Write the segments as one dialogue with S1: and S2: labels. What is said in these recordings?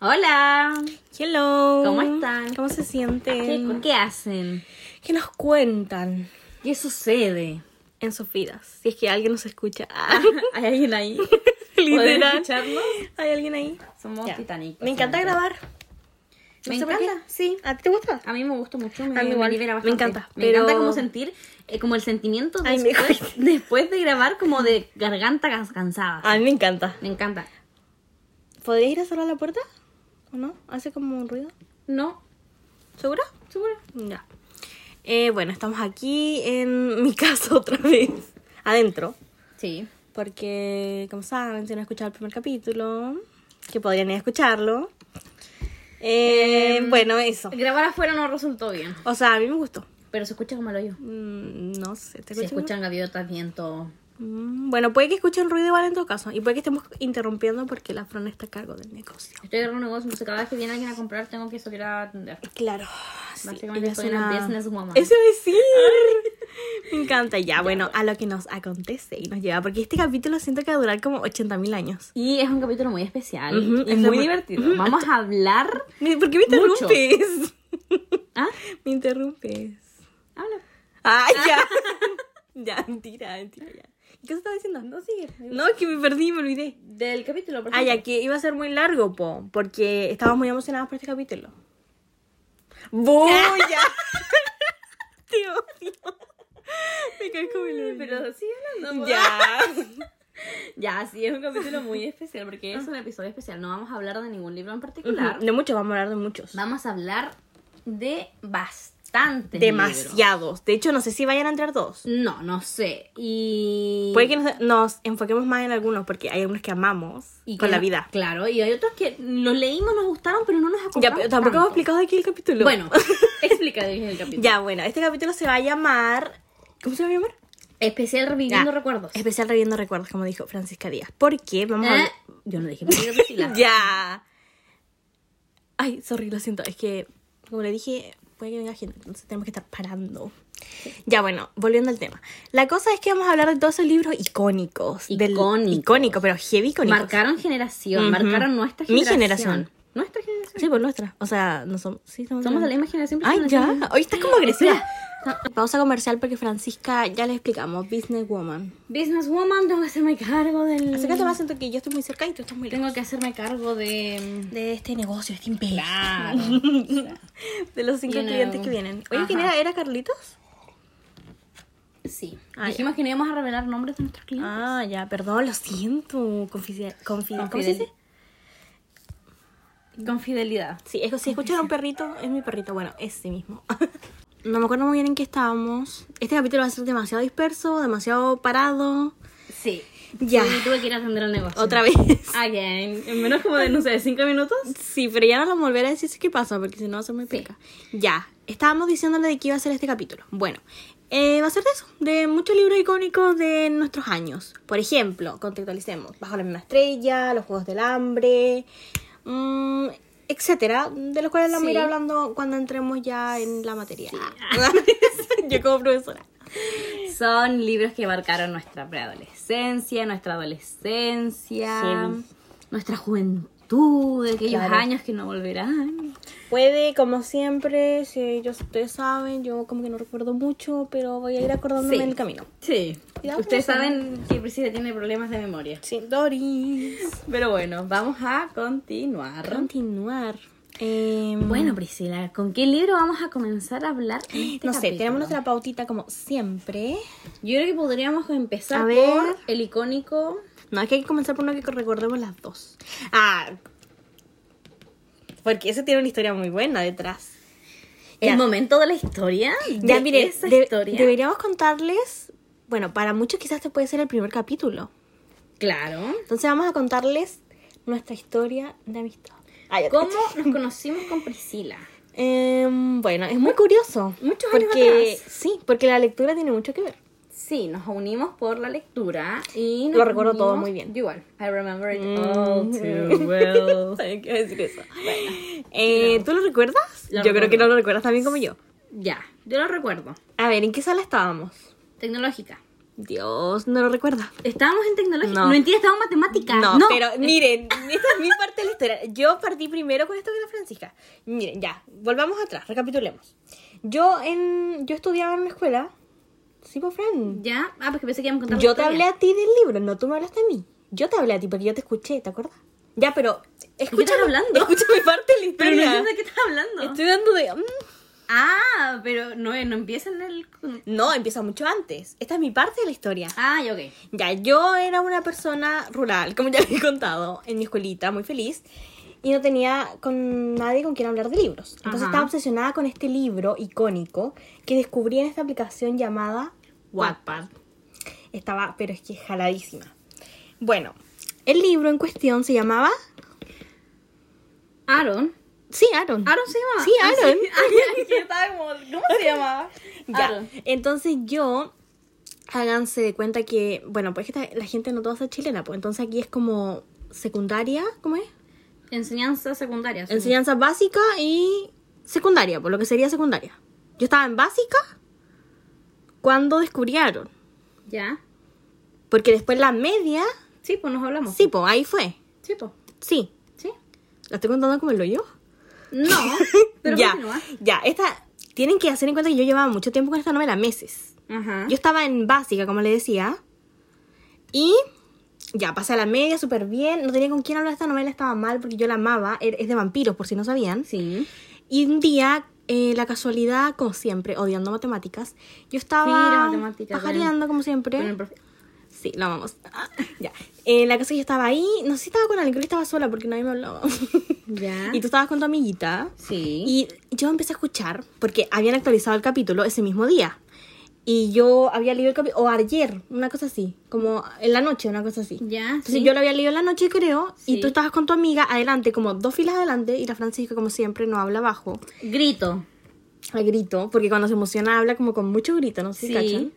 S1: Hola.
S2: Hello.
S1: ¿Cómo están?
S2: ¿Cómo se
S1: ¿Qué,
S2: sienten?
S1: qué hacen?
S2: ¿Qué nos cuentan
S1: ¿Qué sucede?
S2: en sus vidas? Si es que alguien nos escucha.
S1: Ah, ¿Hay alguien ahí? ¿Pueden
S2: Literal.
S1: escucharnos?
S2: ¿Hay alguien ahí?
S1: Somos
S2: Ya.
S1: Titanic.
S2: Me encanta grabar. No
S1: Me
S2: sé por qué.
S1: encanta.
S2: Sí. ¿A ti te gusta?
S1: A mí me gusta mucho, me,
S2: A mí
S1: me
S2: igual.
S1: libera
S2: Me
S1: bastante.
S2: encanta,
S1: Me encanta
S2: pero-
S1: como sentir, eh, como el sentimiento
S2: Ay, me
S1: después, después de grabar como de garganta cas- cansada.
S2: A mí me encanta.
S1: Ah, Me encanta.
S2: ¿Podrías ir a cerrar la puerta? ¿O no? ¿Hace como un ruido?
S1: No,
S2: ¿Segura?
S1: seguro.
S2: Ya. Eh, bueno, estamos aquí en mi casa otra vez. Adentro.
S1: Sí.
S2: Porque, como saben, si no han escuchado el primer capítulo, que podrían ir a escucharlo. Eh,
S1: Em.
S2: bueno, eso.
S1: Grabar afuera no resultó bien,
S2: O sea, a mí me gustó.
S1: pero se escucha como lo yo.
S2: Mm, No sé, ¿te
S1: Se
S2: escuchas?
S1: escuchan gaviotas, viento.
S2: Mm, Bueno, puede que escuchen ruido igual en todo caso. Y puede que estemos interrumpiendo porque la Fran está a cargo del negocio.
S1: Estoy agarrando un negocio, entonces cada vez que viene alguien a comprar tengo que salir a atender.
S2: Claro. sí,
S1: Básicamente
S2: ella es
S1: soy una businesswoman.
S2: Eso es decir. Me encanta. Ya, bueno, a lo que nos acontece y nos lleva. Porque este capítulo siento que va a durar como 80.000 años.
S1: Y es un capítulo muy especial
S2: Ujú,
S1: y
S2: es
S1: muy
S2: muy-
S1: divertido.
S2: ujú.
S1: Vamos a hablar.
S2: Me- ¿Por qué me
S1: Mucho.
S2: interrumpes?
S1: ¿Ah?
S2: me interrumpes.
S1: Habla.
S2: Ah, ya. ya, mentira, mentira, ya. ¿Qué se estaba diciendo?
S1: No sigue.
S2: No, es que me perdí, me olvidé.
S1: Del capítulo, por
S2: Ah,
S1: favor.
S2: ya que iba a ser muy largo, po, porque estábamos muy emocionados por este capítulo. ¡Buya! Te odio. Me caes como el hoyo.
S1: Pero sigue hablando. Ya.
S2: Ya.
S1: ya, sí, es un capítulo muy especial porque es un episodio especial. No vamos a hablar de ningún libro en particular.
S2: De muchos, vamos a hablar de muchos.
S1: Vamos a hablar de bastantes libros.
S2: Demasiados. De hecho, no sé si vayan a entrar dos.
S1: No, no sé. Y.
S2: Puede que nos, nos enfoquemos más en algunos, porque hay algunos que amamos
S1: y
S2: con
S1: que
S2: la
S1: no-
S2: vida.
S1: Claro, y hay otros que los leímos, nos gustaron, pero no nos
S2: Ya,
S1: acordamos.
S2: pero tampoco hemos
S1: tanto.
S2: explicado de qué el capítulo.
S1: Bueno, explica bien el capítulo.
S2: Ya, bueno, este capítulo se va a llamar. ¿Cómo se va a llamar?
S1: Especial Reviviendo
S2: Ya.
S1: Recuerdos.
S2: Especial Reviendo Recuerdos, como dijo Francisca Díaz. Porque vamos a.
S1: Eh, Yo no dije primero Priscila.
S2: Ya. Ay, sorry, lo siento. Es que, como le dije, puede que venga gente, entonces tenemos que estar parando. Ya, bueno, volviendo al tema. La cosa es que vamos a hablar de todos esos libros icónicos. del-
S1: Icónicos.
S2: icónico, pero heavy icónico.
S1: Marcaron generación,
S2: Ujú.
S1: marcaron nuestra
S2: Mi
S1: generación.
S2: generación.
S1: Nuestra generación.
S2: Sí, por nuestra. O sea, no somos. Sí, somos,
S1: Somos de la misma generación. pero
S2: Ay,
S1: somos de la
S2: ya.
S1: misma-
S2: Hoy estás como agresiva.
S1: Espera.
S2: Pausa comercial porque Francisca ya le explicamos. Businesswoman.
S1: Businesswoman, tengo que hacerme cargo del...
S2: Acércate más, siento que yo estoy muy cerca y tú estás muy lejos.
S1: Tengo que hacerme cargo de...
S2: De este negocio, este imperio.
S1: Claro.
S2: De los cinco
S1: You know.
S2: clientes que vienen. Oye, ¿quién
S1: Ajá.
S2: era? ¿Era Carlitos?
S1: Sí.
S2: Ah,
S1: Dijimos que no íbamos a revelar nombres de nuestros clientes.
S2: Ah, ya, perdón, lo siento. Confidencial. ¿Cómo se dice? Ah.
S1: Con fidelidad.
S2: Sí, es que si escuchan a un perrito, es mi perrito. Bueno, ese mismo. no me acuerdo muy bien en qué estábamos. Este capítulo va a ser demasiado disperso, demasiado parado.
S1: Sí.
S2: Ya.
S1: Y tuve que ir a atender el negocio.
S2: Otra vez.
S1: Again. En menos como de, no sé, cinco minutos.
S2: Sí, pero ya no lo volveré a decir si es que pasa, porque si no va a ser muy pica. Ya, estábamos diciéndole de qué iba a ser este capítulo. Bueno, eh, va a ser de eso, de muchos libros icónicos de nuestros años. Por ejemplo, contextualicemos Bajo la misma estrella, Los Juegos del Hambre, mm, etcétera, de los cuales vamos a ir
S1: Sí.
S2: hablando cuando entremos ya en la materia. Yo como profesora.
S1: Son libros que marcaron nuestra preadolescencia, nuestra adolescencia,
S2: Heavy.
S1: nuestra juventud, aquellos
S2: Claro.
S1: años que no volverán.
S2: Puede, como siempre, si ellos ustedes saben, yo como que no recuerdo mucho, pero voy a ir acordándome
S1: Sí.
S2: en el camino.
S1: Sí.
S2: Ya,
S1: Ustedes
S2: pues,
S1: saben que Priscila tiene problemas de memoria.
S2: Sí, Doris.
S1: Pero bueno, vamos a continuar.
S2: Continuar. Eh,
S1: Bueno, Priscila, ¿con qué libro vamos a comenzar a hablar? en este
S2: no sé,
S1: capítulo?
S2: tenemos nuestra pautita como siempre.
S1: Yo creo que podríamos empezar
S2: A ver.
S1: por el icónico.
S2: No, es que hay que comenzar por uno que recordemos las dos. Ah, porque ese tiene una historia muy buena detrás.
S1: El
S2: Ya.
S1: momento de la historia.
S2: Ya,
S1: de
S2: mire,
S1: esa
S2: de-
S1: historia.
S2: deberíamos contarles. Bueno, para muchos quizás este puede ser el primer capítulo.
S1: Claro.
S2: Entonces vamos a contarles nuestra historia de amistad. Ah, ya te
S1: ¿Cómo
S2: caché.
S1: nos conocimos con Priscila?
S2: Em, bueno, es muy curioso.
S1: Muchos años
S2: porque,
S1: atrás.
S2: Sí, porque la lectura tiene mucho que ver.
S1: Sí, nos unimos por la lectura y
S2: Lo
S1: nos
S2: recuerdo todo
S1: unimos-
S2: muy bien.
S1: Yo igual. I remember it
S2: Mm.
S1: all Oh, too well.
S2: Sabía que iba a decir eso. Eh, ¿Tú lo recuerdas?
S1: Lo
S2: yo creo que
S1: recuerdo.
S2: no lo recuerdas tan bien como yo.
S1: ya, yo lo recuerdo.
S2: A ver, ¿en qué sala estábamos?
S1: Tecnológica.
S2: Dios, no lo recuerda.
S1: Estábamos en tecnología.
S2: No.
S1: No, mentira, estábamos en matemáticas.
S2: No, pero miren, esta es mi parte de la historia. Yo partí primero con esto que la Francisca. Miren, ya, volvamos atrás, recapitulemos. Yo en yo estudiaba en una escuela, sí, por Fran.
S1: Ya, ah, porque pensé que íbamos a contar
S2: Yo
S1: la
S2: te
S1: historia.
S2: hablé a ti del libro, no tú me hablaste a mí. Yo te hablé a ti porque yo te escuché, ¿te acuerdas? Ya, pero escucha
S1: hablando.
S2: Escucha mi parte de la
S1: Pero no
S2: historia.
S1: entiendo de qué estás hablando.
S2: Estoy dando de mm.
S1: Ah, pero no, eh, no empieza en el.
S2: No, empieza mucho antes. Esta es mi parte de la historia.
S1: Ah, ya, ok.
S2: Ya, yo era una persona rural, como ya les he contado, en mi escuelita, muy feliz, y no tenía con nadie con quien hablar de libros. Entonces
S1: Ajá.
S2: estaba obsesionada con este libro icónico que descubrí en esta aplicación llamada
S1: Wattpad.
S2: Estaba, pero es que jaladísima. Bueno, el libro en cuestión se llamaba...
S1: Aaron.
S2: Sí, Aaron.
S1: Aaron se llama. Ah,
S2: Sí, Aaron.
S1: ¿Cómo se llamaba?
S2: Ya.
S1: Aaron.
S2: Entonces yo, háganse de cuenta que, bueno, pues que esta- la gente no toda es chilena, pues entonces aquí es como secundaria, ¿cómo es?
S1: Enseñanza secundaria. sí.
S2: Enseñanza básica y secundaria, por lo que sería secundaria. Yo estaba en básica cuando descubrieron.
S1: Ya.
S2: Porque después la media.
S1: Sí, pues nos hablamos.
S2: Sí, po, ahí fue.
S1: Sí, pues.
S2: Sí.
S1: Sí.
S2: ¿La estoy contando como lo yo?
S1: No, pero
S2: ya.
S1: continúa.
S2: Ya, esta. Tienen que hacer en cuenta que yo llevaba mucho tiempo con esta novela, meses.
S1: Ajá.
S2: Yo estaba en básica, como le decía. Y. Ya, pasé a la media súper bien. No tenía con quién hablar de esta novela, estaba mal porque yo la amaba. Er- Es de vampiros, por si no sabían.
S1: Sí.
S2: Y un día, eh, la casualidad, como siempre, odiando matemáticas, yo
S1: Sí,
S2: estaba
S1: las matemáticas,
S2: pajareando, como siempre.
S1: Con el profe-
S2: Sí, lo amamos. Ah, ya. Eh, la cosa que yo estaba ahí, no sé si estaba con alguien, creo que estaba sola porque nadie me hablaba.
S1: Ya.
S2: y tú estabas con tu amiguita.
S1: Sí.
S2: Y yo empecé a escuchar, porque habían actualizado el capítulo ese mismo día. Y yo había leído el capítulo, o ayer, una cosa así, como en la noche, una cosa así.
S1: Ya,
S2: Entonces
S1: sí.
S2: yo lo había leído en la noche, creo, y
S1: Sí.
S2: tú estabas con tu amiga adelante, como dos filas adelante, y la Francisca, como siempre, no habla abajo
S1: Grito.
S2: a grito, porque cuando se emociona habla como con mucho grito, no sé si
S1: Sí.
S2: cachan.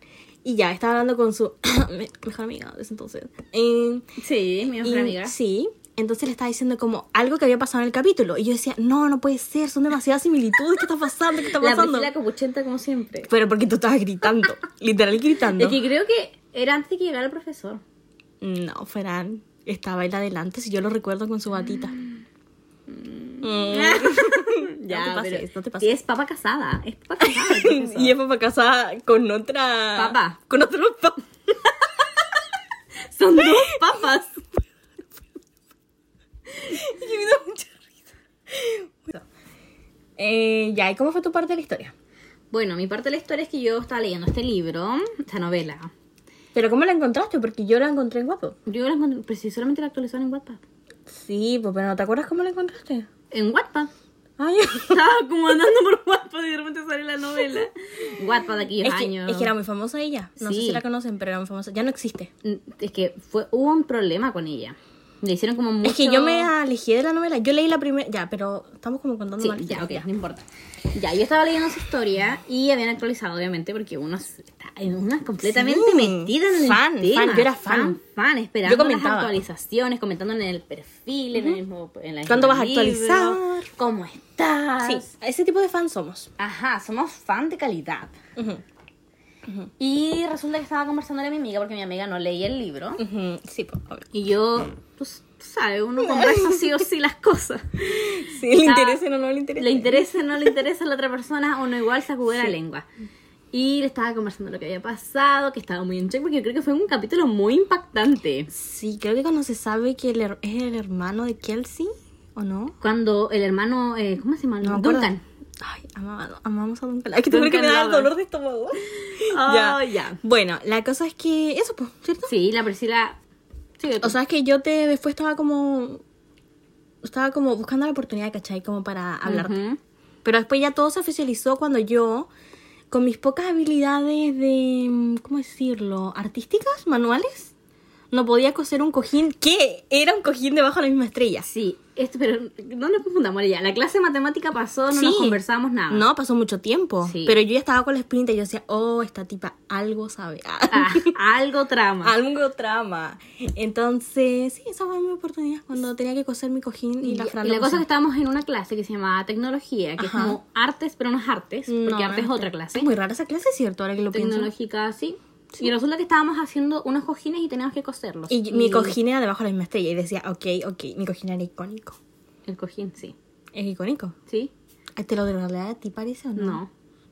S2: Y ya, estaba hablando con su me- mejor amiga desde entonces. Eh,
S1: Sí, mi
S2: y-
S1: mejor amiga.
S2: Sí. Entonces le estaba diciendo como algo que había pasado en el capítulo. Y yo decía, no, no puede ser, son demasiadas similitudes. ¿Qué está pasando? ¿Qué está
S1: La
S2: pasando?
S1: Priscila Copuchenta, como siempre.
S2: Pero porque tú estabas gritando, literal gritando.
S1: Es que creo que era antes de que llegara el profesor.
S2: No, Ferán estaba él adelante, si yo lo recuerdo con su batita. Ya, no te pases, no te pases.
S1: Es papa casada. Es papa casada. el profesor.
S2: Y es papá casada con otra...
S1: Papá.
S2: Con otro papá.
S1: Son dos papas.
S2: Eh, ya, ¿y cómo fue tu parte de la historia?
S1: Bueno, mi parte de la historia es que yo estaba leyendo este libro, esta novela.
S2: Pero ¿cómo la encontraste? Porque yo la encontré en Guapo.
S1: Yo la encontré, pero si solamente la actualizaron en Wattpad.
S2: Sí, pues, pero ¿no te acuerdas cómo la encontraste?
S1: En Wattpad.
S2: Ay,
S1: Estaba como andando por Wattpad y de repente sale la novela. Wattpad de aquellos
S2: es, que,
S1: años.
S2: es que era muy famosa ella. No sé
S1: Sí.
S2: si la conocen, pero era muy famosa. Ya no existe.
S1: Es que fue, hubo un problema con ella. Le hicieron como mucho...
S2: Es que yo me alejé de la novela. Yo leí la primera. Ya, pero estamos como contando
S1: Sí,
S2: mal.
S1: ya, ok, no importa. Ya, yo estaba leyendo esa historia y habían actualizado, obviamente, porque uno está en una completamente
S2: Sí,
S1: metida en el
S2: fan,
S1: tema.
S2: fan, yo era fan.
S1: Fan, fan, esperando
S2: Yo comentaba.
S1: las actualizaciones, comentando en el perfil, en el mismo... En la
S2: ¿Cuándo vas a
S1: libro,
S2: actualizar?
S1: ¿Cómo estás?
S2: Sí, ese tipo de fans somos.
S1: Ajá, somos fan de calidad.
S2: Ujú.
S1: Y resulta que estaba conversando con mi amiga porque mi amiga no leía el libro.
S2: Ujú, Sí, pues, por favor.
S1: Y yo, tú s- tú sabes, uno conversa sí o sí las cosas.
S2: Sí, le
S1: Ah,
S2: interesa o no le interesa.
S1: Le interesa, no le interesa a la otra persona, uno igual sacude la lengua. Y le estaba conversando lo que había pasado, que estaba muy en check, porque yo creo que fue un capítulo muy impactante.
S2: Sí, creo que cuando se sabe que el her- es el hermano de Kelsey, ¿o no?
S1: Cuando el hermano, eh, ¿cómo se llama?
S2: No me acuerdo.
S1: Duncan.
S2: Ay, amaba- amamos a Duncan. Ay, que te juro que
S1: Duncan
S2: me da
S1: lo ama.
S2: dolor de estómago.
S1: Ah,
S2: Ya.
S1: ya.
S2: Bueno, la cosa es que. Eso, pues, ¿cierto?
S1: Sí, la Priscila. Sí,
S2: O sea, es que yo te después estaba como. Estaba como buscando la oportunidad, ¿cachai? Como para hablarte. Pero después ya todo se oficializó cuando yo, con mis pocas habilidades de. mm, ¿Cómo decirlo? ¿Artísticas? ¿Manuales? No podía coser un cojín. ¿Qué? Era un cojín debajo de la misma estrella.
S1: Sí, esto, pero no nos confundamos ya. La clase de matemática pasó, no
S2: Sí.
S1: nos conversamos nada.
S2: No, pasó mucho tiempo.
S1: Sí.
S2: Pero yo ya estaba con la espinita y yo decía, oh, esta tipa algo sabe.
S1: Ah, algo trama.
S2: Algo trama. Entonces, sí, esa fue mi oportunidad cuando tenía que coser mi cojín y la
S1: Y-
S2: Fran
S1: y
S2: lo
S1: la cosa es
S2: cosía.
S1: que estábamos en una clase que se llamaba tecnología, que
S2: Ajá.
S1: es como artes, pero no es artes, porque
S2: No,
S1: arte es
S2: no,
S1: otra
S2: no.
S1: clase.
S2: Es muy rara esa clase, ¿cierto? Ahora que lo pienso.
S1: Tecnológica, sí. Y resulta que estábamos haciendo unos cojines y teníamos que coserlos.
S2: Y mi cojín era debajo de la misma estrella y decía, ok, ok, mi cojín era icónico.
S1: El cojín, sí.
S2: Es icónico.
S1: ¿Sí?
S2: Ay, ¿Te lo regalé a ti, parece o no?
S1: No,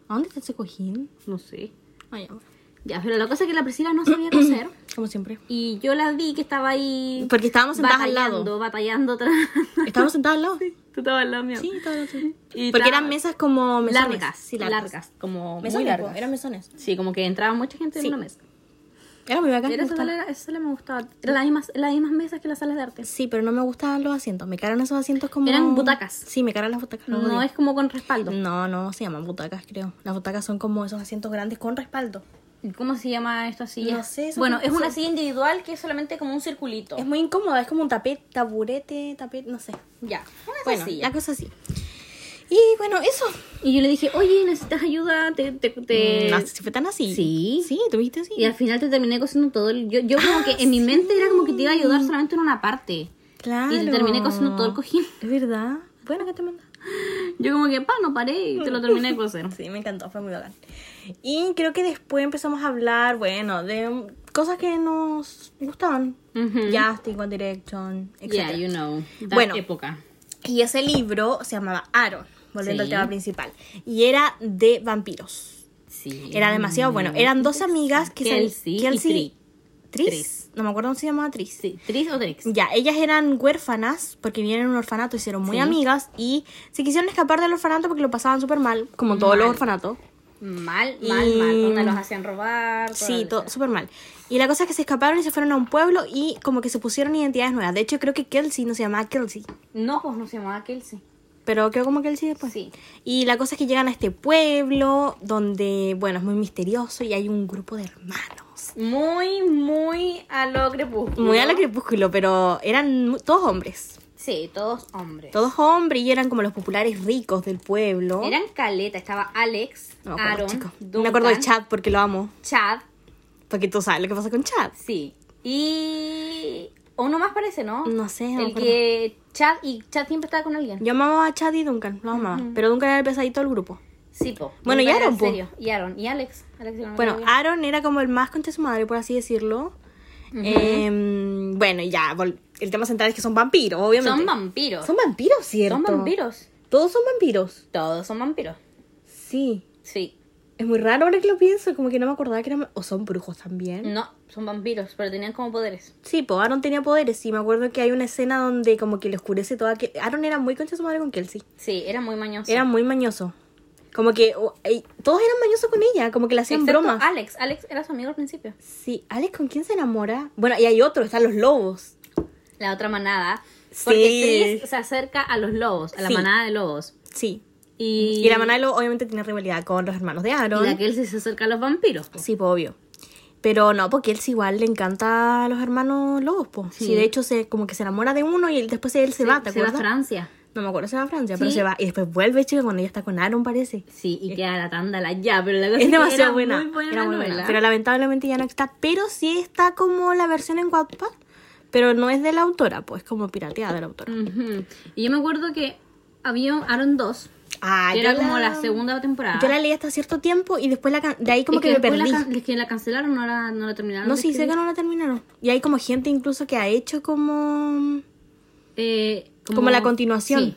S2: ¿A dónde está ese cojín?
S1: no sé.
S2: Ay, ahora.
S1: Ya, pero la cosa es que la Priscila no sabía coser.
S2: Como siempre.
S1: Y yo la vi que estaba ahí.
S2: Porque estábamos sentadas al
S1: batallando,
S2: lado.
S1: Batallando, tratando.
S2: Estábamos sentadas al lado. Sí,
S1: Tú estabas al lado mío.
S2: estábamos al lado.
S1: Y
S2: Porque
S1: estaba-
S2: eran mesas como mesones.
S1: Largas,
S2: Sí,
S1: largas.
S2: largas.
S1: Como
S2: Mesones,
S1: muy largas.
S2: po, eran mesones.
S1: Sí, como que entraba mucha gente
S2: Sí.
S1: en una mesa.
S2: Era muy bacán.
S1: Era
S2: me
S1: esa,
S2: gustaba.
S1: sala, esa sala me gustaba. Eran las mismas, las mismas mesas que las salas de arte.
S2: Sí, pero no me gustaban los asientos. Me cagaron esos asientos como...
S1: Eran butacas.
S2: Sí, me cagaron las butacas. los
S1: No
S2: odio.
S1: es como con respaldo.
S2: No, no, se llaman butacas, creo. Las butacas son como esos asientos grandes con respaldo.
S1: ¿Y ¿Cómo se llama esta silla?
S2: No sé, son-
S1: Bueno, es una
S2: son-
S1: silla individual que es solamente como un circulito.
S2: Es muy incómoda, es como un tapete, taburete, tapete, no sé.
S1: Ya. Una
S2: Bueno,
S1: silla.
S2: la cosa así. Y bueno, eso.
S1: Y yo le dije, oye, ¿necesitas ayuda? Te, te, te-
S2: Mm, No, si fue tan así.
S1: Sí.
S2: Sí, tú me dijiste así.
S1: Y al final te terminé cosiendo todo. el- Yo, yo
S2: Ah,
S1: como que en mi mente era como que te iba a ayudar solamente en una parte.
S2: Claro.
S1: Y te terminé cosiendo todo el cojín.
S2: Es verdad. Bueno, ¿qué te manda?
S1: Yo como que, pa, no paré y te lo terminé de coser.
S2: Sí, me encantó, fue muy bacán. Y creo que después empezamos a hablar, bueno, de cosas que nos gustaban.
S1: Ujú.
S2: Justin, One Direction, etc.
S1: Yeah, you know. that
S2: Bueno.
S1: época.
S2: Y ese libro se llamaba Aaron, volviendo
S1: Sí.
S2: al tema principal. Y era de vampiros.
S1: Sí.
S2: Era demasiado bueno. Eran dos amigas que
S1: Mm. Kelsey
S2: se...
S1: y
S2: Tris.
S1: Tris.
S2: No me acuerdo cómo se llamaba Tris.
S1: Sí, Tris o Trix.
S2: Ya, ellas eran huérfanas porque vivían en un orfanato, hicieron muy
S1: Sí.
S2: amigas y se quisieron escapar del orfanato porque lo pasaban súper mal, como todos los orfanatos.
S1: Mal,
S2: Y-
S1: mal, mal. Donde los hacían robar. toda
S2: Sí,
S1: la-
S2: todo súper mal. Y la cosa es que se escaparon y se fueron a un pueblo y como que se pusieron identidades nuevas. De hecho, creo que Kelsey no se llamaba Kelsey,
S1: No, pues no se llamaba Kelsey.
S2: pero creo como Kelsey después.
S1: Sí.
S2: pues. Y la cosa es que llegan a este pueblo donde, bueno, es muy misterioso y hay un grupo de hermanos.
S1: Muy, muy a lo crepúsculo.
S2: Muy a la crepúsculo, pero eran mu- todos hombres.
S1: Sí, todos hombres.
S2: Todos hombres y eran como los populares ricos del pueblo.
S1: Eran caleta. Estaba Alex,
S2: No me acuerdo,
S1: Aaron,
S2: chico. Me acuerdo de
S1: Duncan,
S2: Chad porque lo amo.
S1: Chad,
S2: Porque tú sabes lo que pasa con Chad.
S1: sí. Y... Uno más parece, ¿no?
S2: No sé, no me
S1: El
S2: acuerdo.
S1: que... Chad y Chad siempre estaba con alguien.
S2: Yo amaba a Chad y Duncan, lo amaba. Pero Duncan era el pesadito del grupo.
S1: Sí, po.
S2: Bueno, y
S1: Nunca era
S2: Aaron,
S1: en
S2: po.
S1: serio. Y Aaron. Y Alex. Alex era un
S2: Bueno,
S1: amigo.
S2: Aaron era como el más concha de su madre, por así decirlo. Eh, bueno, y ya, vol- el tema central es que son vampiros, obviamente.
S1: Son vampiros.
S2: Son vampiros, ¿cierto?
S1: Son vampiros.
S2: Todos son vampiros.
S1: Todos son vampiros.
S2: Sí.
S1: Sí.
S2: Es muy raro ahora que lo pienso, como que no me acordaba que eran... O son brujos también.
S1: No, son vampiros, pero tenían como poderes.
S2: Sí, pues Aaron tenía poderes, sí. Me acuerdo que hay una escena donde como que le oscurece toda... Que... Aaron era muy concha de su madre con Kelsey.
S1: Sí, era muy mañoso.
S2: Era muy mañoso. Como que o- ey, todos eran mañosos con ella, como que le hacían
S1: Excepto
S2: bromas.
S1: Alex. Alex era su amigo al principio.
S2: Sí, Alex, ¿con quién se enamora? Bueno, y hay otro, están los lobos.
S1: La otra manada.
S2: Sí.
S1: Porque Tris se acerca a los lobos, a la
S2: Sí.
S1: manada de lobos.
S2: Sí.
S1: Y,
S2: Y la manada de lobos obviamente tiene rivalidad con los hermanos de
S1: y
S2: Aaron.
S1: la Kelsey se acerca a los vampiros. po.
S2: Sí, pues obvio. Pero no, porque él sí igual le encanta a los hermanos lobos, pues. Sí.
S1: Sí.
S2: de hecho se como que se enamora de uno y él- después él se va, ¿te
S1: se va a
S2: acuerdas?
S1: Francia.
S2: no me acuerdo, se va a Francia, pero
S1: Sí.
S2: se va. Y después vuelve, chica, cuando ella está con Aaron, parece.
S1: Sí, y queda la tándala ya, pero la cosa
S2: Es
S1: que
S2: demasiado
S1: era
S2: buena.
S1: Muy buena
S2: era
S1: la
S2: muy buena.
S1: novela.
S2: Pero lamentablemente ya no está. Pero sí está como la versión en Wattpad. Pero no es de la autora, pues como pirateada de la autora.
S1: Ujú. Y yo me acuerdo que había Aaron 2,
S2: Ah,
S1: que era como la segunda temporada.
S2: Yo la leí hasta cierto tiempo y después la can- de ahí como
S1: Es
S2: que, me
S1: después
S2: perdí.
S1: La, can- es que la cancelaron, no la, no la terminaron.
S2: No
S1: Ah, de
S2: sé, sé
S1: escribir.
S2: que no la terminaron. Y hay como gente incluso que ha hecho como
S1: Eh,
S2: como, la continuación.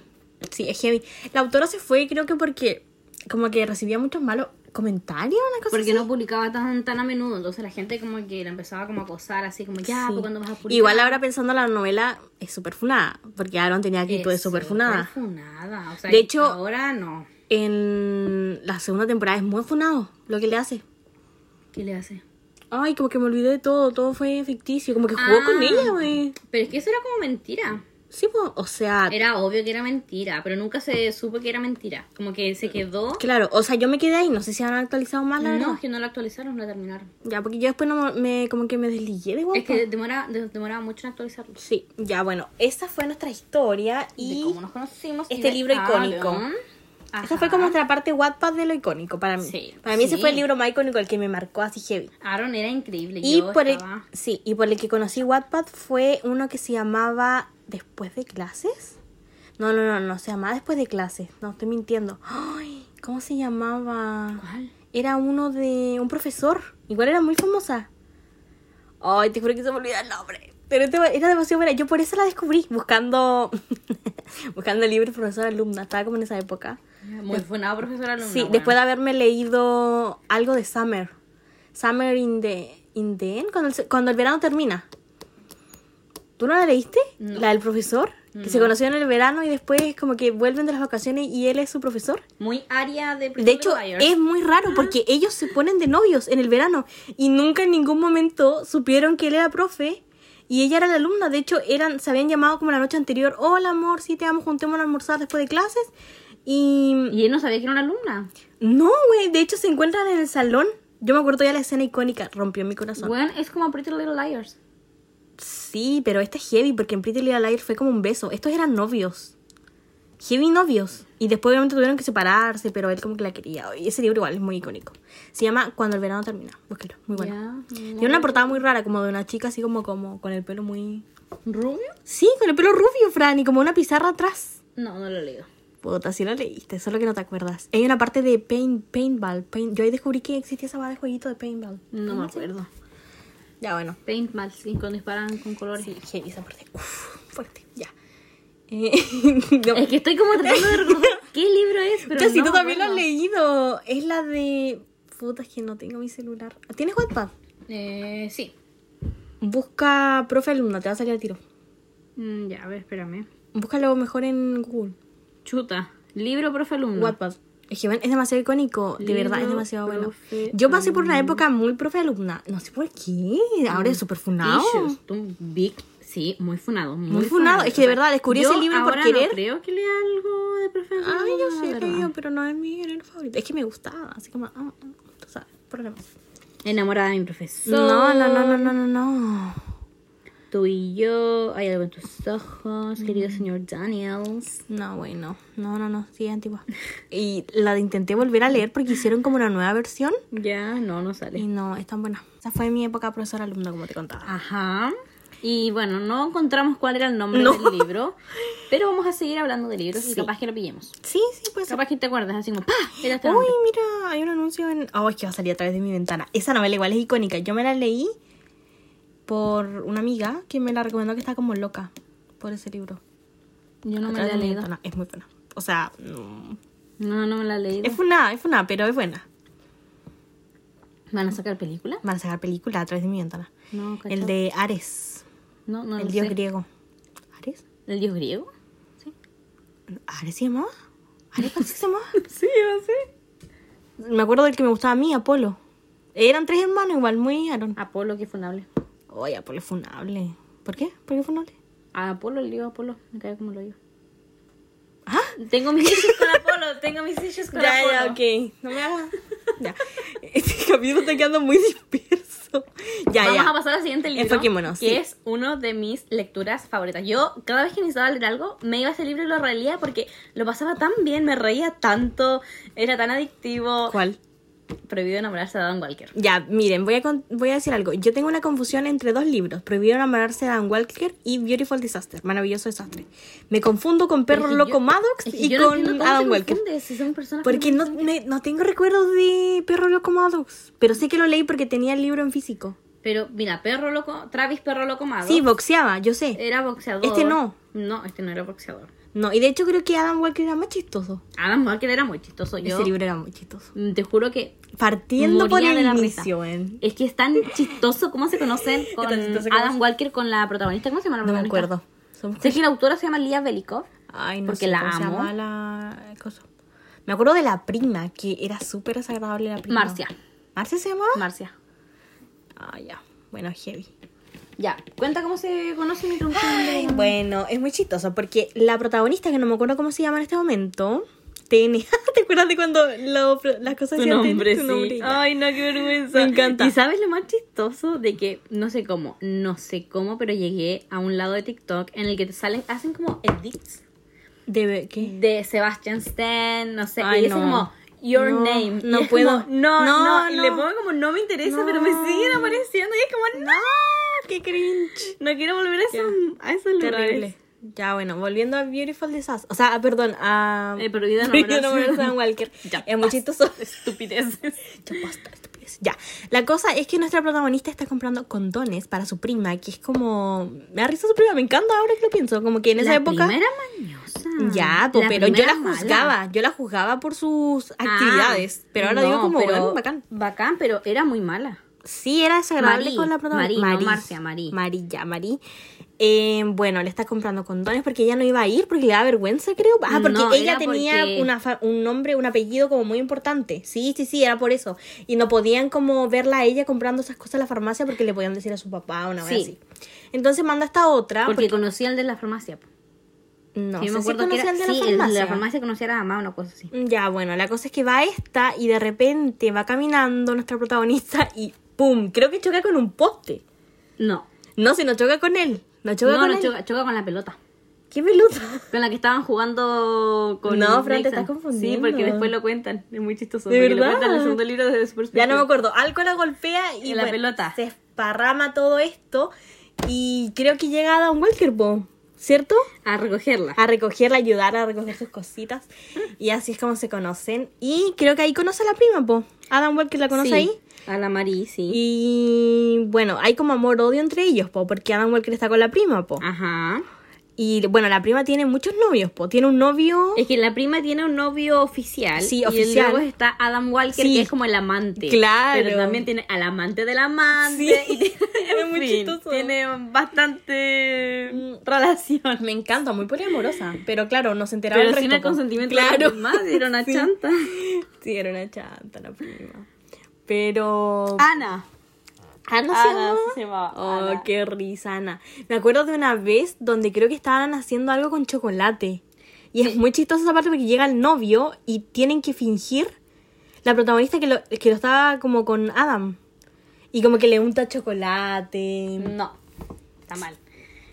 S1: Sí.
S2: Sí. es heavy. La autora se fue creo que porque como que recibía muchos malos comentarios, una cosa
S1: Porque
S2: así.
S1: no publicaba tan, tan a menudo, entonces la gente como que la empezaba como a acosar, así como, ya,
S2: Sí.
S1: ¿por cuándo vas a publicar?
S2: Igual ahora pensando la novela es súper funada, porque Aaron tenía actitud de
S1: Eso,
S2: súper funada.
S1: superfunada, o sea,
S2: De
S1: y
S2: hecho-
S1: ahora no.
S2: En la segunda temporada es muy funado lo que le hace.
S1: ¿Qué le hace?
S2: Ay, como que me olvidé de todo, todo fue ficticio, como que jugó
S1: Ah.
S2: con ella, güey.
S1: Pero es que eso era como mentira.
S2: Sí, po, o sea,
S1: Era obvio que era mentira, pero nunca se supo que era mentira. Como que se quedó.
S2: claro, o sea, yo me quedé ahí, no sé si han actualizado más la
S1: No,
S2: verdad.
S1: es que no la actualizaron, la terminaron.
S2: Ya, porque yo después no me como que me desligué de guapa.
S1: Es que demora, de- demoraba mucho en actualizarlo.
S2: Sí, ya bueno, esa fue nuestra historia
S1: De
S2: y
S1: cómo nos conocimos. y
S2: este
S1: de
S2: libro icónico.
S1: Aaron.
S2: esa
S1: Ajá.
S2: fue como nuestra parte Wattpad de lo icónico para mí.
S1: Sí,
S2: para mí ese
S1: sí.
S2: fue el libro más icónico, el que me marcó así heavy.
S1: Aaron era increíble.
S2: Y
S1: yo
S2: por
S1: estaba-
S2: el sí, y por el que conocí Wattpad fue uno que se llamaba Después de clases. No, no, no, no, se llamaba Después de clases. No, estoy mintiendo. Ay, ¿cómo se llamaba?
S1: ¿Cuál?
S2: Era uno de un profesor. Igual era muy famosa. Ay, te juro que se me olvidó el nombre. Pero este- era demasiado buena. Yo por eso la descubrí, buscando buscando libros profesor alumna. Estaba como en esa época.
S1: Muy funado, profesora alumna.
S2: sí,
S1: bueno.
S2: después de haberme leído algo de Summer. Summer in the, in the End, cuando el, se- cuando el verano termina. ¿Tú no la leíste? La del profesor, que se conocieron en el verano y después como que vuelven de las vacaciones y él es su profesor.
S1: Muy área de
S2: De hecho, es muy raro porque ellos se ponen de novios en el verano y nunca en ningún momento supieron que él era profe y ella era la alumna. De hecho, eran, se habían llamado como la noche anterior, hola amor, sí te amo, juntémonos a almorzar después de clases. Y
S1: Y él no sabía que era una alumna.
S2: no, güey, de hecho se encuentran en el salón. Yo me acuerdo ya la escena icónica, rompió mi corazón.
S1: Bueno, es como Pretty Little Liars.
S2: Sí, pero esta es heavy porque en Pretty Little Liars fue como un beso. Estos eran novios. Heavy novios. Y después obviamente tuvieron que separarse, pero él como que la quería. Y ese libro igual es muy icónico. Se llama Cuando el verano termina. Búsquelo, muy bueno.
S1: Ya.
S2: Tiene una portada muy rara, como de una chica así como, como con el pelo muy...
S1: ¿Rubio?
S2: Sí, con el pelo rubio, Fran, y como una pizarra atrás.
S1: No, no lo leo.
S2: Puta, si lo leíste, solo que no te acuerdas. Hay una parte de paint, paintball. paint- Yo ahí descubrí que existía esa barra de jueguito de paintball.
S1: No me acuerdo.
S2: Ya, bueno.
S1: Paint mal, sí, cuando disparan con colores.
S2: Sí, heavy esa parte. Uf, fuerte, ya. Eh, no.
S1: Es que estoy como tratando de recordar qué libro es, pero.
S2: Yo sí,
S1: no
S2: tú
S1: me
S2: también lo has
S1: acuerdo.
S2: leído. Es la de. Puta, es que no tengo mi celular. ¿Tienes WhatsApp?
S1: Eh, sí.
S2: Busca profe alumna, te va a salir al tiro.
S1: Mm, ya, a ver, espérame.
S2: Búscalo mejor en Google.
S1: Chuta. Libro profe alumno.
S2: Wattpad. Es que bueno, es demasiado icónico, de verdad, es
S1: Libro,
S2: demasiado bueno.
S1: profe,
S2: Yo pasé por una época muy profe alumna, no sé por qué, ahora es súper funado.
S1: Issues, un big, sí, muy funado. Muy,
S2: Muy funado, es que de verdad, descubrí
S1: Yo
S2: ese libro por
S1: ahora
S2: querer.
S1: No creo que lea algo de profe alumno,
S2: Ay, yo
S1: la
S2: sé,
S1: Ah, verdad.
S2: leído, pero no es mi género favorito. Es que me gustaba, así como, ah, ah, tú sabes, problemas.
S1: Enamorada de mi profesor.
S2: No, no, no, no, no, no, no.
S1: Tú y yo, hay algo en tus ojos,
S2: Mm.
S1: querido señor Daniels.
S2: No, güey, no. No, no, no, sí, antigua. Y la intenté volver a leer porque hicieron como una nueva versión
S1: Ya, no, no
S2: y
S1: sale.
S2: no, es tan buena. Esa fue mi época profesora alumna, como te contaba.
S1: Ajá. Y bueno, no encontramos cuál era el nombre
S2: No.
S1: del libro, pero vamos a seguir hablando de libros y capaz que lo pillemos.
S2: Sí, sí, pues.
S1: Capaz que te acuerdas, así como ¡pah! Era este
S2: Uy,
S1: nombre.
S2: mira, hay un anuncio en. Oh, es que va a salir a través de mi ventana. Esa novela igual es icónica. Yo me la leí por una amiga que me la recomendó que está como loca por ese libro.
S1: Yo no
S2: A
S1: me la he
S2: través de mi
S1: leído.
S2: ventana. Es muy buena. O sea, mm,
S1: No, no me la he leído.
S2: es una, es una, pero es buena.
S1: ¿Van a sacar película?
S2: Van a sacar película a través de mi ventana.
S1: No, cacho.
S2: El de Ares,
S1: No, no
S2: el
S1: lo
S2: dios
S1: sé.
S2: griego. ¿Ares?
S1: ¿El dios griego?
S2: ¿Ares se llamaba? ¿Ares parece que se llamaba?
S1: Sí, yo sé.
S2: Me acuerdo del que me gustaba a mí, Apolo. Eran tres hermanos igual, muy Aaron.
S1: Apolo, que funable.
S2: Oye, Apolo es funable. ¿Por qué? ¿Por qué funable?
S1: A Apolo, el dios Apolo. Me cae como lo digo.
S2: ¿Ah?
S1: Tengo mis issues con Apolo, tengo mis issues con Apolo.
S2: ok. No me hagas. ya. Este capítulo está quedando muy disperso. Ya,
S1: Vamos
S2: ya.
S1: a pasar al siguiente libro.
S2: Enfoquémonos,
S1: Que
S2: sí.
S1: es uno de mis lecturas favoritas. Yo, cada vez que necesitaba leer algo, me iba a ese libro y lo releía porque lo pasaba tan bien, me reía tanto, era tan adictivo.
S2: ¿Cuál?
S1: Prohibido enamorarse de Adam Walker.
S2: Ya, miren, voy a, con- voy a decir algo. Yo tengo una confusión entre dos libros: Prohibido enamorarse de Dan Walker y Beautiful Disaster, Maravilloso Desastre. Me confundo con Perro
S1: Pero es que
S2: Loco
S1: yo-
S2: Maddox
S1: es que
S2: y
S1: yo no
S2: con
S1: entiendo cómo
S2: Adam
S1: se
S2: Walker.
S1: confunde, si son personas
S2: Porque no,
S1: completamente-
S2: me- no tengo recuerdos de Perro Loco Maddox. Pero sé que lo leí porque tenía el libro en físico.
S1: Pero mira, Perro Loco, Travis Perro Loco Mado.
S2: Sí, boxeaba, yo sé.
S1: Era boxeador.
S2: Este no.
S1: No, este no era boxeador.
S2: No, y de hecho creo que Adam Walker era más chistoso.
S1: Adam Walker era muy chistoso. Yo
S2: Ese Este libro era muy chistoso.
S1: mm, te juro que
S2: Partiendo por
S1: Moría
S2: el
S1: de la
S2: inicio,
S1: risa.
S2: en-
S1: Es que es tan chistoso cómo se conocen con
S2: tan chistoso cómo
S1: Adam
S2: se-
S1: Walker con la protagonista. ¿Cómo se llama la
S2: No me
S1: protagonista?
S2: acuerdo. Somos-
S1: Sé que la autora se llama Lia Velikov.
S2: Ay, no
S1: Porque
S2: sé
S1: la
S2: cómo se
S1: amo.
S2: llama la cosa. Me acuerdo de la prima, que era súper desagradable la prima.
S1: Marcia.
S2: ¿Marcia se llamaba?
S1: Marcia.
S2: ah, ya. Bueno, heavy.
S1: Ya, cuenta cómo se conoce mi tronco.
S2: Bueno, es muy chistoso porque la protagonista, que no me acuerdo cómo se llama en este momento, tenía. ¿Te acuerdas de cuando lo- las cosas decían tu nombre? Ya.
S1: no, qué vergüenza.
S2: Me encanta.
S1: ¿Y sabes lo más chistoso? De que, no sé cómo, no sé cómo, pero llegué a un lado de TikTok en el que te salen, hacen como edits
S2: ¿De qué?
S1: de Sebastian Stan, no sé,
S2: Ay,
S1: y dicen
S2: no.
S1: como Your
S2: No,
S1: Name.
S2: no
S1: Y es
S2: puedo.
S1: como, no,
S2: No,
S1: no,
S2: no.
S1: Y le pongo como no me interesa,
S2: No.
S1: pero me siguen apareciendo. Y es como, no,
S2: ¡Qué cringe!
S1: no quiero volver a esos, a esos lugares.
S2: Terrible. Ya, bueno, volviendo a Beautiful Disaster. O sea, ah, perdón, a.
S1: Eh, Prohibido
S2: Prohibido
S1: Nombrar-
S2: Nombrar Sam Walker.
S1: Ya,
S2: es muy
S1: basta.
S2: chistoso.
S1: Estupidez.
S2: Ya, basta, estupidez. Ya. La cosa es que nuestra protagonista está comprando condones para su prima, que es como. Me da risa su prima, me encanta ahora que lo pienso. Como que en esa
S1: la
S2: época.
S1: Primera mañosa.
S2: Ya, po, pero yo
S1: Mm, primera
S2: la
S1: mala.
S2: juzgaba, yo la juzgaba por sus
S1: Ah,
S2: actividades, pero ahora digo
S1: no,
S2: como
S1: pero-
S2: bueno, bacán.
S1: Bacán, pero era muy mala.
S2: Sí, era desagradable
S1: Marí,
S2: con la protagonista.
S1: Marí, no, Marcia, Marí.
S2: ya, Marí. Eh, bueno, le está comprando condones porque ella no iba a ir porque le da vergüenza, creo. Ah, porque
S1: No,
S2: ella
S1: era
S2: tenía
S1: porque-
S2: una fa- un nombre, un apellido como muy importante. Sí, sí, sí, era por eso. Y no podían como verla a ella comprando esas cosas en la farmacia porque le podían decir a su papá o una
S1: Sí.
S2: vez así. Entonces manda esta otra.
S1: porque, conocía al de la farmacia. po.
S2: Ah, no,
S1: Que yo
S2: sé
S1: me
S2: si
S1: acuerdo que
S2: conocía
S1: era,
S2: al de la
S1: sí, el
S2: farmacia.
S1: de la farmacia conocía a la mamá, una cosa así.
S2: Ya, bueno, la cosa es que va esta y de repente va caminando nuestra protagonista y ¡pum! Creo que choca con un poste.
S1: No.
S2: No, si no choca con él. No choca
S1: no,
S2: con
S1: no,
S2: él.
S1: choca, choca con la pelota.
S2: ¡Qué pelota!
S1: Con la que estaban jugando con.
S2: No, Fran, te
S1: Nixon.
S2: estás confundiendo.
S1: Sí, porque después lo cuentan. Es muy chistoso.
S2: ¿De
S1: porque Lo
S2: verdad?
S1: cuentan en el segundo libro desde su perspectiva.
S2: Ya no me acuerdo. Algo la golpea y
S1: Y la
S2: bueno,
S1: pelota.
S2: se esparrama todo esto y creo que llega Adam Walker, po, ¿cierto?
S1: A recogerla.
S2: A recogerla, ayudar a recoger sus cositas. Y así es como se conocen. Y creo que ahí conoce a la prima, po. Adam Walker la conoce
S1: Sí,
S2: ahí.
S1: A la Marí, sí.
S2: Y bueno, hay como amor-odio entre ellos, po, porque Adam Walker está con la prima, po.
S1: Ajá.
S2: Y bueno, la prima tiene muchos novios, po. Tiene un novio,
S1: Es que la prima tiene un novio oficial.
S2: Sí,
S1: Y
S2: oficial.
S1: luego está Adam Walker,
S2: Sí.
S1: que es como el amante.
S2: Claro.
S1: Pero también tiene al amante del amante.
S2: Sí.
S1: y tiene-
S2: Es muy
S1: en fin,
S2: chistoso. Mm.
S1: Tiene bastante relación.
S2: me encanta, muy poliamorosa. Pero claro, nos enteramos
S1: Pero
S2: el
S1: sin
S2: resto,
S1: el
S2: po.
S1: consentimiento de
S2: Claro.
S1: los demás, era una
S2: Sí.
S1: chanta.
S2: Sí, era una chanta la prima. Ah, Pero.
S1: Ana.
S2: Ana
S1: Ana
S2: Ah, se llamaba.
S1: Ah, se llamaba,
S2: Oh,
S1: Ana.
S2: qué risa, Ana. Me acuerdo de una vez donde creo que estaban haciendo algo con chocolate. Y es muy chistosa esa parte porque llega el novio y tienen que fingir la protagonista que lo, que lo estaba como con Adam. Y como que le unta chocolate.
S1: No. Está mal.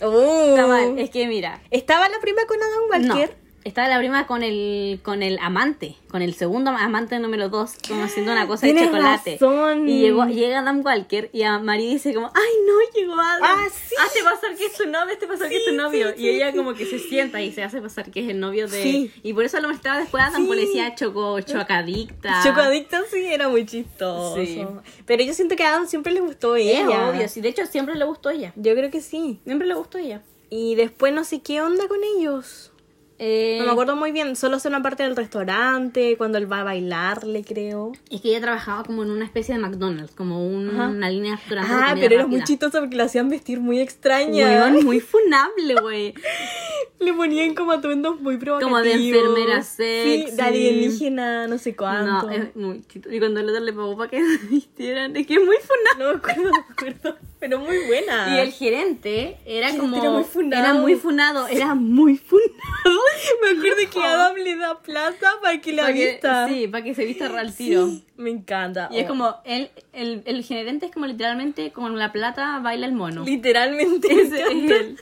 S2: Oh.
S1: Mm. Está mal. Es que mira.
S2: Estaba la prima con Adam Walker.
S1: No. Estaba la prima con el, con el amante, con el segundo amante número dos, como haciendo una cosa de
S2: Tienes
S1: chocolate.
S2: razón.
S1: Y llegó, llega Adam Walker y a María dice como, ay no, llegó Adam.
S2: Ah, sí.
S1: Hazte pasar que es tu novio, hazte pasar que es tu
S2: Sí,
S1: novio.
S2: sí,
S1: y ella como que se sienta y se hace pasar que es el novio de...
S2: Sí.
S1: Y por eso lo mostraba después Adam
S2: Sí.
S1: Policía Choco, Chocadicta.
S2: Chocadicta sí era muy chistoso.
S1: Sí.
S2: Pero yo siento que a Adam siempre le gustó
S1: Es
S2: ella.
S1: obvio, sí. De hecho siempre le gustó ella.
S2: Yo creo que sí.
S1: Siempre le gustó ella.
S2: Y después no sé qué onda con ellos.
S1: Eh,
S2: No me acuerdo muy bien, solo sé una parte del restaurante, cuando él va a bailarle, creo.
S1: Es que ella trabajaba como en una especie de McDonald's, como un-
S2: Ajá.
S1: una línea de restaurante de
S2: Ah,
S1: comida
S2: pero era muy
S1: rápida.
S2: chistoso porque lo hacían vestir muy extraña.
S1: Weón, muy funable, güey.
S2: Le ponían como atuendos muy
S1: Como
S2: provocativos.
S1: de enfermera
S2: Sí,
S1: sexy.
S2: de alienígena, no sé cuánto.
S1: No, eh. es muy chito. Y cuando el otro le pagó para que se vistieran, es que es muy funable.
S2: No me acuerdo, no me acuerdo. Pero muy buena.
S1: Y el gerente era
S2: Gerente
S1: como.
S2: era muy funado.
S1: Era muy funado. Era muy funado.
S2: Me acuerdo que Adam le da plata para que la
S1: Pa' que-
S2: vista.
S1: sí, para que se vista al tiro.
S2: Sí, Me encanta.
S1: Y es
S2: Oh.
S1: como, él, el, el gerente es como literalmente con la plata baila el mono.
S2: Literalmente.
S1: Ese
S2: me
S1: es
S2: encanta.
S1: él.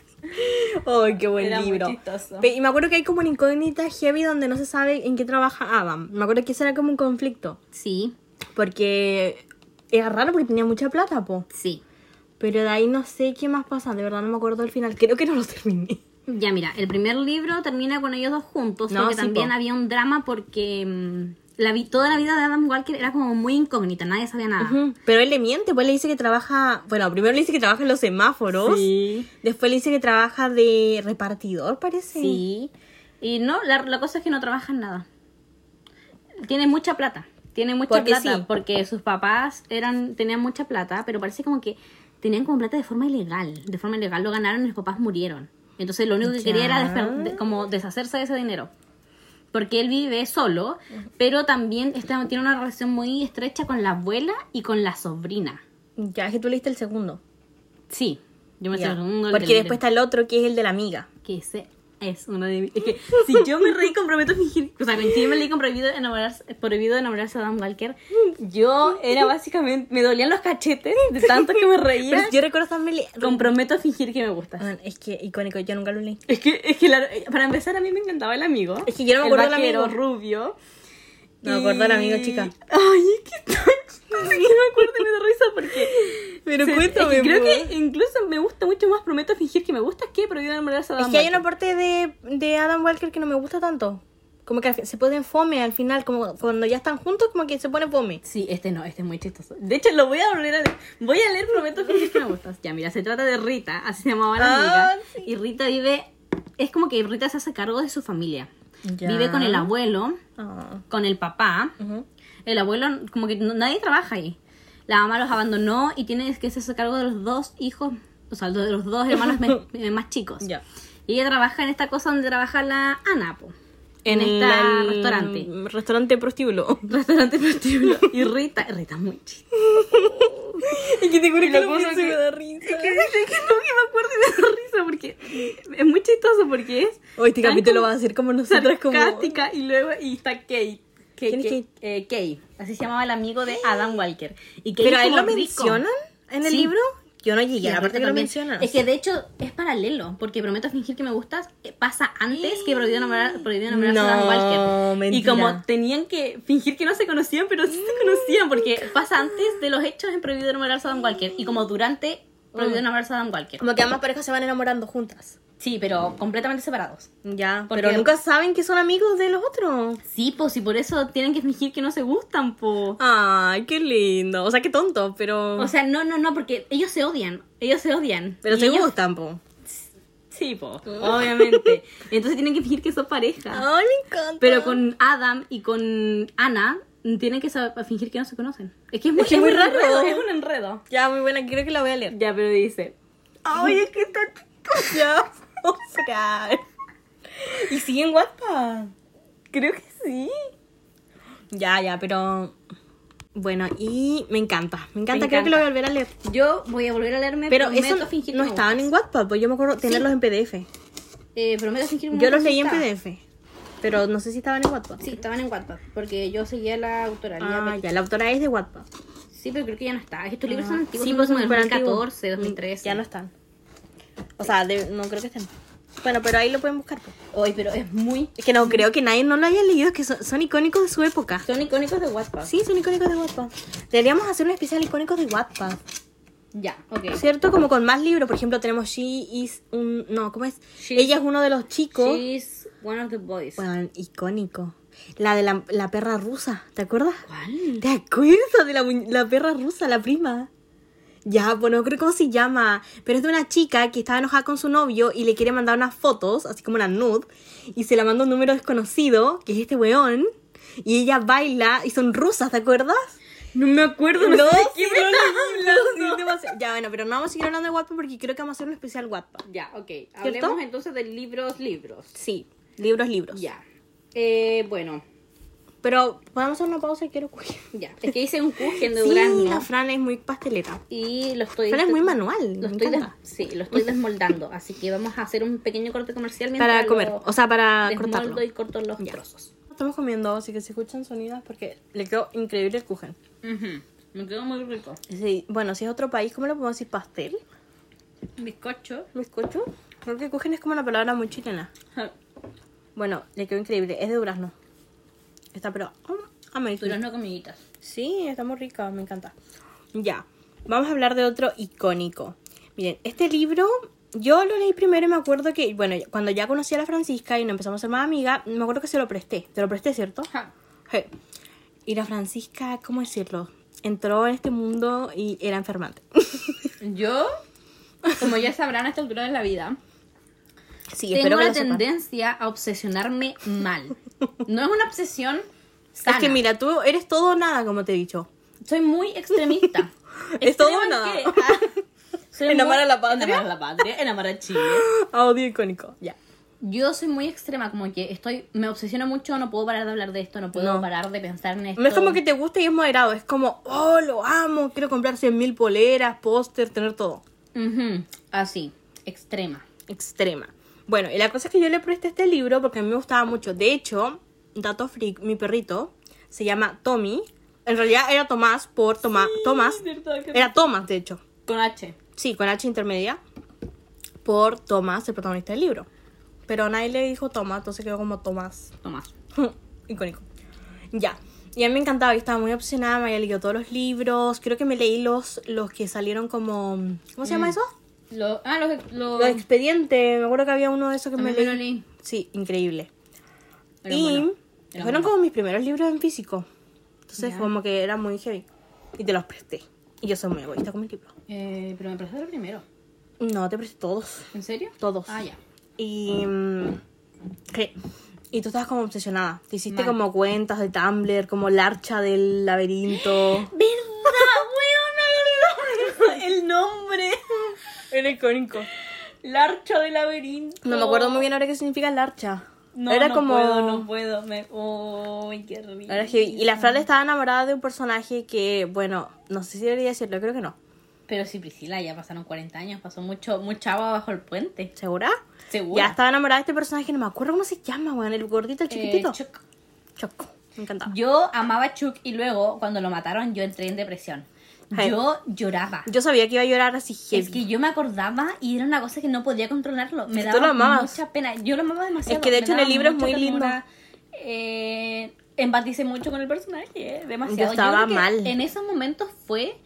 S2: Oh, qué buen
S1: Era muy
S2: libro.
S1: chistoso.
S2: Pe- y me acuerdo que hay como una incógnita heavy donde no se sabe en qué trabaja Adam. Me acuerdo que ese era como un conflicto.
S1: Sí,
S2: Porque era raro porque tenía mucha plata, po.
S1: sí.
S2: Pero de ahí no sé qué más pasa. De verdad no me acuerdo el final. Creo que no lo terminé.
S1: Ya, mira, el primer libro termina con ellos dos juntos,
S2: No,
S1: porque
S2: sí,
S1: también
S2: po.
S1: había un drama porque mm, la vi- toda la vida de Adam Walker era como muy incógnita, nadie sabía nada.
S2: Ujú. Pero él le miente, pues le dice que trabaja. Bueno, primero le dice que trabaja en los semáforos.
S1: Sí.
S2: Después le dice que trabaja de repartidor, parece.
S1: Sí. Y no, la, la cosa es que no trabajan nada. Tiene mucha plata. Tiene mucha
S2: Porque
S1: plata.
S2: sí.
S1: Porque sus papás eran, tenían mucha plata, pero parece como que tenían como plata de forma ilegal. De forma ilegal lo ganaron y los papás murieron. Entonces lo único que
S2: Ya.
S1: quería era desper- de- como deshacerse de ese dinero. Porque él vive solo, pero también está, tiene una relación muy estrecha con la abuela y con la sobrina.
S2: Ya, es que tú leíste el segundo.
S1: Sí. Yo me
S2: Ya.
S1: estoy acordando del
S2: Porque
S1: libro.
S2: después está el otro que es el de la amiga.
S1: que ese es uno de mis... Es que si yo me reí comprometo fingir... O sea, cuando yo me leí prohibido enamorarse, prohibido enamorarse a Dan Walker, yo era básicamente... Me dolían los cachetes de tanto que me reía.
S2: Pero yo recuerdo también. le-
S1: Comprometo fingir que me gusta.
S2: Ah, Es que icónico, yo nunca lo leí.
S1: Es que, es que la- para empezar a mí me encantaba el amigo.
S2: Es que yo no me acuerdo
S1: el
S2: del
S1: vaquero
S2: amigo.
S1: rubio.
S2: No me acuerdo del amigo, chica.
S1: Ay, es que Entonces, que me acuerdo y me da risa porque.
S2: Pero
S1: se-
S2: cuéntame,
S1: es que creo
S2: po.
S1: que incluso me gusta mucho más Prometo fingir que me gusta que Prohibido enamorarse a
S2: Es
S1: Adam
S2: que hay
S1: Walker.
S2: una parte de, de Adam Walker que no me gusta tanto. Como que al fin- se ponen fome al final, como cuando ya están juntos, como que se pone fome.
S1: Sí, este no, este es muy chistoso. De hecho, lo voy a volver a leer. Voy a leer Prometo fingir que me gustas. Ya, mira, se trata de Rita, así se llamaba la
S2: Ah,
S1: amiga. Y Rita vive. Es como que Rita se hace cargo de su familia.
S2: Ya.
S1: Vive con el abuelo,
S2: Ah.
S1: con el papá.
S2: Ujú.
S1: El abuelo, como que no- nadie trabaja ahí. La mamá los abandonó y tiene que hacerse cargo de los dos hijos, o sea, de los dos hermanos me- eh, más chicos.
S2: Ya.
S1: Y ella trabaja en esta cosa donde trabaja la Ana, po. en, este
S2: el
S1: restaurante.
S2: Restaurante prostíbulo.
S1: Restaurante vestíbulo. Y Rita, Rita es muy chida.
S2: Es que te juro
S1: Y lo puso que-
S2: risa.
S1: Es que dice que no, que me acuerdo y me da risa porque es muy chistoso porque es
S2: Hoy este
S1: tan
S2: capítulo
S1: como
S2: va a ser como nosotras como...
S1: sarcástica y luego y está Kate. Kate,
S2: ¿Quién es
S1: Kate? Eh, Kate. así se llamaba el amigo de Adam Walker. Y Kate
S2: ¿Pero a
S1: es
S2: él lo
S1: como rico.
S2: mencionan en el
S1: Sí.
S2: libro? Yo no
S1: Y
S2: llegué a la parte que lo
S1: también-
S2: mencionan.
S1: Es que de hecho es paralelo, porque prometo fingir que me gustas eh, pasa antes que prohibido nombrar, prohibido nombrar a Adam
S2: No,
S1: Walker. Y
S2: mentira.
S1: como tenían que fingir que no se conocían, pero sí se conocían, porque
S2: Mm.
S1: pasa antes de los hechos en prohibido nombrar a Adam Walker y como durante prohibido
S2: Mm.
S1: nombrar a Adam Walker.
S2: Como que ambas parejas se van enamorando juntas.
S1: Sí, pero completamente separados.
S2: Ya,
S1: Porque-
S2: pero nunca saben que son amigos de los otros.
S1: Sí, pues y por eso tienen que fingir que no se gustan, po.
S2: Ay, qué lindo. O sea, qué tonto, pero...
S1: O sea, no, no, no, porque ellos se odian, ellos se odian.
S2: pero
S1: Y
S2: se
S1: ellos-
S2: gustan, po.
S1: Sí, po, obviamente. Ah. Entonces tienen que fingir que son pareja.
S2: Ay, me encanta.
S1: Pero con Adam y con Ana tienen que sab- fingir que no se conocen. Es que es muy,
S2: que es muy
S1: un
S2: raro.
S1: enredo, es un enredo.
S2: Ya, muy buena. Creo que la voy a leer.
S1: Ya, pero dice.
S2: Ay, es que está ya. O sea... ¿Y siguen WhatsApp?
S1: Creo que sí.
S2: Ya, ya, pero... Bueno, y me encanta. Me encanta.
S1: Me
S2: creo que
S1: encanta.
S2: lo voy a volver a leer.
S1: Yo voy a volver a leerme.
S2: Pero
S1: prometo
S2: eso
S1: fingir
S2: no
S1: que me
S2: estaban en WhatsApp, pues yo me acuerdo tenerlos en PDF.
S1: gustas. Eh, prometo fingir que me
S2: Yo los
S1: gustas
S2: leí en
S1: estaba.
S2: PDF, pero no sé si estaban en WhatsApp.
S1: Sí, estaban en WhatsApp. Porque yo seguía la autora. Lía
S2: Ah,
S1: Pérez.
S2: ya, la autora es de WhatsApp.
S1: Sí, pero creo que ya no está. Estos libros son antiguos.
S2: Sí,
S1: son
S2: pues
S1: como Mm,
S2: son
S1: del
S2: súper antiguos. Mm,
S1: 2014, 2013.
S2: Ya no están. O sea, de- no creo que estén. Bueno, pero ahí lo pueden buscar. pues.
S1: Hoy, pero es muy.
S2: Es que no creo que nadie no lo haya leído, es que son, son icónicos de su época.
S1: Son icónicos de WhatsApp.
S2: Sí, son icónicos de WhatsApp. Deberíamos hacer un especial icónicos de WhatsApp.
S1: Ya, ok.
S2: ¿Cierto? Como con más libros. Por ejemplo, tenemos She is un. No, ¿cómo es?
S1: She-
S2: Ella es uno de los chicos.
S1: She's one of the boys.
S2: Bueno, icónico. La de la, la perra rusa, ¿te acuerdas?
S1: ¿Cuál?
S2: ¿Te acuerdas de la, mu- la perra rusa, la prima? Ya, bueno, no creo cómo se llama, pero es de una chica que estaba enojada con su novio y le quiere mandar unas fotos, así como una nude, y se la manda un número desconocido, que es este weón, y ella baila y son rusas, ¿te acuerdas?
S1: No me acuerdo, no, sé de qué me estás hablando.
S2: Ya, bueno, pero no vamos a seguir hablando de Wattpad porque creo que vamos a hacer un especial Wattpad.
S1: Ya, ok. Hablemos entonces de libros, libros.
S2: Sí, libros, libros.
S1: Ya. Eh, bueno,
S2: Pero podemos hacer una pausa y quiero cuidar.
S1: ya. Es que hice un kuchen de
S2: Sí,
S1: durazno.
S2: la Fran es muy pastelera.
S1: Y lo estoy...
S2: Fran es muy manual,
S1: Lo
S2: me
S1: estoy des-
S2: encanta.
S1: sí, lo estoy desmoldando. Así que vamos a hacer un pequeño corte comercial mientras
S2: Para
S1: lo
S2: comer, o sea, para
S1: desmoldo
S2: cortarlo.
S1: y corto los
S2: Ya.
S1: trozos.
S2: Estamos comiendo, así que se escuchan sonidos porque le quedó increíble el kuchen.
S1: Me quedó muy rico.
S2: Sí, bueno, si es otro país, ¿cómo lo podemos decir? ¿Pastel?
S1: Bizcocho.
S2: ¿Bizcocho? Creo que kuchen es como una palabra muy chilena. Bueno, le quedó increíble. Es de durazno. Está pero... mm, amazing.
S1: Durazno con miguitas.
S2: Sí, está muy rica, me encanta. Ya, vamos a hablar de otro icónico. Miren, este libro yo lo leí primero y me acuerdo que, bueno, cuando ya conocí a la Francisca y nos empezamos a ser más amigas, me acuerdo que se lo presté. Te lo presté, ¿cierto?
S1: Ajá.
S2: Sí. Y la Francisca, ¿cómo decirlo? Entró en este mundo y era enfermante.
S1: Yo, como ya sabrán a esta altura de la vida,
S2: Sí,
S1: tengo la
S2: lo sepan.
S1: tendencia a obsesionarme mal. No es una obsesión sana.
S2: Es que mira, tú eres todo o nada, como te he dicho.
S1: Soy muy extremista.
S2: Es todo
S1: Extrema
S2: o nada.
S1: en que, ah, soy
S2: Enamora
S1: muy-
S2: la patria.
S1: Enamora la patria, enamora Chile.
S2: Audio icónico. Ya.
S1: Yo soy muy extrema, como que estoy, me obsesiono mucho, no puedo parar de hablar de esto, no puedo
S2: No.
S1: parar de pensar en esto.
S2: No es como que te gusta y es moderado, es como, oh, lo amo, quiero comprar 100.000 poleras, póster, tener todo.
S1: Ujú, Así, extrema.
S2: Extrema. Bueno, y la cosa es que yo le presté este libro porque a mí me gustaba mucho. De hecho, dato freak, mi perrito se llama Tommy. En realidad era Tomás por Tomás. Tomás.
S1: verdad que-
S2: Era Tomás, de hecho.
S1: Con H.
S2: Sí, con H intermedia. Por Tomás, el protagonista del libro. Pero nadie le dijo Tomás, entonces quedó como Tomás.
S1: Tomás.
S2: Icónico. Ya. Y a mí me encantaba, yo estaba muy obsesionada, me había leído todos los libros. Creo que me leí los, los que salieron como. ¿Cómo se
S1: Mm.
S2: llama eso?
S1: Lo, ah, los... Lo,
S2: Los expedientes. Me acuerdo que había uno de esos que me
S1: también
S2: leí.
S1: lo leí.
S2: Sí, increíble.
S1: Era
S2: y
S1: bueno, era
S2: fueron
S1: bueno.
S2: como mis primeros libros en físico. Entonces,
S1: Ya.
S2: como que era muy heavy. Y te los presté. Y yo soy muy egoísta con mis libros.
S1: Eh, pero me prestaste el primero.
S2: No, te presté todos.
S1: ¿En serio?
S2: Todos.
S1: Ah, ya.
S2: Y. mm, que- Y tú estabas como obsesionada. Te hiciste
S1: Mal.
S2: como cuentas de Tumblr, como larcha del laberinto.
S1: ¡Verdad, weón!
S2: el nombre. Era icónico.
S1: Larcha de laberinto.
S2: No me acuerdo muy bien ahora qué significa larcha.
S1: No,
S2: era
S1: no
S2: como.
S1: puedo, no puedo. Me... ¡Uy, qué rico!
S2: Era heavy. Y la Fran estaba enamorada de un personaje que, bueno, no sé si debería decirlo, creo que no.
S1: Pero si Priscila ya pasaron 40 años, pasó mucho, mucha agua bajo el puente.
S2: ¿Segura?
S1: Segura.
S2: Ya estaba enamorada de este personaje, no me acuerdo cómo se llama, weón, el gordito, el
S1: Eh,
S2: chiquitito.
S1: Chuck.
S2: Choco. Me encantaba.
S1: Yo amaba a Chuck y luego, cuando lo mataron, yo entré en depresión.
S2: Ay.
S1: Yo lloraba.
S2: Yo sabía que iba a llorar así heavy.
S1: Es que yo me acordaba y era una cosa que no podía controlarlo. Me
S2: Tú
S1: daba
S2: lo amabas.
S1: mucha pena. Yo lo amaba demasiado.
S2: Es que de
S1: me
S2: hecho en el
S1: daba
S2: libro es
S1: mucha
S2: muy lindo.
S1: ternura. Eh, empaticé mucho con el personaje, eh, demasiado.
S2: Yo estaba
S1: creo que
S2: mal.
S1: En esos momentos fue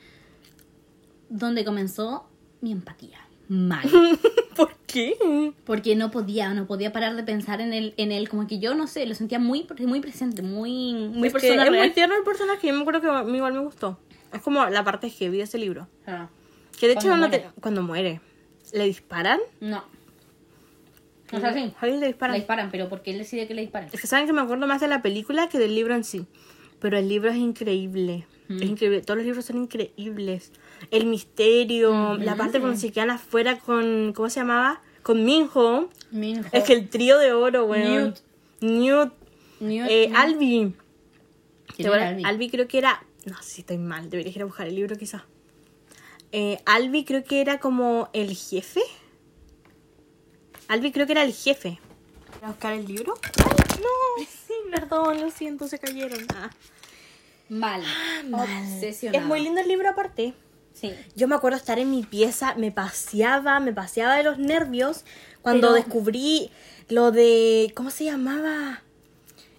S1: donde comenzó mi empatía. Mal.
S2: ¿Por qué?
S1: Porque no podía, no podía parar de pensar en él, en él, como que yo no sé, lo sentía muy, muy presente, muy, muy
S2: Es que
S1: personal.
S2: es muy tierno el personaje, yo me acuerdo que a mí igual me gustó. Es como la parte heavy de ese libro.
S1: Ah,
S2: Que de hecho
S1: Cuando
S2: no te- cuando muere, le disparan.
S1: No. O sea, sí.
S2: A alguien le disparan.
S1: Le disparan, pero porque él decide que le disparan.
S2: Es que saben que me acuerdo más de la película que del libro en sí. Pero el libro es increíble.
S1: Mm.
S2: Es increíble. Todos los libros son increíbles. El misterio,
S1: Mm,
S2: la parte cuando se quedan afuera con. ¿Cómo se llamaba? Con Minho.
S1: Minho.
S2: Es que el trío de oro, weón.
S1: Newt.
S2: Newt.
S1: Newt,
S2: eh,
S1: Newt.
S2: Albi.
S1: ¿Quién
S2: ¿Te acuerdas?
S1: era Albi?
S2: Albi creo que era. No sé si estoy mal. Debería ir a buscar el libro quizás. Eh, Albi creo que era como el jefe. Albi creo que era el jefe. ¿A buscar el libro? no, sí, perdón, lo siento, se cayeron.
S1: Ah, Mal. Obsesionado.
S2: es muy lindo el libro aparte.
S1: Sí.
S2: Yo me acuerdo estar en mi pieza, me paseaba, me paseaba de los nervios cuando
S1: Pero-
S2: descubrí lo de. ¿Cómo se llamaba?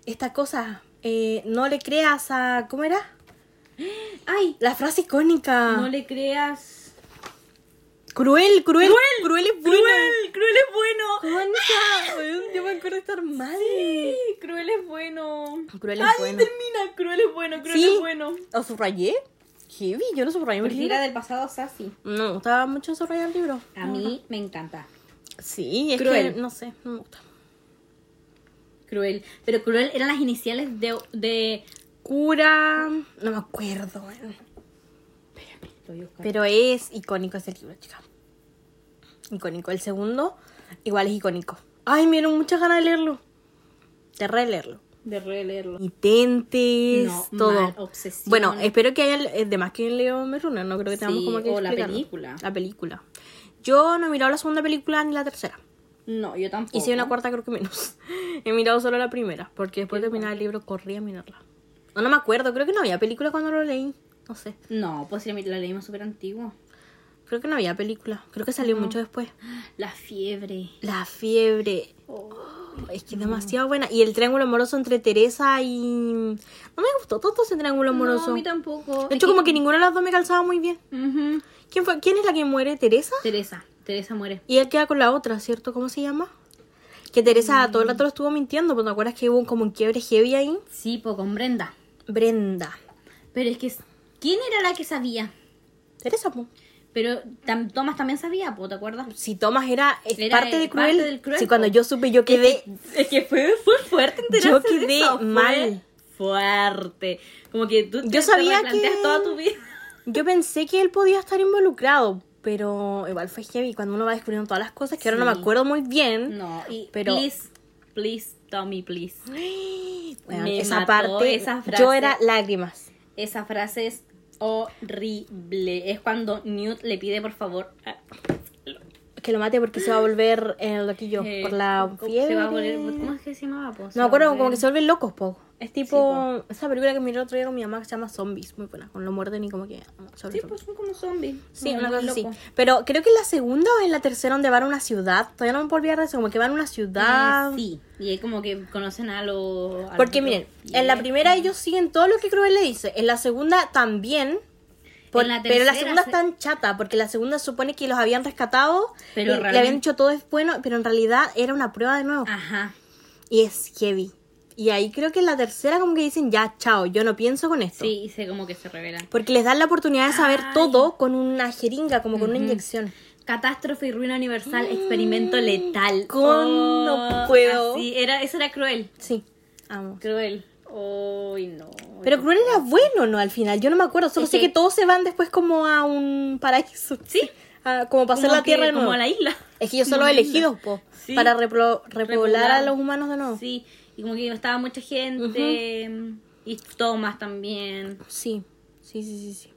S2: Esta cosa. eh, no le creas a. ¿Cómo era?
S1: Ay,
S2: La frase icónica.
S1: no le creas.
S2: Cruel, cruel, cruel, es buena.
S1: cruel es bueno.
S2: Concha, weón, yo me acuerdo de estar mal.
S1: Cruel es bueno.
S2: Cruel es bueno.
S1: termina. Cruel es bueno,
S2: Sí. ¿O subrayé? Heavy, yo no subrayé mis
S1: Priscila
S2: libros.
S1: del pasado, Sassy.
S2: No, me gustaba mucho subrayar el libro.
S1: A mí me encanta.
S2: Sí, es
S1: Ah. Cruel.
S2: que no sé, no me gusta.
S1: Cruel. Pero cruel eran las iniciales de. de...
S2: Cura, no me acuerdo, weón.
S1: Estoy buscando.
S2: Pero es icónico ese libro, chica. Icónico. El segundo, igual es icónico. Ay, me dieron muchas ganas de leerlo. De releerlo.
S1: De releerlo.
S2: Intentes,
S1: No,
S2: todo.
S1: mal, obsesión.
S2: Bueno, espero que haya eh, de más que Leo Meruna, no creo que tengamos
S1: Sí,
S2: como que
S1: o la
S2: explicarlo.
S1: película.
S2: La película. Yo no he mirado la segunda película ni la tercera.
S1: No, yo tampoco.
S2: Y si hay una cuarta creo que menos. he mirado solo la primera, porque después de terminar el libro corrí a mirarla. No, no me acuerdo, creo que no había película cuando lo leí. No sé.
S1: No, pues sí, la leímos súper antigua.
S2: Creo que no había película. Creo que salió mucho después.
S1: La fiebre.
S2: La fiebre.
S1: Oh.
S2: Es que es demasiado buena. Y el triángulo amoroso entre Teresa y. No me gustó tanto ese triángulo amoroso.
S1: No, a mí tampoco.
S2: De hecho, como que ninguna de las dos me calzaba muy bien.
S1: Ujú.
S2: ¿Quién, fue? ¿Quién es la que muere? ¿Teresa?
S1: Teresa. Teresa muere.
S2: Y él queda con la otra, ¿cierto? ¿Cómo se llama? Que Teresa todo el rato lo estuvo mintiendo, pero ¿te acuerdas que hubo como un quiebre heavy ahí?
S1: Sí, po, con Brenda.
S2: Brenda.
S1: Pero es que. ¿Quién era la que sabía?
S2: Teresa, po.
S1: Pero tam- Thomas también sabía, po, ¿te acuerdas?
S2: Si Tomás era, es
S1: Era
S2: parte de
S1: el-
S2: Cruel.
S1: parte del Cruel,
S2: Sí, cuando
S1: po.
S2: yo supe, yo quedé.
S1: Es que fue, fue fuerte
S2: enterarse de eso, fue
S1: Fuerte. Como que tú
S2: te- te replanteas toda
S1: toda
S2: tu
S1: tu vida.
S2: Yo pensé que él podía estar involucrado, pero igual fue heavy cuando uno va descubriendo todas las cosas que ahora no me
S1: Sí.
S2: acuerdo muy bien.
S1: No, y
S2: Pero-
S1: please, please, Tommy, please.
S2: Weón,
S1: Me
S2: esa
S1: mató
S2: parte,
S1: esa
S2: yo
S1: frase.
S2: era lágrimas.
S1: Esa frase es horrible. Es cuando Newt le pide por favor. a-
S2: Que que lo mate porque se va a volver eh, loquillo
S1: Eh,
S2: por la
S1: ¿cómo-
S2: fiebre.
S1: Se va a volver. ¿Cómo es que se llamaba? po? Se va
S2: No me
S1: a
S2: acuerdo,
S1: volver-
S2: como que se vuelven locos, po. Es tipo esa película que miré el otro día con mi mamá que se llama Zombies, muy buena, con lo muerden y como que ah, se vuelven
S1: Sí, pues son como zombies.
S2: Sí,
S1: Como
S2: una cosa así.
S1: loco.
S2: Pero creo que en la segunda o en la tercera donde van a una ciudad. Todavía no me puedo olvidar de eso, como que van a una ciudad.
S1: Eh, sí, y ahí como que conocen a los. a
S2: Porque
S1: los-
S2: miren,
S1: y-
S2: en la primera ellos siguen todo lo que Cruel le dice. En la segunda también. por-
S1: En la
S2: pero la
S1: tercera
S2: segunda
S1: se-
S2: es tan chata, porque la segunda supone que los habían rescatado,
S1: Pero
S2: y le habían
S1: realmente-
S2: dicho todo es bueno, pero en realidad era una prueba de nuevo.
S1: Ajá.
S2: Y es heavy. Y ahí creo que en la tercera como que dicen, ya, chao, yo no pienso con esto.
S1: Sí, y se como que se revelan.
S2: Porque les dan la oportunidad de saber
S1: Ay.
S2: todo con una jeringa, como con una inyección.
S1: Catástrofe y ruina universal, experimento letal.
S2: Con- Mm, no puedo.
S1: Sí, era, eso era cruel.
S2: Sí, amo.
S1: Cruel. Uy, no.
S2: Pero Cruel era bueno, ¿no? Al final, yo no me acuerdo. Solo
S1: Es
S2: sé que
S1: que-
S2: todos se van después como a un paraíso.
S1: Sí.
S2: Ah, como para hacer
S1: Como
S2: la
S1: que-
S2: tierra de nuevo.
S1: Como a la isla.
S2: Es que ellos son
S1: Como
S2: los
S1: a la
S2: elegidos,
S1: isla.
S2: po.
S1: Sí.
S2: Para repro- repoblar
S1: Repoblar.
S2: a los humanos de nuevo. Sí.
S1: Sí, y como que estaba mucha gente. Y Thomas también.
S2: Sí, sí, sí, sí.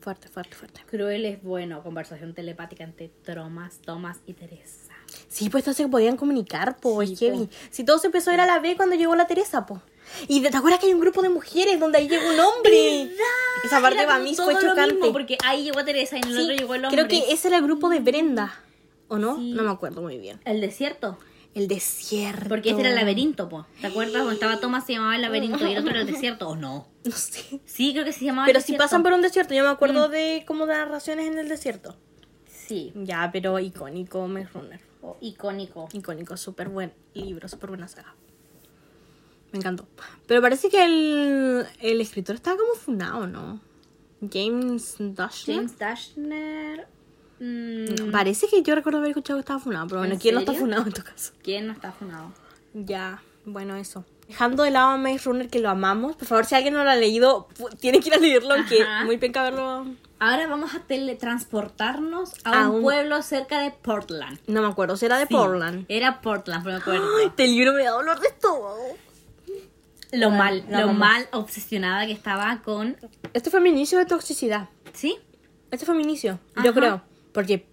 S2: Fuerte, fuerte, fuerte.
S1: Cruel es bueno, conversación telepática entre Thomas, Thomas y Teresa.
S2: Sí, pues entonces podían comunicar, po.
S1: Sí,
S2: es heavy.
S1: po.
S2: Si todo se empezó a ir a la B cuando llegó la Teresa, po. Y de- te acuerdas que hay un grupo de mujeres donde ahí llegó un hombre. Esa parte
S1: Era
S2: para
S1: como
S2: mí
S1: todo
S2: fue
S1: lo
S2: chocante.
S1: mismo, porque ahí llegó Teresa y en el
S2: Sí,
S1: otro llegó el hombre.
S2: creo que ese era el grupo de Brenda. ¿O no?
S1: Sí.
S2: No me acuerdo muy bien.
S1: El desierto.
S2: El desierto.
S1: Porque este era el laberinto, po. ¿Te acuerdas? Cuando estaba Thomas se llamaba el laberinto y el otro era el desierto. ¿O no?
S2: No sé.
S1: Sí, creo que se llamaba el
S2: Pero si
S1: desierto.
S2: pasan por un desierto, yo me
S1: Mm.
S2: acuerdo de cómo dan raciones en el desierto.
S1: Sí.
S2: Ya, pero icónico, Maze Runner.
S1: o- Icónico.
S2: Icónico, súper buen libro, súper buena saga. Me encantó. Pero parece que el, el escritor estaba como funado, ¿no? James Dashner.
S1: James Dashner. mm,
S2: No, Parece que yo recuerdo haber escuchado que estaba funado, pero bueno,
S1: ¿En
S2: ¿quién no está
S1: serio?
S2: funado en tu caso?
S1: ¿Quién no está funado?
S2: Ya, bueno, eso. Dejando de lado a Maze Runner, que lo amamos. Por favor, si alguien no lo ha leído, pu- tiene que ir a leerlo, aunque
S1: Ajá.
S2: muy penca verlo.
S1: Ahora vamos a teletransportarnos a,
S2: A
S1: un,
S2: un-
S1: pueblo cerca de Portland.
S2: No me acuerdo, será de
S1: Sí,
S2: Portland.
S1: Era Portland, pero me acuerdo.
S2: Este libro me da dolor de estómago.
S1: Lo mal,
S2: la
S1: lo
S2: mamá.
S1: mal obsesionada que estaba con.
S2: Este fue mi inicio de toxicidad.
S1: ¿Sí?
S2: Este fue mi inicio, yo
S1: Ajá.
S2: creo. Porque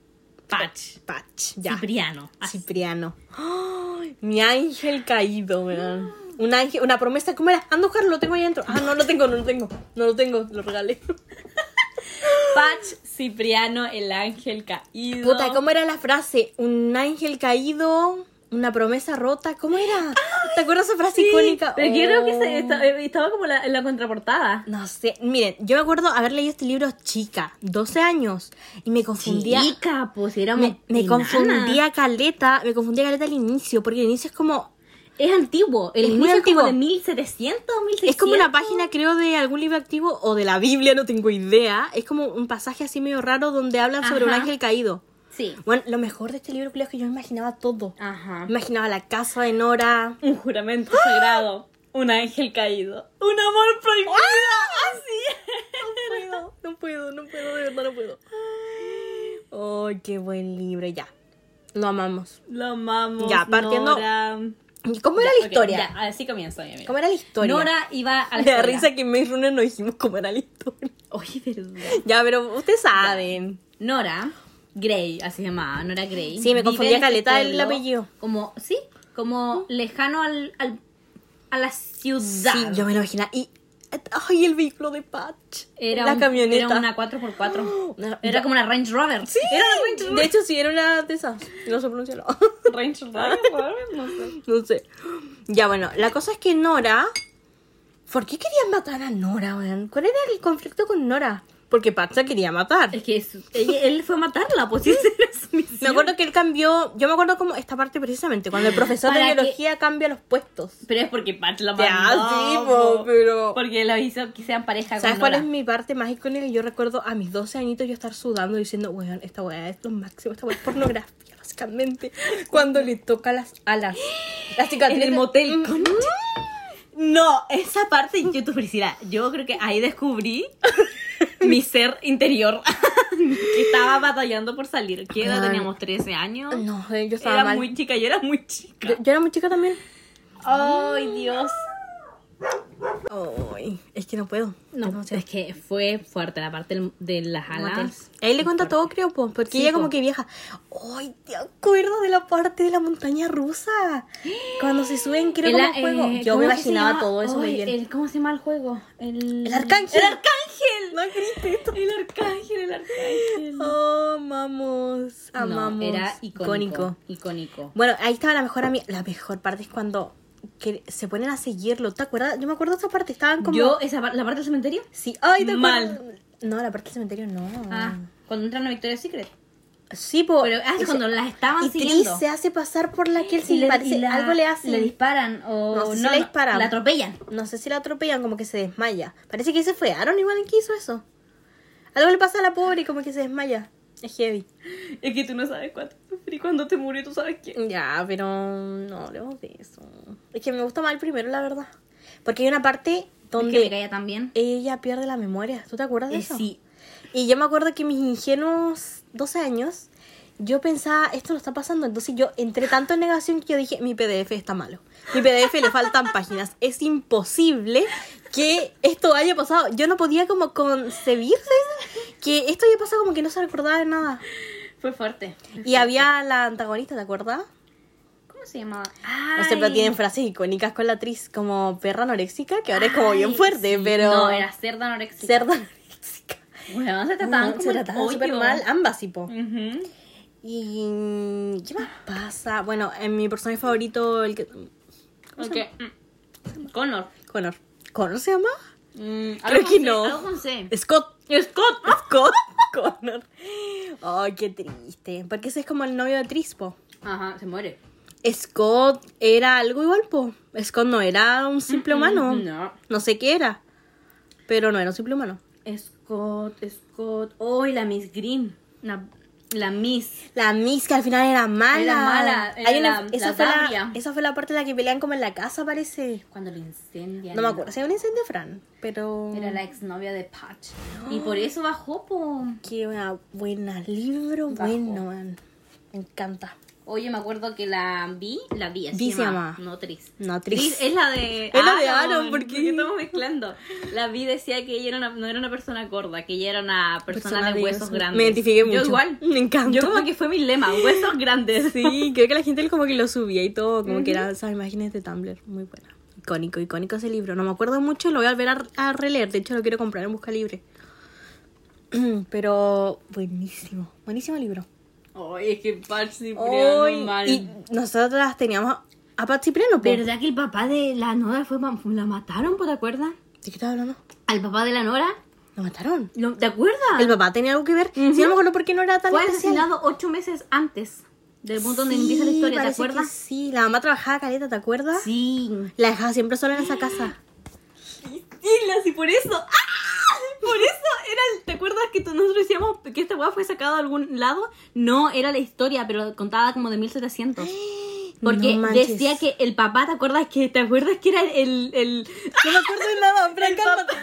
S1: Patch.
S2: Patch, ya.
S1: Cipriano. Así.
S2: Cipriano. ¡Ay! mi ángel caído, weón. Un ángel, una promesa. ¿Cómo era? Ando, Carlos, lo tengo ahí adentro. Ah, no lo tengo, no lo tengo. No lo tengo, lo regalé.
S1: Patch, Cipriano, el ángel caído.
S2: Puta, ¿cómo era la frase? Un ángel caído, una promesa rota. ¿Cómo era? ¿Te acuerdas esa frase
S1: Sí,
S2: icónica?
S1: Pero yo creo que
S2: Oh.
S1: se- esta- eh, estaba como la- en la contraportada.
S2: No sé, miren, yo me acuerdo haber leído este libro chica, 12 años, y me confundía.
S1: Chica, pues era
S2: Me, me
S1: enana.
S2: confundía caleta, me confundía caleta al inicio, porque el inicio es como.
S1: Es antiguo. El
S2: Es muy
S1: inicio es
S2: antiguo.
S1: como de 1700, 1600.
S2: Es como una página, creo, de algún libro activo o de la Biblia, no tengo idea. Es como un pasaje así medio raro donde hablan sobre un
S1: Ajá.
S2: ángel caído.
S1: Sí.
S2: Bueno, lo mejor de este libro, creo, es que yo imaginaba todo.
S1: Ajá.
S2: Imaginaba la casa de Nora.
S1: Un juramento sagrado. Un ángel caído. Un amor
S2: Ah,
S1: prohibido. Así.
S2: puedo, no puedo, no puedo, de verdad no puedo. Ay, qué buen libro, ya. Lo amamos.
S1: Lo amamos.
S2: Ya, partiendo-
S1: Nora.
S2: ¿Y ¿Cómo era la
S1: Ok,
S2: historia?
S1: ya, así comienza, mi amiga.
S2: ¿Cómo era la historia?
S1: Nora iba a la
S2: Me da
S1: escuela.
S2: risa que en Maze Runner no dijimos cómo era la historia.
S1: Oye, verdad.
S2: Ya, pero ustedes saben.
S1: Nora Grey, así se llamaba, Nora Grey.
S2: Sí, me
S1: vive
S2: confundía
S1: en este
S2: caleta el
S1: pueblo
S2: apellido.
S1: Como, sí, como lejano al, al- a la ciudad.
S2: Sí, yo me lo imaginaba. Y. Ay, el vehículo de Patch.
S1: Era,
S2: la
S1: un-
S2: camioneta.
S1: era una 4x4.
S2: Una-
S1: Era como una Range Rover.
S2: Sí,
S1: Era una Range Rover.
S2: De hecho, sí, era una de esas. No sé pronunciarlo.
S1: Range Rover, no sé.
S2: no sé. Ya, bueno, la cosa es que Nora. ¿Por qué querían matar a Nora, weón? ¿Cuál era el conflicto con Nora? Porque Patch la quería matar.
S1: Es que es- ella- él fue a matarla, pues esa era su misión.
S2: Me acuerdo que él cambió. Yo me acuerdo como esta parte precisamente, cuando el profesor de
S1: Para que-
S2: biología cambia los puestos.
S1: Pero es porque Pat la mandó.
S2: Ya, sí, po,
S1: po.
S2: pero-
S1: Porque lo hizo que sean pareja
S2: ¿Sabes
S1: con
S2: cuál
S1: Nora.
S2: es mi parte más icónica? Yo recuerdo a mis 12 añitos yo estar sudando diciendo, weón, esta weá es lo máximo, esta weá es pornografía, básicamente. Cuando le toca las alas. Las cicatrices.
S1: En el motel.
S2: Mm.
S1: No, esa parte yo tu felicidad. Yo creo que ahí descubrí mi ser interior que estaba batallando por salir. ¿Qué edad
S2: Ay.
S1: teníamos? 13 años.
S2: No, eh, yo estaba
S1: Era
S2: mal.
S1: muy chica, yo era muy chica.
S2: Yo, yo era muy chica también.
S1: Ay, Dios.
S2: Ay, es que no puedo.
S1: No, es que fue fuerte la parte del- de las alas.
S2: Ahí le cuenta todo, creo, po, porque ella como que viaja. ¡Ay, te acuerdas de la parte de la montaña rusa! Cuando se suben, creo,
S1: El-
S2: como
S1: eh,
S2: juego. Yo
S1: ¿cómo
S2: me
S1: es que se
S2: imaginaba
S1: llama?
S2: todo eso muy
S1: Ay,
S2: bien.
S1: el- ¿Cómo se llama el juego? El,
S2: ¡El arcángel!
S1: El arcángel.
S2: ¡No grites!
S1: El arcángel, el arcángel.
S2: ¡Oh, amamos! Amamos.
S1: No, era icónico. Icónico.
S2: Bueno, ahí estaba la mejor amiga. La mejor parte es cuando que se ponen a seguirlo. ¿Te acuerdas? Yo me acuerdo de esa parte. Estaban como.
S1: Yo, esa, par- la parte del cementerio.
S2: Sí. ¡Ay, te
S1: Mal.
S2: acuerdas? No, la parte del cementerio no.
S1: Ah, cuando entran a Victoria's Secret.
S2: Sí, po.
S1: Pero ah, es
S2: Ese-
S1: cuando las estaban
S2: Y Tris
S1: siguiendo.
S2: se hace pasar por la que él
S1: Y
S2: sí
S1: le-
S2: parece.
S1: y la-
S2: algo le hace.
S1: Le disparan o
S2: No sé si le disparan.
S1: La atropellan.
S2: No sé si la atropellan, como que se desmaya. Parece que ese fue Aaron igual el que hizo eso. Algo le pasa a la pobre y como que se desmaya. Es heavy.
S1: Es que tú no sabes cuánto sufrí cuando te murió, tú sabes qué.
S2: Ya, pero no hablemos de eso. Es que me gusta más el primero, la verdad. Porque hay una parte
S1: ¿Dónde? Que me
S2: donde
S1: caía también.
S2: ella pierde la memoria. ¿Tú te acuerdas de
S1: Eh,
S2: eso?
S1: sí.
S2: Y yo me acuerdo que mis ingenuos 12 años, yo pensaba, esto no está pasando. Entonces yo entré tanto en negación que yo dije, mi PDF está malo. Mi PDF le faltan páginas. Es imposible que esto haya pasado. Yo no podía como concebir ¿sabes? que esto haya pasado como que no se recordaba de nada.
S1: Fue fuerte.
S2: Y había la antagonista, ¿te acuerdas?
S1: ¿Cómo se llamaba?
S2: No sé, pero
S1: Ay.
S2: tienen frases icónicas con la actriz como perra anoréxica, que ahora es como bien
S1: Ay,
S2: fuerte,
S1: sí.
S2: pero...
S1: No, era cerda anorexica.
S2: cerda anoréxica.
S1: Bueno, se trataban
S2: No,
S1: como
S2: se
S1: el
S2: trataban
S1: hoyo.
S2: súper mal, ambas, tipo.
S1: Ujú.
S2: ¿Y mm, qué más pasa? Bueno, en mi personaje favorito, el que...
S1: Ok. Mm. Connor.
S2: Connor. ¿Connor se llama?
S1: Mm,
S2: Creo
S1: algo
S2: que
S1: con C,
S2: no.
S1: algo con C.
S2: Scott.
S1: Scott.
S2: Scott. Connor. Ay, qué triste. Porque ese es como el novio de Trispo.
S1: Ajá, se muere.
S2: Scott era algo igual, po. Scott no era un simple humano.
S1: No.
S2: No sé qué era. Pero no era un simple humano.
S1: Scott, Scott. Oh, y la Miss Green. La, la Miss.
S2: La Miss que al final era mala.
S1: Era mala, era
S2: Hay una-
S1: la-
S2: esa,
S1: la
S2: fue la,
S1: Dabria.
S2: esa fue la parte en la que pelean como en la casa, parece.
S1: Cuando lo incendian.
S2: No me acuerdo. Si hay un incendio, Fran. Pero...
S1: Era la exnovia de Patch. Y por eso bajó, po.
S2: Qué buena, buena libro,
S1: Bajo.
S2: bueno, man. me encanta.
S1: Oye, me acuerdo que la vi, la vi,
S2: Vi
S1: así
S2: se llama.
S1: No, Tris.
S2: No, Tris.
S1: es la de
S2: Es la de Aaron, ¿por qué?
S1: estamos mezclando. La vi decía que ella era una- no era una persona gorda, que ella era una persona, de huesos grandes.
S2: Me identifiqué mucho.
S1: Yo igual.
S2: Me encanta.
S1: Yo como que fue mi lema, huesos grandes.
S2: Sí, creo que la gente como que lo subía y todo, como que eran esas imágenes de Tumblr, muy buena. Icónico, icónico ese libro. No me acuerdo mucho, lo voy a volver a, a releer. De hecho, lo quiero comprar en Busca Libre. Pero buenísimo, buenísimo libro.
S1: Ay, es que Patch sí
S2: Ay, y nosotras teníamos a Patsy Pleno, ¿De
S1: ¿Verdad que el papá de la Nora fue mam- la mataron, po, te acuerdas?
S2: qué estás hablando?
S1: Al papá de la Nora,
S2: Lo mataron.
S1: ¿lo- ¿te acuerdas?
S2: El papá tenía algo que ver. Sí, no me acuerdo por qué no era tan
S1: fue
S2: especial.
S1: asesinado ocho meses antes del punto donde
S2: Sí,
S1: empieza la historia, ¿te
S2: parece que
S1: acuerdas?
S2: Sí, la mamá trabajaba caleta, ¿te acuerdas?
S1: Sí.
S2: La dejaba siempre sola en esa casa.
S1: Islas y por eso. ¡Ah! Por eso era el- ¿Te acuerdas que tú- nosotros decíamos que esta weá fue sacada de algún lado? No, era la historia, pero contada como de 1700. Porque
S2: No manches.
S1: decía que el papá, ¿te acuerdas que te acuerdas que era el el,
S2: No me acuerdo de nada, Fran, cálmate.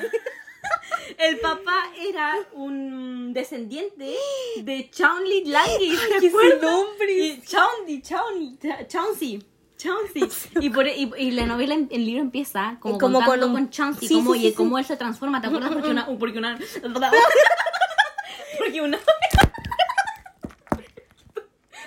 S1: el papá era un descendiente de Chauncey Langley,
S2: qué
S1: ¿te acuerdas?
S2: nombre.
S1: Y Chauncey, Chaun- Cha- Chauncey, Chauncey. Y, por, e, y, y la novela, el libro empieza como,
S2: Como
S1: contando
S2: con
S1: con,
S2: un-
S1: Chauncey,
S2: sí,
S1: como,
S2: sí,
S1: y
S2: sí,
S1: cómo él se transforma, ¿te acuerdas? Porque una... Porque una... porque una...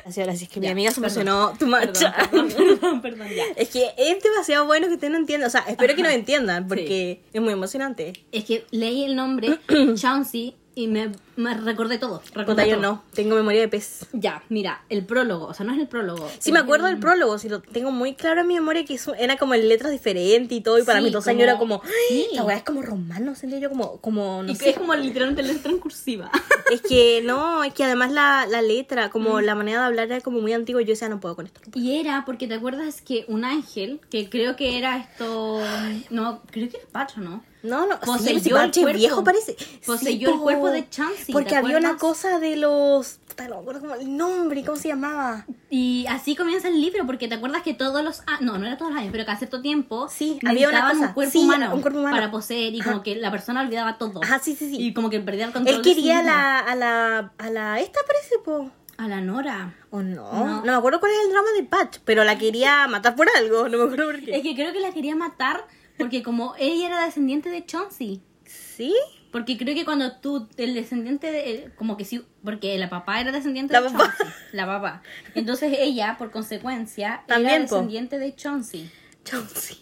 S2: Así ahora sí es que mi
S1: Ya,
S2: amiga se
S1: perdón.
S2: emocionó tu marcha.
S1: Perdón, perdón, perdón, perdón, ya.
S2: Es que es demasiado bueno que ustedes no entiendan. O sea, espero que nos entiendan porque es muy emocionante.
S1: Es que leí el nombre Chauncey y me, me recordé todo.
S2: Puta,
S1: Recordé
S2: yo
S1: todo.
S2: no. Tengo memoria de pez.
S1: Ya, mira, el prólogo, o sea, no es el prólogo.
S2: Sí, me
S1: es
S2: acuerdo
S1: el-
S2: del prólogo, sí, lo tengo muy claro en mi memoria que eso era como en letras diferentes y todo, y para
S1: Sí,
S2: mí dos
S1: como-
S2: años era como,
S1: Sí.
S2: la weá es como romano, sentía yo como, como, no
S1: Y
S2: sé,
S1: es como literalmente letra en cursiva.
S2: Es que no, es que además la, la letra, como la manera de hablar era como muy antigua y yo decía, no puedo con esto.
S1: Y era porque te acuerdas que un ángel, que creo que era esto. No, creo que era Pacho, ¿no?
S2: No, no,
S1: Poseyó
S2: sí,
S1: el
S2: Bache
S1: cuerpo.
S2: viejo parece.
S1: Poseyó el
S2: po,
S1: cuerpo de Chansey, ¿te
S2: Porque había una
S1: acuerdas?
S2: cosa de los... puta, no me acuerdo como el nombre, ¿cómo se llamaba?
S1: Y así comienza el libro, porque te acuerdas que todos los años, no, no era todos los años, pero cada cierto tiempo
S2: Sí, había una
S1: necesitaban
S2: cosa.
S1: un cuerpo
S2: Sí,
S1: humano
S2: un cuerpo humano.
S1: para poseer y
S2: Ajá.
S1: como que la persona olvidaba todo.
S2: Ajá, sí, sí, sí.
S1: Y como que perdía el control.
S2: Él
S1: de sí
S2: quería a
S1: mismo.
S2: la, a la... a la... esta parece, po.
S1: A la Nora.
S2: ¿O no? no?
S1: No.
S2: me acuerdo cuál era el drama de Patch, pero la quería matar por algo, no me acuerdo por qué.
S1: Es que creo que la quería matar Porque como ella era descendiente de Chauncey.
S2: ¿Sí?
S1: Porque creo que cuando tú, el descendiente de, el- como que sí, porque la papá era descendiente
S2: La
S1: de
S2: papá.
S1: Chauncey. La papá. Entonces ella, por consecuencia,
S2: También,
S1: era
S2: po.
S1: descendiente de Chauncey.
S2: Chauncey.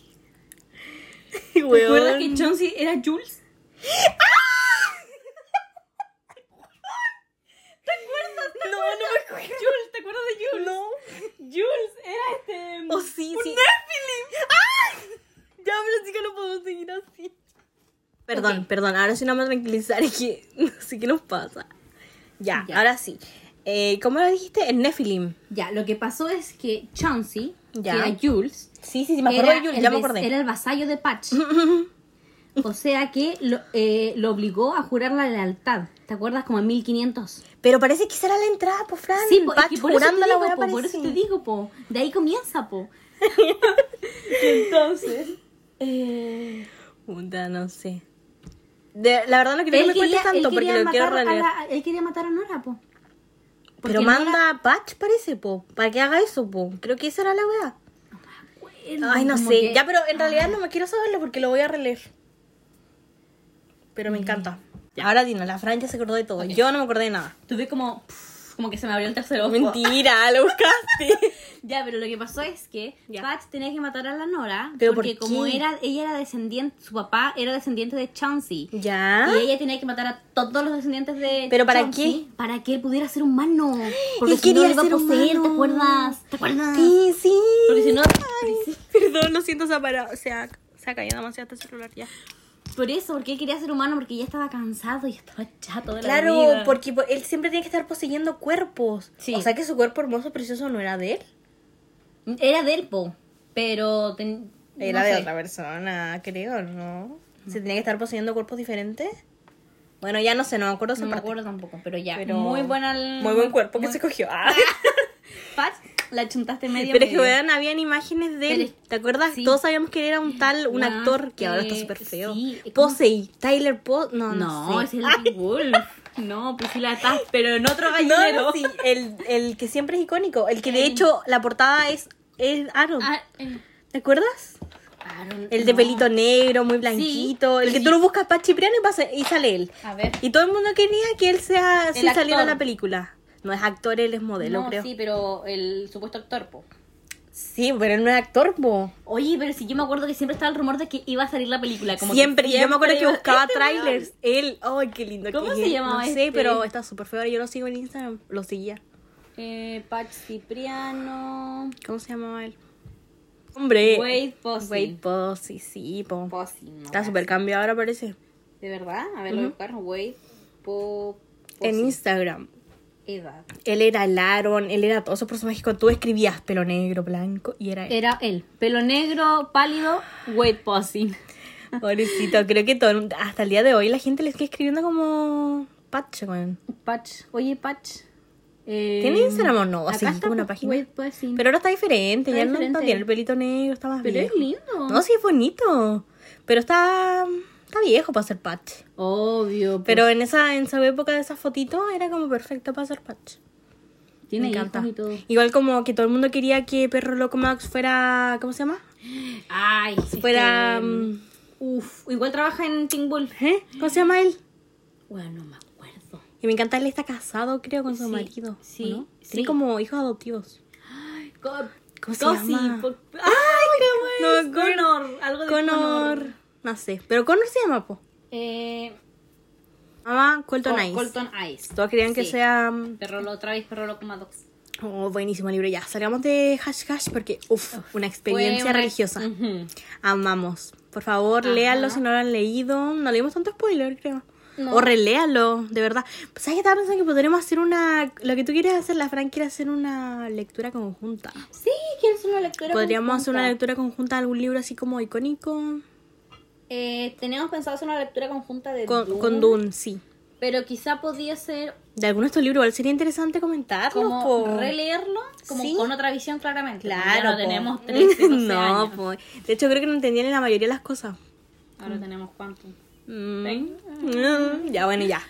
S1: ¿Te acuerdas
S2: Weón.
S1: que Chauncey era Jules?
S2: No, no me acuerdo.
S1: Jules, ¿te acuerdas de Jules?
S2: No.
S1: Jules era este...
S2: Oh, sí,
S1: un
S2: sí.
S1: Nephilim.
S2: Ya, pero sí que no podemos seguir así. Perdón,
S1: Ok.
S2: perdón, ahora sí no me tranquilizar, es que no sé qué nos pasa. Ya,
S1: Ya.
S2: ahora sí. Eh, ¿Cómo lo dijiste? El Nephilim.
S1: Ya, lo que pasó es que Chauncey,
S2: Ya.
S1: que era Jules,
S2: Sí, sí, sí, me acuerdo de
S1: el
S2: Yul, ya me
S1: vas-
S2: acordé.
S1: era el vasallo de Patch. o sea que lo, eh, lo obligó a jurar la lealtad. ¿Te acuerdas? Como en 1500.
S2: Pero parece que esa era la entrada, po, Fran.
S1: Sí, po, es
S2: Patch
S1: que por, eso te
S2: jurando la
S1: digo,
S2: weá
S1: po, por eso te
S2: parece.
S1: digo, po. De ahí comienza, po. Entonces, eh,
S2: Puta, no sé. De- la verdad no quiero que
S1: él,
S2: me cuentes
S1: quería, él
S2: tanto porque
S1: quería
S2: lo quiero
S1: matar a
S2: releer.
S1: la- él quería matar a Nora, po. Porque
S2: Pero
S1: Nora-
S2: manda a Patch, parece, po. Para que haga eso, po. Creo que esa era la weá. Ay, no
S1: como
S2: sé.
S1: que-
S2: Ya, pero en realidad no me quiero saberlo porque lo voy a releer. Pero me encanta. Ahora Dino, la Fran Mm. ya se acordó de todo. Yo no me acordé de nada.
S1: Tuve como... pff, Como que se me abrió el tercer ojo.
S2: Mentira, lo buscaste.
S1: Ya, pero lo que pasó es que
S2: Ya.
S1: Patch tenía que matar a la Nora
S2: ¿Pero
S1: porque
S2: por
S1: como
S2: qué?
S1: era ella era descendiente, su papá era descendiente de Chauncey
S2: ya.
S1: y ella tenía que matar a todos los descendientes de
S2: Ah. ¿Pero para
S1: Chauncey Para que él pudiera ser humano, porque
S2: Él
S1: si no
S2: quería
S1: lo iba a
S2: ser
S1: poseer, ¿te
S2: humano.
S1: acuerdas? ¿Te acuerdas?
S2: Sí, sí.
S1: Porque si no
S2: Perdón, lo siento, se ha parado. Se ha, se ha caído demasiado este celular ya.
S1: por eso, porque él quería ser humano porque ya estaba cansado y estaba chato de la
S2: Claro,
S1: vida.
S2: porque po- él siempre tiene que estar poseyendo cuerpos.
S1: Sí.
S2: O sea que su cuerpo hermoso, precioso, no era de él.
S1: era del po, pero ten-
S2: Era
S1: no
S2: de
S1: sé.
S2: otra persona, creo, ¿no? Se tenía que estar poseyendo cuerpos diferentes. Bueno, ya no sé, no me acuerdo esa
S1: No me
S2: parte.
S1: acuerdo tampoco, pero ya.
S2: Pero-
S1: Muy buena. el-
S2: Muy buen cuerpo
S1: muy-
S2: que se cogió. Ah.
S1: Pat, la chuntaste medio.
S2: Pero es que,
S1: medio.
S2: vean, habían imágenes de él.
S1: Pero-
S2: ¿Te acuerdas?
S1: sí.
S2: Todos sabíamos que él era un tal, un
S1: Guau,
S2: actor que ahora está
S1: que-
S2: súper feo.
S1: sí, ¿cómo?
S2: Posey, Tyler Posey. No, no,
S1: No,
S2: sé.
S1: es el Big Wolf. No, pues Priscila, estás, pero en otro
S2: No, no,
S1: gallinero.
S2: sí, el, el que siempre es icónico. El que de hecho la portada es, es Aaron.
S1: Ah, eh,
S2: ¿Te acuerdas?
S1: Aaron,
S2: El de
S1: no.
S2: pelito negro, muy blanquito. el que
S1: sí.
S2: tú lo buscas para Cipriano y, pasa- y sale él.
S1: A ver.
S2: Y todo el mundo quería que él sea
S1: El
S2: sí saliera en
S1: actor.
S2: la película. No es actor, él es modelo,
S1: no,
S2: creo.
S1: sí,
S2: Sí.
S1: pero el supuesto actor, po.
S2: pero él no es actor, po.
S1: Oye, pero si yo me acuerdo que siempre estaba el rumor de que iba a salir la película. Como que
S2: siempre, yo me acuerdo que
S1: iba-
S2: buscaba
S1: Este
S2: trailers. Él, ay, qué lindo.
S1: ¿Cómo
S2: que
S1: se
S2: es él.
S1: llamaba
S2: No
S1: este?
S2: sé, pero está súper feo. Ahora Yo lo sigo en Instagram, lo seguía.
S1: weón. Eh, Pat Cipriano.
S2: ¿Cómo se llamaba él? Hombre.
S1: Wade Posey.
S2: Eh, Wade Posey, sí, po.
S1: Posey, no,
S2: Está súper cambiado ahora, parece.
S1: ¿De verdad? A ver, lo voy a buscar. Wade Po.
S2: En
S1: Posey.
S2: Instagram.
S1: Edad.
S2: Él era el Aaron, él era todos esos personajes que tú escribías, pelo negro, blanco, y era él.
S1: Era él. Pelo negro, pálido, Wade Posey.
S2: Pobrecito, creo que todo, hasta el día de hoy la gente le está escribiendo como Pache, weón.
S1: Patch, oye Patch. Eh,
S2: ¿Tiene Instagram o no?
S1: acá
S2: Así
S1: está,
S2: como una
S1: pues,
S2: página.
S1: wait, pues, sí.
S2: Pero ahora está diferente,
S1: Está
S2: ya no- No,
S1: diferente.
S2: tiene el pelito negro, está más
S1: Pero es
S2: viejo.
S1: lindo.
S2: No, sí, es bonito. Pero está, está viejo para ser Patch.
S1: Obvio.
S2: Pero en esa, en esa época de esas fotitos era como perfecto para ser Patch.
S1: pues, tiene
S2: Me encanta.
S1: hijos y todo.
S2: Igual como que todo el mundo quería que Perro Loco Max fuera, ¿cómo se llama?
S1: Ay, este,
S2: Fuera... mm,
S1: Uf, igual trabaja en Teen Wolf.
S2: ¿Eh? ¿Cómo se llama él?
S1: Bueno, no me acuerdo.
S2: Y me encanta, él está casado, creo, con su
S1: Sí,
S2: marido. ¿o
S1: sí,
S2: no?
S1: sí.
S2: Tiene como hijos adoptivos.
S1: Co-
S2: ¿Cómo se
S1: Cosi,
S2: llama?
S1: po- Ay,
S2: No,
S1: cómo es.
S2: Con-
S1: Connor, algo de Connor.
S2: Connor. No sé, pero Connor se llama, po.
S1: Eh,
S2: Mamá, Colton
S1: Col-
S2: Ice.
S1: Oh, Colton Ice.
S2: Todos querían que
S1: Sí.
S2: sea... mm,
S1: Perro lo otra vez, perro lo coma dos.
S2: Oh, buenísimo libro ya. Salgamos de Hash Hash porque, uff, una experiencia
S1: Fue una-
S2: religiosa.
S1: Ujú.
S2: Amamos. Por favor,
S1: Ajá.
S2: léanlo si no lo han leído. No leímos tanto spoiler, creo.
S1: No.
S2: O reléalo, de verdad. ¿Sabes qué estaba pensando? Que podremos hacer una... Lo que tú quieres hacer, la Fran quiere hacer una lectura conjunta.
S1: Sí, quiero hacer una lectura.
S2: Podríamos hacer una
S1: conjunta.
S2: lectura conjunta de algún libro así como icónico.
S1: Eh, teníamos pensado hacer una lectura conjunta de
S2: Con, con Dune, sí.
S1: Pero quizá podía ser
S2: De alguno de estos libros, igual sería interesante comentarlo.
S1: como
S2: po.
S1: releerlo, como
S2: Sí.
S1: con otra visión claramente. porque Ya
S2: Claro.
S1: no
S2: po.
S1: tenemos 13, 12
S2: No,
S1: años.
S2: po. De hecho, creo que no entendían la mayoría de las cosas.
S1: Ahora tenemos cuánto.
S2: Mm. Mm, Ya, bueno, ya.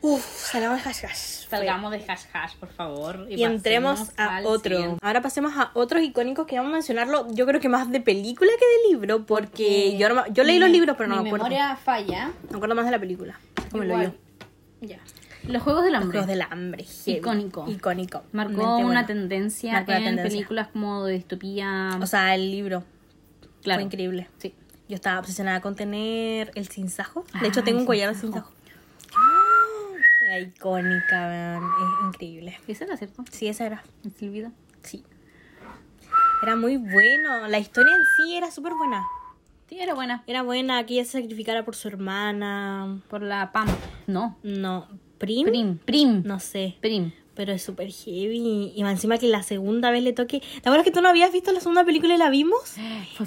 S2: Uf, salgamos de hash hash.
S1: Salgamos de hash hash, por favor.
S2: Y entremos
S1: pasemos
S2: a
S1: al
S2: otro.
S1: siguiente.
S2: Ahora pasemos a otros icónicos que vamos a mencionarlo. Yo creo que más de película que de libro, porque yo, no me- yo leí los
S1: Mi-
S2: libros, pero no
S1: mi
S2: me acuerdo.
S1: memoria falla.
S2: Me acuerdo más de la película. Como lo
S1: Igual.
S2: yo.
S1: Ya. Los Juegos del Hambre.
S2: Los del hambre. heavy.
S1: Icónico.
S2: Icónico.
S1: Marcó
S2: Mente
S1: una
S2: buena.
S1: tendencia
S2: Marcó una
S1: en
S2: tendencia.
S1: películas como de distopía.
S2: O sea, el libro.
S1: Claro.
S2: Fue increíble.
S1: Sí.
S2: Yo estaba obsesionada con tener el sinsajo.
S1: Ah,
S2: De hecho, tengo
S1: el
S2: un collar de
S1: sinsajo.
S2: sinsajo. La icónica, weón. Es increíble.
S1: Ese era cierto.
S2: Sí, esa era.
S1: Se olvida.
S2: Sí. Era muy bueno. La historia en sí era súper buena.
S1: Sí, era buena.
S2: Era buena que ella se sacrificara por su hermana.
S1: Por la Pam. No.
S2: No, Prim.
S1: Prim. Prim.
S2: No sé.
S1: Prim.
S2: Pero es súper heavy. Y más encima que la segunda vez le toque. ¿Te acuerdas que tú no habías visto la segunda película y la vimos?
S1: Fue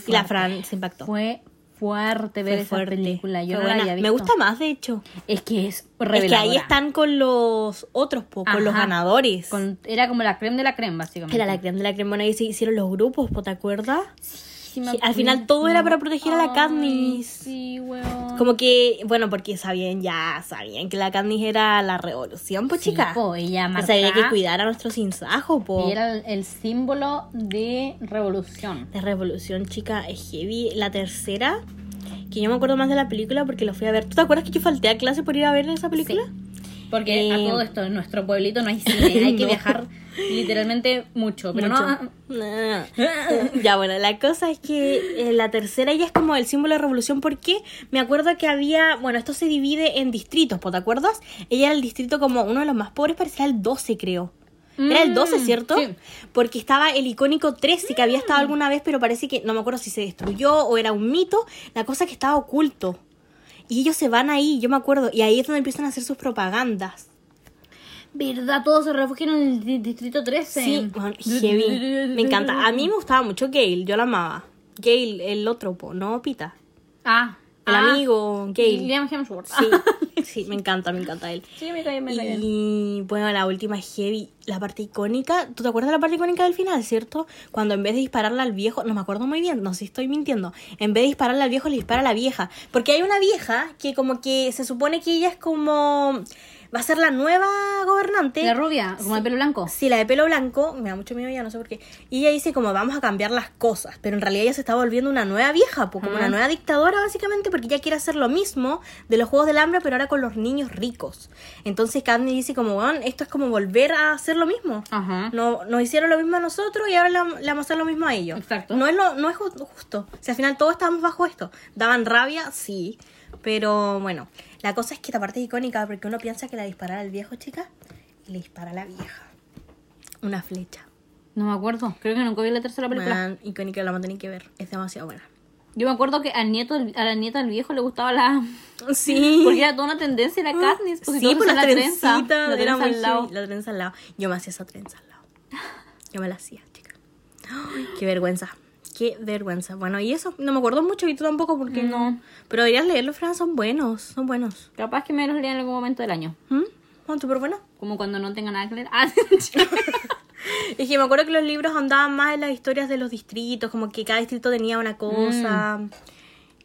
S2: Y la
S1: fuerte.
S2: Fran se impactó.
S1: Fue fuerte ver
S2: Fue
S1: esa película. Yo
S2: Fue
S1: no la
S2: buena.
S1: había visto.
S2: Me gusta más, de hecho.
S1: Es que es
S2: Es que
S1: reveladora.
S2: ahí están con los otros, po, con los
S1: Ajá.
S2: ganadores.
S1: Con- era como la creme de la creme, básicamente.
S2: Era la crema de la cremona y se hicieron los grupos, po, ¿te acuerdas?
S1: Sí, me
S2: Al
S1: acuerdo.
S2: final todo era para proteger a la
S1: Ay,
S2: Katniss.
S1: Sí, weón.
S2: Como que, bueno, porque sabían ya, sabían que la Candice era la revolución, pues
S1: Sí,
S2: chica.
S1: po, ella
S2: O
S1: marca,
S2: sea, había que cuidar a nuestro sinsajo, po.
S1: ella era el, el símbolo de revolución.
S2: La revolución, chica, es heavy. La tercera, que yo me acuerdo más de la película porque lo fui a ver. ¿Tú te acuerdas que yo falté a clase por ir a ver esa película?
S1: Porque a
S2: Eh,
S1: todo esto, en nuestro pueblito no hay cine, hay que
S2: no.
S1: viajar literalmente mucho, pero
S2: Mucho.
S1: no...
S2: Ah. ya, bueno, la cosa es que eh, la tercera ya es como el símbolo de revolución porque me acuerdo que había, bueno, esto se divide en distritos, ¿po? ¿te acuerdas? Ella era el distrito como uno de los más pobres, parecía el 12, creo. Era el 12,
S1: Mm,
S2: ¿cierto?
S1: sí. Mm.
S2: Porque estaba el icónico 13 que había estado alguna vez, pero parece que no me acuerdo si se destruyó o era un mito. La cosa es que estaba oculto. Y ellos se van ahí, yo me acuerdo. Y ahí es donde empiezan a hacer sus propagandas.
S1: ¿Verdad? Todos se refugiaron en el di- distrito 13.
S2: Sí, bueno, heavy. Me encanta. A mí me gustaba mucho Gale, yo la amaba. Gale, el otro, po, no Pita.
S1: Ah.
S2: El
S1: ah,
S2: amigo Gale.
S1: Liam Hemsworth.
S2: Sí, sí, me encanta, me encanta él.
S1: Sí, me cae, me cae bien.
S2: Y bueno, la última es heavy, la parte icónica. ¿Tú te acuerdas de la parte icónica del final, cierto? Cuando en vez de dispararle al viejo, no me acuerdo muy bien, no sé si estoy mintiendo. En vez de dispararle al viejo, le dispara a la vieja. Porque hay una vieja que, como que se supone que ella es como. Va a ser la nueva gobernante.
S1: La rubia, como el pelo blanco.
S2: Sí, la de pelo blanco, me da mucho miedo ya, no sé por qué. Y ella dice como vamos a cambiar las cosas, pero en realidad ella se está volviendo una nueva vieja, po, como una nueva dictadora básicamente, porque ella quiere hacer lo mismo de los Juegos del Hambre, pero ahora con los niños ricos. Entonces Candy dice como, weón, esto es como volver a hacer lo mismo.
S1: Ajá.
S2: No, nos hicieron lo mismo a nosotros y ahora le, le vamos a hacer lo mismo a ellos.
S1: Exacto.
S2: No es, lo, no es ju- justo. O sea, al final todos estábamos bajo esto. Daban rabia, sí. Pero bueno, la cosa es que esta parte es icónica porque uno piensa que la dispara el viejo, chica, y le dispara a la vieja. Una flecha.
S1: No me acuerdo. Creo que nunca vi la tercera película.
S2: Man, icónica, la van a tener que ver. Es demasiado buena.
S1: Yo me acuerdo que al nieto, del- a la nieta del viejo le gustaba la...
S2: Sí.
S1: Porque era toda una tendencia, era Katniss. Pues, si
S2: Mm. Ah,
S1: todos
S2: sí, por
S1: hacían
S2: las
S1: la trenza,
S2: trencitas.
S1: la trenza
S2: era muy
S1: al lado.
S2: heavy, La trenza al lado. Yo me hacía esa trenza al lado. Yo me la hacía, chica. Ay, qué vergüenza. Qué vergüenza. Bueno, y eso no me acuerdo mucho y tú tampoco porque
S1: No.
S2: Pero deberías leerlo, Fran. Son buenos. Son buenos.
S1: Capaz que me los lea en algún momento del año.
S2: ¿Mm? Son súper buenos.
S1: Como cuando no tenga nada que leer. Ah,
S2: Es que me acuerdo que los libros andaban más en las historias de los distritos. Como que cada distrito tenía una cosa.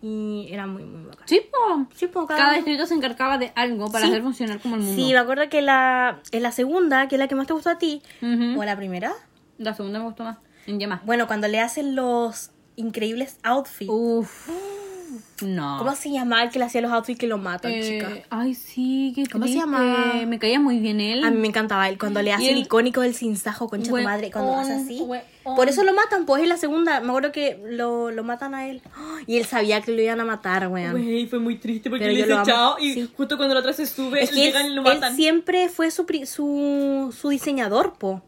S2: Y era muy, muy bacán.
S1: sí, po.
S2: Sí, po, Mm. cada-
S1: Cada distrito se encargaba de algo para
S2: Sí.
S1: hacer funcionar como el mundo.
S2: Sí, me acuerdo que la, en la segunda, que es la que más te gustó a ti,
S1: Ujú.
S2: o la primera,
S1: La segunda me gustó más. En llamas.
S2: Bueno, cuando le hacen los increíbles outfits.
S1: Uf. No.
S2: ¿Cómo se llamaba el que le hacía los outfits que lo matan,
S1: Eh,
S2: chica?
S1: Ay, sí, qué
S2: ¿Cómo se
S1: triste.
S2: llamaba?
S1: Me caía muy bien él.
S2: A mí me encantaba él cuando le hace el,
S1: el-
S2: icónico del sinsajo, concha tu
S1: Weón,
S2: madre, cuando hace así.
S1: weón.
S2: Por eso lo matan, pues es la segunda. Me acuerdo que lo, lo matan a él. ¡Oh! Y él sabía que lo iban a matar, weón.
S3: Güey, fue muy triste porque
S2: Pero
S3: le
S2: yo lo
S3: dice
S2: amo.
S3: chao y
S2: Sí.
S3: justo cuando la otra se sube,
S2: Es que
S3: llegan y
S2: él,
S3: lo
S2: él
S3: matan.
S2: siempre fue su, pri- su, su diseñador, po.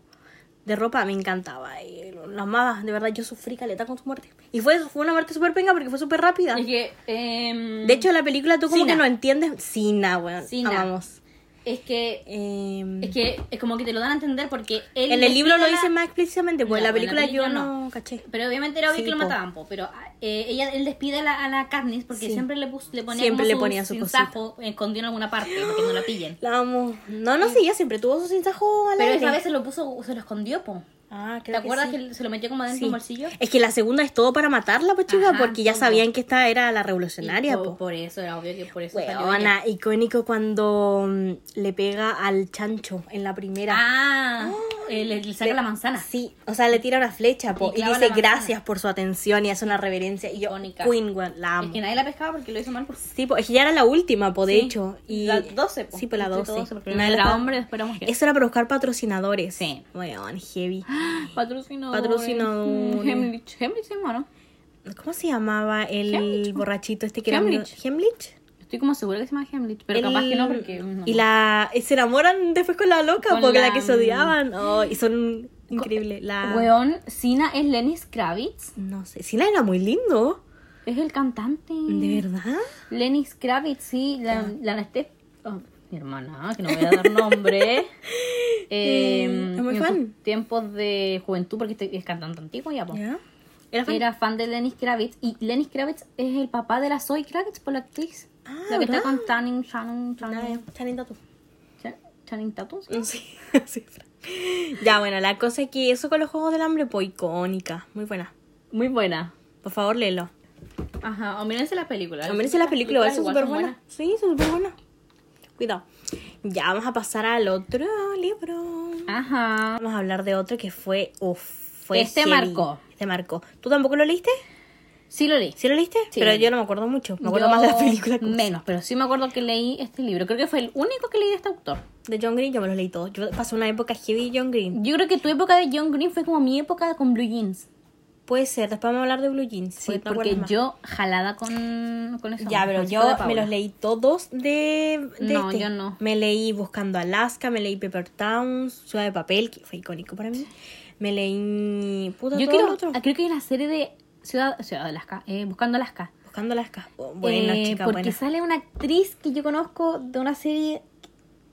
S2: De ropa me encantaba. Y lo, lo amaba, de verdad, yo sufrí caleta con su muerte. Y fue, fue una muerte súper penga porque fue súper rápida.
S1: Es que, em,
S2: De hecho, la película tú como
S1: Sina.
S2: que no entiendes. Sina, weón.
S1: Sina.
S2: Amamos.
S1: es que
S2: Eh,
S1: es que es como que te lo dan a entender porque él
S2: en el
S1: le
S2: libro lo
S1: explica la-
S2: dicen más explícidamente, pues en
S1: No,
S2: la película,
S1: película
S2: yo
S1: no.
S2: no, caché.
S1: Pero obviamente era obvio
S2: Sí,
S1: que lo
S2: po.
S1: mataban, po, pero eh, ella, él despide a la, a la Katniss porque
S2: Sí.
S1: siempre le, pus- le ponía
S2: Siempre
S1: como
S2: le
S1: su
S2: ponía su
S1: sinsajo escondido en alguna parte para que no la pillen.
S2: La amo. No, no, sí, ella siempre tuvo su sinsajo al
S1: Pero
S2: aire.
S1: esa vez se lo puso, se lo escondió, po.
S2: Ah,
S1: ¿Te acuerdas que, se lo metió como adentro de un bolsillo?
S2: Es que la segunda es todo para matarla, pues chica,
S1: Ajá,
S2: porque ya
S1: todo.
S2: sabían que esta era la
S1: Y
S2: revolucionaria,
S1: po-
S2: po.
S1: por, eso, era obvio que por eso salió ella.
S2: Weona, icónico cuando mm, le pega al chancho en la primera.
S1: Ah, eh, le, le saca la manzana.
S2: Sí, o sea, le tira una flecha po,
S1: Y
S2: y,
S1: clava
S2: dice
S1: la manzana.
S2: gracias por su atención y hace una reverencia. Y yo,
S1: Icónica.
S2: Queen, weón, la
S1: Es
S2: amo.
S1: que nadie la pescaba porque lo hizo mal por
S2: Sí, po, es que ya era la última, po, de
S1: Sí,
S2: hecho. Y...
S1: la 12, po.
S2: Sí, pues la
S1: Entre
S2: 12.
S1: todos, porque
S2: Una de
S1: primero
S2: las-
S1: era hombre, después era mujer.
S2: Eso era para buscar patrocinadores.
S1: Sí.
S2: Weón, heavy.
S1: Patrocinador.
S2: Patrocinadores.
S1: Hemlich. Hemlich se llama, ¿no?
S2: ¿Cómo se llamaba el
S1: Hemlich, po.
S2: borrachito este que era?
S1: Hemlich.
S2: ¿Hemlich?
S1: Estoy como segura que se llama Hemlich, pero capaz
S2: El-
S1: que no porque... no.
S2: Y la y se enamoran después con la loca,
S1: Con
S2: porque la,
S1: la-
S2: que se odiaban. Oh, y son increíble. La...
S1: Weón, Sina es Lenny Kravitz.
S2: No sé, Sila era muy lindo.
S1: Es el cantante.
S2: ¿De
S1: Mm.
S2: verdad?
S1: Lenny Kravitz, sí. La, la Anastas- oh, mi hermana, que no voy a dar nombre. Eh,
S2: Mm, es muy
S1: en
S2: fan.
S1: sus tiempos de juventud, porque este es cantante antiguo ya, po.
S2: ¿Ya? Era fan.
S1: Era fan de Lenny Kravitz y Lenny Kravitz es el papá de la Zoe Kravitz por la actriz.
S2: Ah,
S1: la que está
S2: ¿verdad?
S1: con Channing, Channing,
S2: Nada,
S1: Channing,
S2: está linda tú.
S1: Chan- Channing Tatum. ¿sí?
S2: No sé. Sí, Fran. ya, bueno, la cosa es que eso con los juegos del hambre, pues icónica. Muy buena.
S1: Muy buena.
S2: Por favor, léelo.
S1: Ajá, o mírense las películas.
S2: También es la película, igual son súper buenas. Sí, son súper buenas. Cuidado. Ya vamos a pasar al otro libro.
S1: Ajá.
S2: Vamos a hablar de otro que fue. Uf, fue
S1: Este
S2: heavy.
S1: marcó.
S2: Este marcó. ¿Tú tampoco lo leíste?
S1: Sí lo leí.
S2: ¿Sí lo leíste?
S1: Sí.
S2: Pero yo no me acuerdo mucho. Me acuerdo
S1: Yo
S2: más de la película. como-
S1: Menos, pero sí me acuerdo que leí este libro. Creo que fue el único que leí de este autor.
S2: De John Green, yo me los leí todos. Yo pasé una época heavy de John Green.
S1: Yo creo que tu época de John Green fue como mi época con Blue Jeans.
S2: Puede ser, después vamos a hablar de Blue Jeans.
S1: Sí,
S2: no
S1: porque
S2: acuerdo más.
S1: yo jalada con, con eso.
S2: Ya, pero
S1: con
S2: yo
S1: Francisco de
S2: me
S1: Paula.
S2: los leí todos de, de
S1: No,
S2: este.
S1: yo no.
S2: Me leí Buscando Alaska, me leí Paper Towns, Ciudad de Papel, que fue icónico para mí. Me leí... Puta,
S1: Yo
S2: todo
S1: quiero, ah,
S2: lo otro.
S1: creo que hay una serie de Ciudad, Ciudad de Alaska, eh, Buscando Alaska.
S2: Buscando Alaska. Oh, Bueno,
S1: Eh,
S2: chica,
S1: porque
S2: bueno.
S1: sale una actriz que yo conozco de una serie,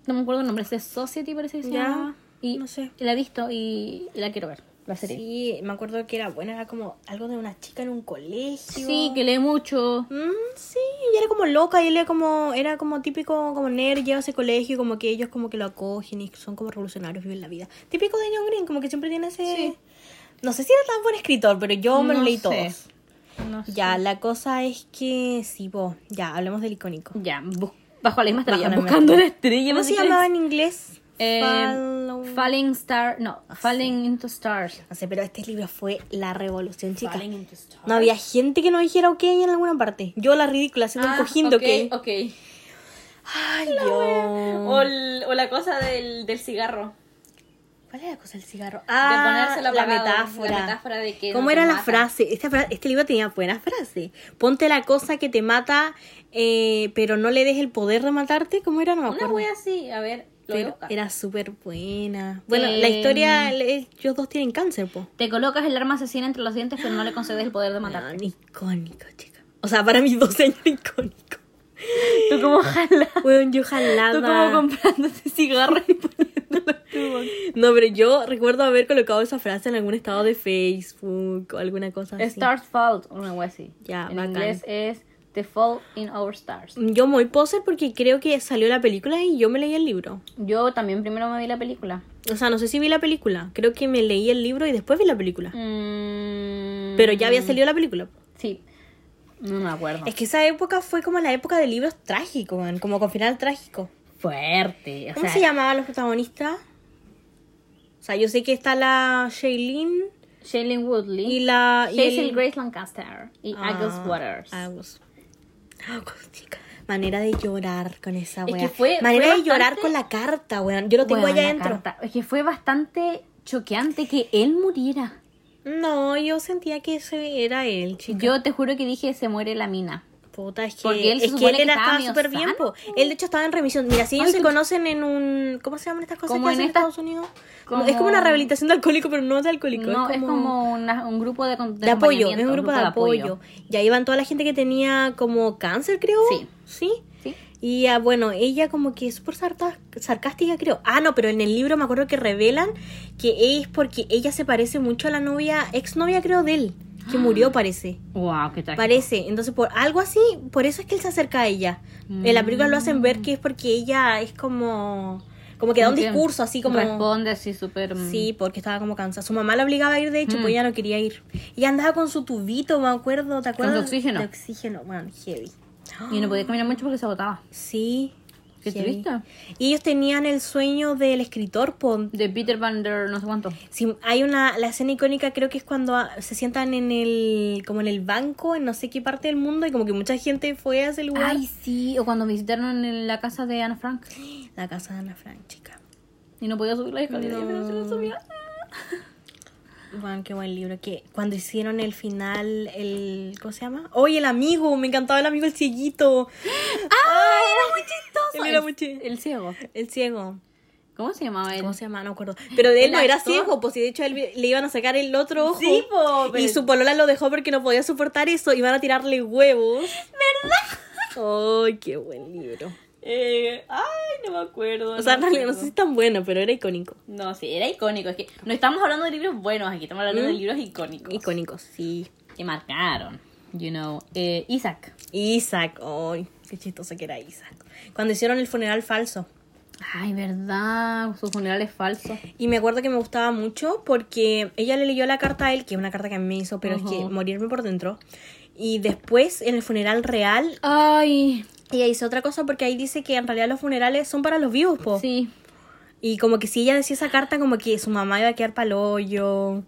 S1: no me acuerdo el nombre, es de Society parece que se
S2: Ya,
S1: llama. Y
S2: no sé.
S1: La he visto y la quiero ver, la serie. Sí,
S2: Sí, me acuerdo que era buena, era como algo de una chica en un colegio.
S1: que lee mucho.
S2: Mm, sí, ella era como loca, y él era como, era como típico, como nerd, lleva a ese colegio, como que ellos como que lo acogen y son como revolucionarios, viven la vida. Típico de John Green, como que siempre tiene ese... No sé si era tan buen escritor, pero yo me lo
S1: No
S2: leí
S1: sé.
S2: todos.
S1: No sé.
S2: Ya, la cosa es que, sí, vos, ya, hablemos del icónico.
S1: Ya, bu- bajo la misma
S2: Bajo
S1: estrella,
S2: la misma
S1: buscando
S2: estrella.
S1: la estrella.
S2: ¿Cómo
S1: no sé
S2: se
S1: qué
S2: llamaba
S1: es.
S2: en inglés?
S1: Eh,
S2: Follow-
S1: Falling Star, no,
S2: Ah,
S1: Falling into Stars.
S2: No sé, pero este libro fue la revolución, chica.
S1: Falling into Stars.
S2: No había gente que no dijera ok en alguna parte. Yo la ridícula haciendo
S1: Ah,
S2: un cojín de ok.
S1: ok.
S2: Ay, Dios.
S1: O, el- o la cosa del, del cigarro.
S2: ¿Cuál era la cosa del cigarro?
S1: ponérselo
S2: Ah, la
S1: apagado,
S2: metáfora.
S1: la metáfora de que
S2: ¿Cómo
S1: no te
S2: era la
S1: mata?
S2: frase? Esta fra- este libro tenía buenas frases. Ponte la cosa que te mata, eh, pero no le des el poder de matarte. ¿Cómo era? No me
S1: Una
S2: acuerdo.
S1: wea así, a ver, lo voy a
S2: Pero
S1: buscar.
S2: era súper buena. Bueno, la
S1: Eh,
S2: historia, el- ellos dos tienen cáncer, po.
S1: Te colocas el arma asesina entre los dientes, pero no le concedes el poder de matar.
S2: Weón, Ah, icónico, chica. O sea, para mis 12 años icónico.
S1: Tú como jala,
S2: Weón, yo jalaba.
S1: tú como comprándote cigarros y poniéndolo
S2: No, pero yo recuerdo haber colocado esa frase en algún estado de Facebook o alguna cosa así.
S1: Stars Fall, una wea así.
S2: Ya,
S1: en
S2: bacán.
S1: inglés es The Fall in Our Stars.
S2: Yo muy poser porque creo que salió la película y yo me leí el libro.
S1: Yo también primero me vi la película.
S2: O sea, no sé si vi la película. Creo que me leí el libro y después vi la película.
S1: Mm,
S2: Pero ya había salido la película.
S1: Sí. No me acuerdo.
S2: Es que esa época fue como la época de libros trágicos, weón, como con final trágico.
S1: fuerte. O
S2: ¿Cómo
S1: sea,
S2: se llamaban los protagonistas? O sea, yo sé que está la Shailene
S1: Shailene Woodley.
S2: y la... y
S1: Hazel
S2: el-
S1: Grace Lancaster. Y
S2: Ah,
S1: Agus Waters.
S2: Agus. Agus, chica. Manera de llorar con esa
S1: Es
S2: weá.
S1: que fue-
S2: Manera
S1: fue
S2: de llorar
S1: bastante-
S2: con la carta, weón. Yo lo tengo
S1: Weón,
S2: allá
S1: la
S2: adentro.
S1: carta. Es que fue bastante choqueante que él muriera.
S2: No, yo sentía que ese era él, chica.
S1: Yo te juro que dije, se muere la mina.
S2: Puta, es que,
S1: Porque él se
S2: es que
S1: supone
S2: él
S1: que
S2: era,
S1: estaba
S2: estaba
S1: medio
S2: súper bien,
S1: sano,
S2: po. Él, de hecho, estaba en remisión. Mira, si ellos se conocen en un... ¿Cómo se llaman estas cosas
S1: Como en
S2: que hacen en
S1: esta-
S2: Estados Unidos?
S1: como-
S2: Es como una rehabilitación de alcohólico, pero no de alcohólico.
S1: no, es como una- un grupo de, con- de
S2: de apoyo, es
S1: acompañamiento,
S2: un grupo de apoyo. Y ahí van toda la gente que tenía como cáncer, creo.
S1: Sí.
S2: Sí.
S1: Sí.
S2: Y ah, bueno, ella como que es súper sarta- sarcástica, creo. Ah, no, pero en el libro me acuerdo que revelan que es porque ella se parece mucho a la novia, exnovia creo de él, que
S1: Ah.
S2: murió parece.
S1: Wow, qué trágico.
S2: Parece. Entonces, por algo así, por eso es que él se acerca a ella. En la película lo hacen ver que es porque ella es como Como que da un
S1: Mm. que
S2: discurso así como...
S1: Responde así súper. mm,
S2: Sí, porque estaba como cansada. Su mamá la obligaba a ir, de hecho, pues ella no quería ir. Y andaba con su tubito, me acuerdo, ¿te acuerdas?
S1: oxígeno.
S2: De oxígeno, bueno, heavy.
S1: Y no podía caminar mucho porque se agotaba.
S2: Sí.
S1: Qué
S2: heavy.
S1: triste.
S2: Y ellos tenían el sueño del escritor, po.
S1: De Peter Van der no sé cuánto.
S2: Si hay una, la escena icónica creo que es cuando ah, se sientan en el, como en el banco, en no sé qué parte del mundo, y como que mucha gente fue a ese lugar.
S1: Ay, sí. O cuando visitaron en la casa de Ana Frank.
S2: La casa de Ana Frank, chica.
S1: Y no podía subir la escalera.
S2: No.
S1: pero se la subía.
S2: Bueno, qué buen libro. Que cuando hicieron el final, el. ¿Cómo se llama? ¡Oye, el amigo! Me encantaba el amigo el cieguito.
S1: ¡Ah! Era muy chistoso.
S2: Él era
S1: El-
S2: muy chi-
S1: El ciego.
S2: El ciego.
S1: ¿Cómo se llamaba él?
S2: ¿Cómo se llama? No me acuerdo. Pero de él
S1: El
S2: no era
S1: actor.
S2: ciego, pues si de hecho a él le iban a sacar el otro ojo.
S1: Sí, po, pero-
S2: Y su polola lo dejó porque no podía soportar eso. Iban a tirarle huevos. ¿Verdad? ¡Ay, qué buen libro!
S1: Eh, ay, no me acuerdo.
S2: O sea, en
S1: no, me
S2: realidad no sé si
S1: acuerdo.
S2: es tan bueno, pero era icónico.
S1: No, sí, era icónico. Es que no estamos hablando de libros buenos aquí, estamos hablando de libros Mm. icónicos.
S2: Icónico, sí.
S1: que marcaron. You know. Eh, Isaac.
S2: Isaac, ¡ay! Qué chistoso que era Isaac. Cuando hicieron el funeral falso.
S1: Ay, verdad. Su funeral es falso.
S2: Y me acuerdo que me gustaba mucho porque ella le leyó la carta a él, que es una carta que a mí me hizo, pero es que
S1: Ujú.
S2: morirme por dentro. Y después, en el funeral real,
S1: Ay.
S2: ella hizo otra cosa porque ahí dice que en realidad los funerales son para los vivos, po.
S1: Sí.
S2: Y como que si ella decía esa carta, como que su mamá iba a quedar pa'l hoyo.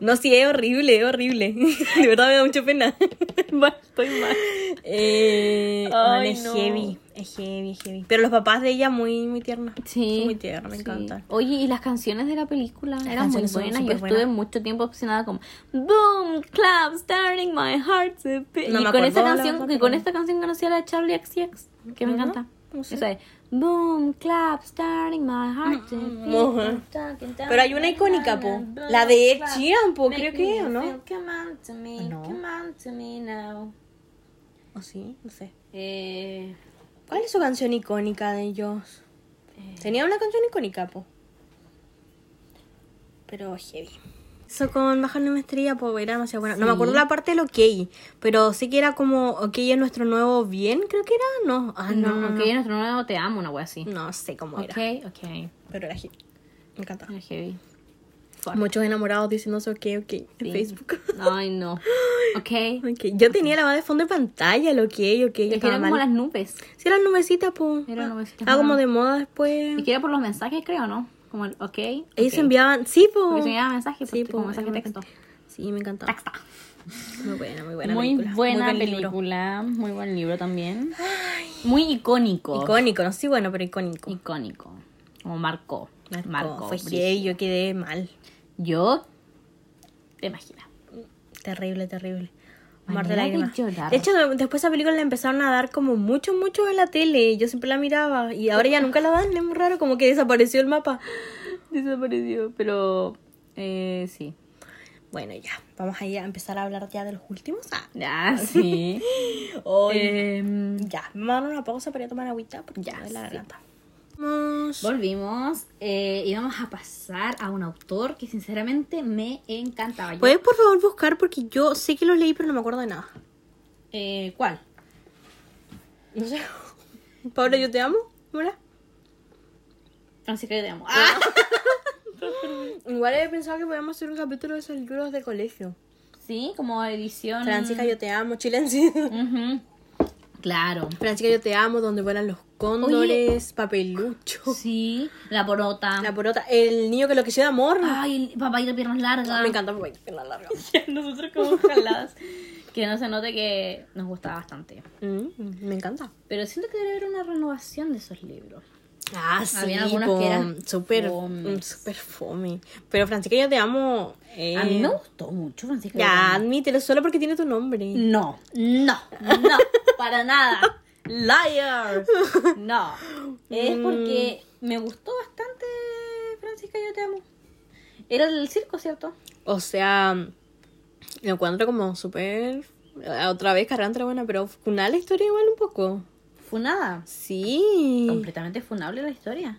S2: No, sí, es horrible, es horrible. De verdad me da mucha pena.
S1: Estoy mal.
S2: Eh,
S1: Ay,
S2: bueno, es
S1: no.
S2: heavy, es heavy, es heavy. Pero los papás de ella muy, muy tiernos.
S1: Sí.
S2: Son muy tiernos, me
S1: sí.
S2: encantan.
S1: Oye, y las canciones de la película eran muy
S2: canciones son
S1: buenas. Yo
S2: súper
S1: estuve
S2: buenas.
S1: mucho tiempo obsesionada con Boom, clap, starting my heart to beat.
S2: No
S1: y
S2: me
S1: con esta
S2: acuerdo la
S1: canción,
S2: verdad,
S1: y con
S2: pero-
S1: esta canción conocí a la Charlie XCX, que me encanta. Esa es Boom, clap, starting my heart to beat.
S2: Ujú.
S1: I'm talking down
S2: Mm, Pero hay una
S1: the
S2: icónica,
S1: line,
S2: po.
S1: I'm
S2: La de
S1: boom,
S2: Ed
S1: clap,
S2: Sheeran, po,
S1: make
S2: creo
S1: me
S2: que, ¿o no?
S1: feel, Come on to me,
S2: No.
S1: come on to me now.
S2: ¿O sí? No sé.
S1: Eh,
S2: ¿Cuál es su canción icónica de ellos? Tenía una canción icónica, po. Pero heavy. Eso con Bajarle una estrella, po, era demasiado buena. No me acuerdo la parte del ok, pero sé que era como ok es nuestro nuevo bien, creo que era. No, ah, no,
S1: no,
S2: no, Mm,
S1: que nuestro nuevo te amo, una wea así.
S2: no sé cómo
S1: Ok,
S2: era.
S1: ok.
S2: Pero era heavy. Me encantaba.
S1: Era heavy.
S2: Muchos enamorados diciéndose ok, ok en Facebook.
S1: Ay, no. Ok.
S2: Ok, Yo tenía la más de fondo de pantalla, el ok, ok.
S1: Es que
S2: estaba
S1: eran
S2: mal.
S1: como las nubes.
S2: Sí, eran nubecitas, po.
S1: Eran
S2: Ah,
S1: nubecitas,
S2: Estaba como
S1: ajá.
S2: de moda después.
S1: Y que era por los mensajes, creo, ¿no? Como el ok.
S2: Ellos se enviaban, sí, po.
S1: Porque se llama mensaje, pues,
S2: Sí, po,
S1: como mensaje
S2: era muy
S1: texto.
S2: Sí, me encantaba.
S1: Texta.
S2: Muy buena, muy buena
S1: Muy
S2: película.
S1: buena
S2: buen libro.
S1: película. Muy buen libro también. Muy icónico.
S2: Icónico, no sí, bueno, pero icónico.
S1: Icónico. Como marcó. Marcó.
S2: Fue
S1: brillo.
S2: gay, yo quedé mal.
S1: Yo. Te imaginas.
S2: Terrible, terrible. Un mar
S1: Manera
S2: de
S1: de
S2: lágrimas.
S1: llorar.
S2: De hecho, de- después esa película la empezaron a dar como mucho, mucho en la tele. Yo siempre la miraba. Y ahora ya nunca la dan, es muy raro, como que desapareció el mapa.
S1: Desapareció, pero. Eh, sí.
S2: Bueno, ya. Vamos a ir a empezar a hablar ya de los últimos. Ah,
S1: Ah, sí.
S2: hoy.
S1: Em,
S2: Ya, vamos a dar una pausa para ir a tomar agüita porque
S1: Ya,
S2: ya, la
S1: sí.
S2: garganta. Vamos.
S1: Volvimos eh, y vamos a pasar a un autor que sinceramente me encantaba. Yo-
S2: ¿Puedes por favor buscar? Porque yo sé que los leí, pero no me acuerdo de nada.
S1: Eh, ¿Cuál?
S2: No sé. Pablo, yo te amo. Hola.
S1: Así que te amo. ¡Ah!
S2: Igual he pensado que podíamos hacer un capítulo de esos libros de colegio.
S1: Sí, como edición.
S2: Francisca, yo te amo. Chilensis.
S1: Ujú. Claro.
S2: Francisca, yo te amo. Donde vuelan los cóndores. Papelucho.
S1: Sí, la porota.
S2: Ah. La porota. El niño que lo que de amor.
S1: Ay, papá y de piernas largas.
S2: Me encanta porque la larga.
S1: Nosotros como jaladas. que no se note que nos gustaba bastante.
S2: Mm, me encanta.
S1: Pero siento que debe haber una renovación de esos libros.
S2: Ah, sí,
S1: Habían algunos
S2: po,
S1: que eran
S2: súper
S1: fome.
S2: mm, súper fome. Pero Francisca, yo te amo. eh,
S1: A mí me gustó mucho, Francisca.
S2: Ya, admítelo solo porque tiene tu nombre.
S1: No, no, no, para nada. Liar. No. Es
S2: Mm.
S1: porque me gustó bastante Francisca, yo te amo. Era el circo, ¿cierto?
S2: O sea, lo encuentro como súper. eh, Otra vez cargante la buena, pero funada la historia igual un poco.
S1: Funada.
S2: Sí.
S1: Completamente funable la historia.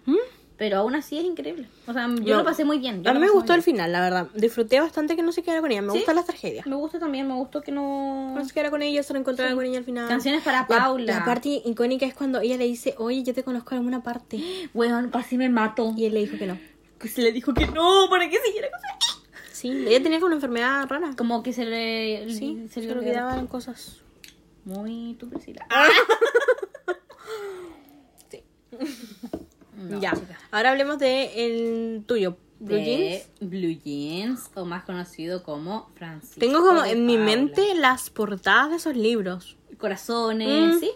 S1: Pero aún así es increíble. O sea, yo
S2: No.
S1: lo pasé muy bien. yo
S2: A
S1: lo
S2: mí me
S1: pasé muy
S2: gustó el
S1: bien.
S2: final, la verdad. Disfruté bastante que no se quedara con ella. Me
S1: ¿Sí?
S2: gustan las tragedias.
S1: Me gusta también, me gustó que no.
S2: No se quedara con ella, se reencontrara con ella al final.
S1: Canciones para
S2: La-
S1: Paula.
S2: La, parte icónica es cuando ella le dice, oye, yo te conozco en alguna parte.
S1: Weón, casi me mato.
S2: Y él le dijo que no.
S1: Que se le dijo que no, para que siguiera con su-
S2: Sí, ella tenía como una enfermedad rara.
S1: Como que se le.
S2: Sí,
S1: se le
S2: le
S1: olvidaba.
S2: olvidaban cosas.
S1: Muy tu Priscila.
S2: Ah.
S1: No,
S2: ya.
S1: chica.
S2: Ahora hablemos de el tuyo. Blue
S1: De
S2: Jeans.
S1: Blue Jeans, o más conocido como Francisco.
S2: Tengo como
S1: de
S2: en mi
S1: Paula.
S2: mente las portadas de esos libros.
S1: Corazones,
S2: Mm.
S1: ¿sí?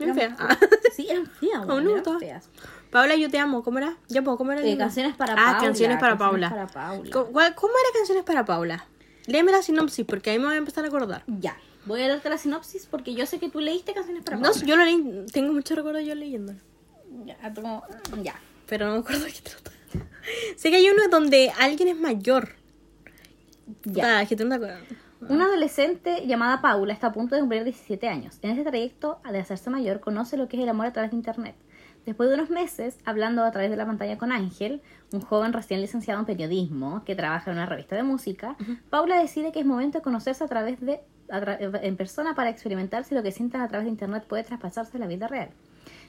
S2: Bien fea.
S1: Sí, eran feas,
S2: Aún
S1: weón,
S2: no me
S1: eran
S2: gustaba.
S1: feas.
S2: Paula, yo te amo. ¿Cómo era? Ya, ¿cómo era? el
S1: Eh,
S2: libro?
S1: canciones para
S2: ah,
S1: Paula,
S2: canciones para Paula.
S1: canciones para Paula.
S2: ¿Cu- cuál- ¿Cómo era canciones para Paula? Léeme la sinopsis porque ahí me voy a empezar a acordar.
S1: Ya. Voy a darte la sinopsis porque yo sé que tú leíste canciones para
S2: No,
S1: Paula.
S2: sé, yo lo leí, tengo mucho recuerdo yo leyéndolo.
S1: Ya, tú como- ya.
S2: Pero no me acuerdo de qué trata. sé que hay uno donde alguien es mayor.
S1: Ya.
S2: Ah, es que tú no te acuerdas.
S1: Una adolescente llamada Paula está a punto de cumplir 17 años. En este trayecto, al hacerse mayor, conoce lo que es el amor a través de Internet. Después de unos meses, hablando a través de la pantalla con Ángel, un joven recién licenciado en periodismo que trabaja en una revista de música, Paula decide que es momento de conocerse a través de a tra- en persona para experimentar si lo que sientan a través de Internet puede traspasarse a la vida real.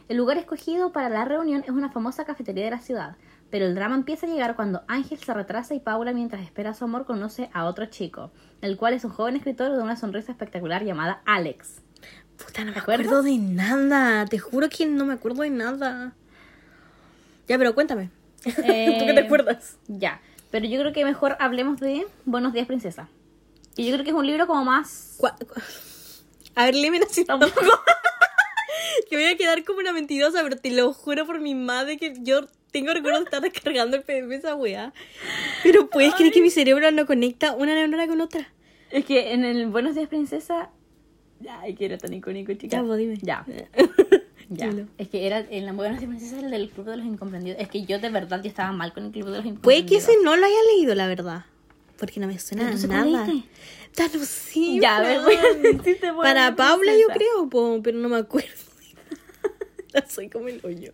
S1: El lugar escogido para la reunión es una famosa cafetería de la ciudad, pero el drama empieza a llegar cuando Ángel se retrasa y Paula, mientras espera a su amor, conoce a otro chico, el cual es un joven escritor de una sonrisa espectacular llamada Alex.
S2: Puta, no me acuerdo de nada. Te juro que no me acuerdo de nada. Ya, pero cuéntame. ¿Tú qué te
S1: Eh,
S2: acuerdas?
S1: Ya, pero yo creo que mejor hablemos de Buenos días, princesa. Y yo creo que es un libro como más...
S2: Cua- cua- A ver, léeme la sinopsis. que voy a quedar como una mentirosa, pero te lo juro por mi madre que yo tengo recuerdo de estar descargando el PDF esa weá. Pero puedes creer que mi cerebro no conecta una neurona con otra.
S1: Es que en el Buenos días, princesa... Ay, que era tan icónico, chica.
S2: Ya, vos dime. Eh.
S1: Ya. Ya.
S2: Dilo.
S1: Es que era en la Buenos días, princesa, el del Club de los Incomprendidos. Es que yo de verdad yo estaba mal con el Club de los Incomprendidos.
S2: Puede que ese no lo haya leído, la verdad. Porque no me suena a
S1: Entonces, ¿cómo
S2: nada.
S1: leíste?
S2: Tan nocivo.
S1: Ya, a ver, voy a decirte por
S2: Para
S1: ahí,
S2: Paula yo
S1: princesa.
S2: creo, po, pero no me acuerdo. Soy como el hoyo.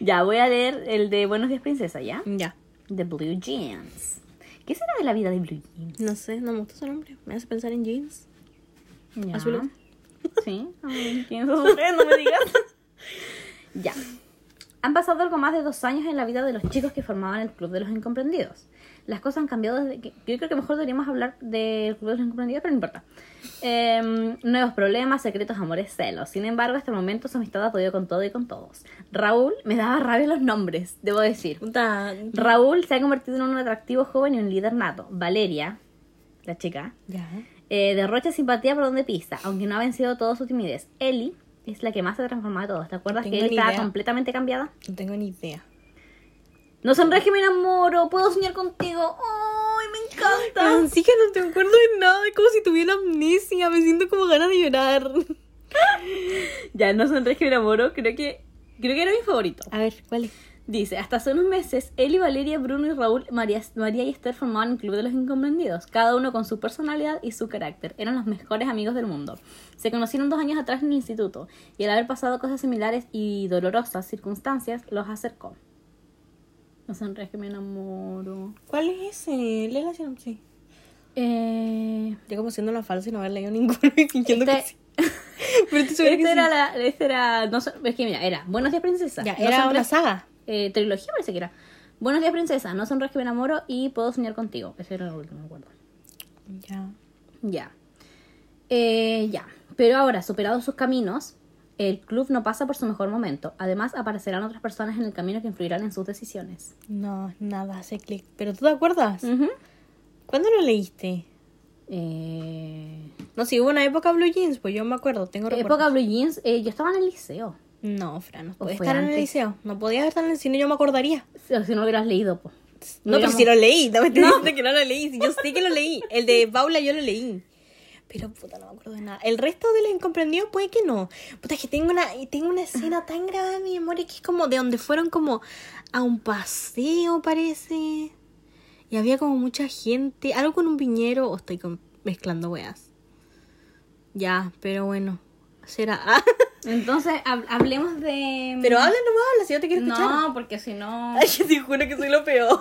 S1: Ya, voy a leer el de Buenos días, princesa, ¿ya?
S2: Ya.
S1: The Blue Jeans. ¿Qué será de la vida de Blue Jeans?
S2: No sé, no me gusta su nombre. Me hace pensar en jeans.
S1: Ya.
S2: Azules.
S1: Sí. Ay, ¿Quién sos usted? No me digas. ya. Han pasado algo más de dos años en la vida de los chicos que formaban el Club de los Incomprendidos. Las cosas han cambiado desde que... Yo creo que mejor deberíamos hablar del Club de los Incomprendidos, pero no importa. Em, nuevos problemas, secretos, amores, celos. Sin embargo, hasta el momento su amistad ha podido con todo y con todos. Raúl me daba rabia los nombres, debo decir. Raúl se ha convertido en un atractivo joven y un líder nato. Valeria, la chica,
S2: Ya.
S1: eh, derrocha simpatía por donde pisa, aunque no ha vencido toda su timidez. Ellie es la que más se ha transformado de todos. ¿Te acuerdas
S2: Tengo
S1: que Ellie
S2: ni
S1: estaba
S2: idea.
S1: completamente cambiada?
S2: No tengo ni idea.
S1: No sonreí que me enamoro, puedo soñar contigo. ¡Ay, me encanta!
S2: Francisca, no te acuerdo de nada. Es como si tuviera amnesia. Me siento como ganas de llorar.
S1: ya, no sonreí que me enamoro, creo que, creo que era mi favorito.
S2: A ver, ¿cuál es?
S1: Dice, hasta hace unos meses, Eli, Valeria, Bruno y Raúl, María, María y Esther formaban el Club de los Incomprendidos, cada uno con su personalidad y su carácter. Eran los mejores amigos del mundo. Se conocieron dos años atrás en el instituto, y al haber pasado cosas similares y dolorosas circunstancias, los acercó. No sonríes que me enamoro.
S2: ¿Cuál es ese? Lee la sinopsis.
S1: Eh,
S2: Yo como siendo la falsa y no haber leído ninguno y fingiendo que
S1: este,
S2: sí. Pero te segura que
S1: este
S2: sí.
S1: era la... Este era... No, son- es que mira, era Buenos días, princesa.
S2: Ya,
S1: No
S2: era
S1: sonríes-
S2: una saga.
S1: eh, trilogía parece que era. Buenos días, princesa. No sonríes que me enamoro y puedo soñar contigo. Ese era el último, me acuerdo.
S2: Ya.
S1: Ya. Eh, ya. Pero ahora, superados sus caminos, el club no pasa por su mejor momento. Además, aparecerán otras personas en el camino que influirán en sus decisiones.
S2: No, nada, hace clic. ¿Pero tú te acuerdas? ¿Cuándo lo leíste?
S1: Eh,
S2: No, si hubo una época Blue Jeans, pues yo me acuerdo, tengo
S1: época
S2: recuerdos.
S1: Blue Jeans, eh, yo estaba en el liceo.
S2: No, Fran, no podía
S1: fue
S2: estar en el
S1: antes?
S2: liceo. No podía estar en el cine, yo me acordaría.
S1: Si si no lo hubieras leído, pues.
S2: No, pero
S1: Hubiéramos-
S2: si lo leí, no me estoy diciendo que no lo leí. si Yo sé que lo leí. El de Paula yo lo leí. Pero puta, no me acuerdo de nada. El resto de los incomprendidos puede que no. Puta, es que tengo una, tengo una escena tan grabada en mi memoria que es como de donde fueron como a un paseo, parece. Y había como mucha gente. Algo con un viñero o estoy con- mezclando weas. Ya, pero bueno. Será.
S1: Entonces, hab- hablemos de. mm,
S2: Pero habla nomás, habla si no te quiero escuchar.
S1: No, porque si no.
S2: Ay, que te juro que soy lo peor.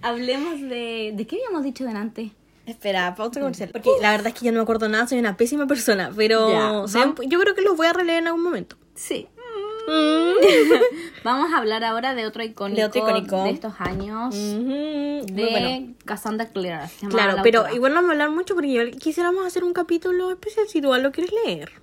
S1: Hablemos de. ¿De qué habíamos dicho delante?
S2: Espera, pausa comercial. Porque la verdad es que ya no me acuerdo nada, soy una pésima persona. Pero
S1: Ya,
S2: se- yo creo que los voy a releer en algún momento.
S1: Sí. Vamos a hablar ahora de otro icónico de,
S2: De otro icónico. Mm.
S1: estos años. De
S2: Ujú, muy bueno.
S1: Cassandra Clare. se llamaba
S2: Claro,
S1: la
S2: pero
S1: autora.
S2: igual no vamos a hablar mucho porque igual quisiéramos hacer un capítulo especial si tú igual lo quieres leer.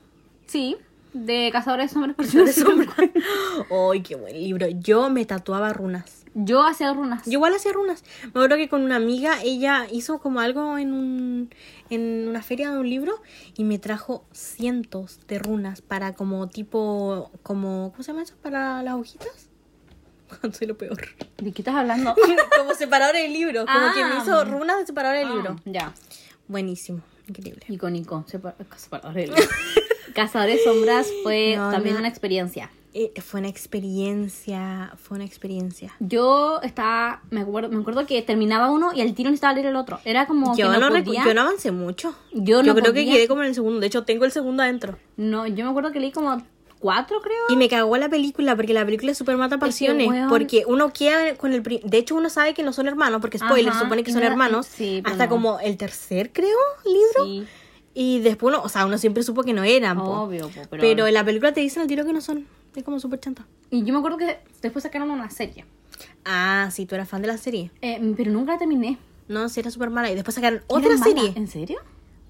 S1: Sí, de Cazadores de Hombres por
S2: De sombra. Ay, qué buen libro. Yo me tatuaba runas.
S1: Yo hacía runas.
S2: Yo igual hacía runas. Me acuerdo que con una amiga, ella hizo como algo en, un, en una feria de un libro y me trajo cientos de runas para como tipo, como, ¿cómo se llama eso? Para las hojitas. Soy lo peor.
S1: ¿De qué estás hablando?
S2: como separadores de libros. Como que me
S1: Ah.
S2: hizo runas de separadores de libro.
S1: Ah, ya.
S2: Buenísimo. Increíble.
S1: Icónico. Separ- Separadores. de libros. Cazadores de Sombras fue
S2: No,
S1: también
S2: no.
S1: una experiencia.
S2: Eh, fue una experiencia. Fue una experiencia.
S1: Yo estaba, me acuerdo, me acuerdo que terminaba uno y al tiro necesitaba leer el otro. Era como
S2: Yo
S1: que
S2: no,
S1: no,
S2: recu-
S1: podía.
S2: yo no avancé mucho.
S1: Yo no
S2: creo que
S1: podía.
S2: quedé como en el segundo. De hecho, tengo el segundo adentro.
S1: No, yo me acuerdo que leí como cuatro, creo.
S2: Y me cagó la película porque la película super mata pasiones.
S1: weón.
S2: Porque uno queda con el. pri- De hecho, uno sabe que no son hermanos, porque spoiler,
S1: Ajá,
S2: supone que
S1: y
S2: son
S1: no-
S2: hermanos.
S1: sí, pero
S2: hasta
S1: no.
S2: como el tercer, creo, libro.
S1: Sí,
S2: Y después uno, o sea, uno siempre supo que no eran. po.
S1: obvio, po, pero...
S2: pero... en la película te dicen al tiro que no son. Es como super chanta.
S1: Y yo me acuerdo que después sacaron una serie.
S2: Ah, sí, tú eras fan de la serie.
S1: Eh, pero nunca la terminé.
S2: No, sí, era super mala. Y después sacaron
S1: Era
S2: otra
S1: mala.
S2: serie.
S1: ¿En serio?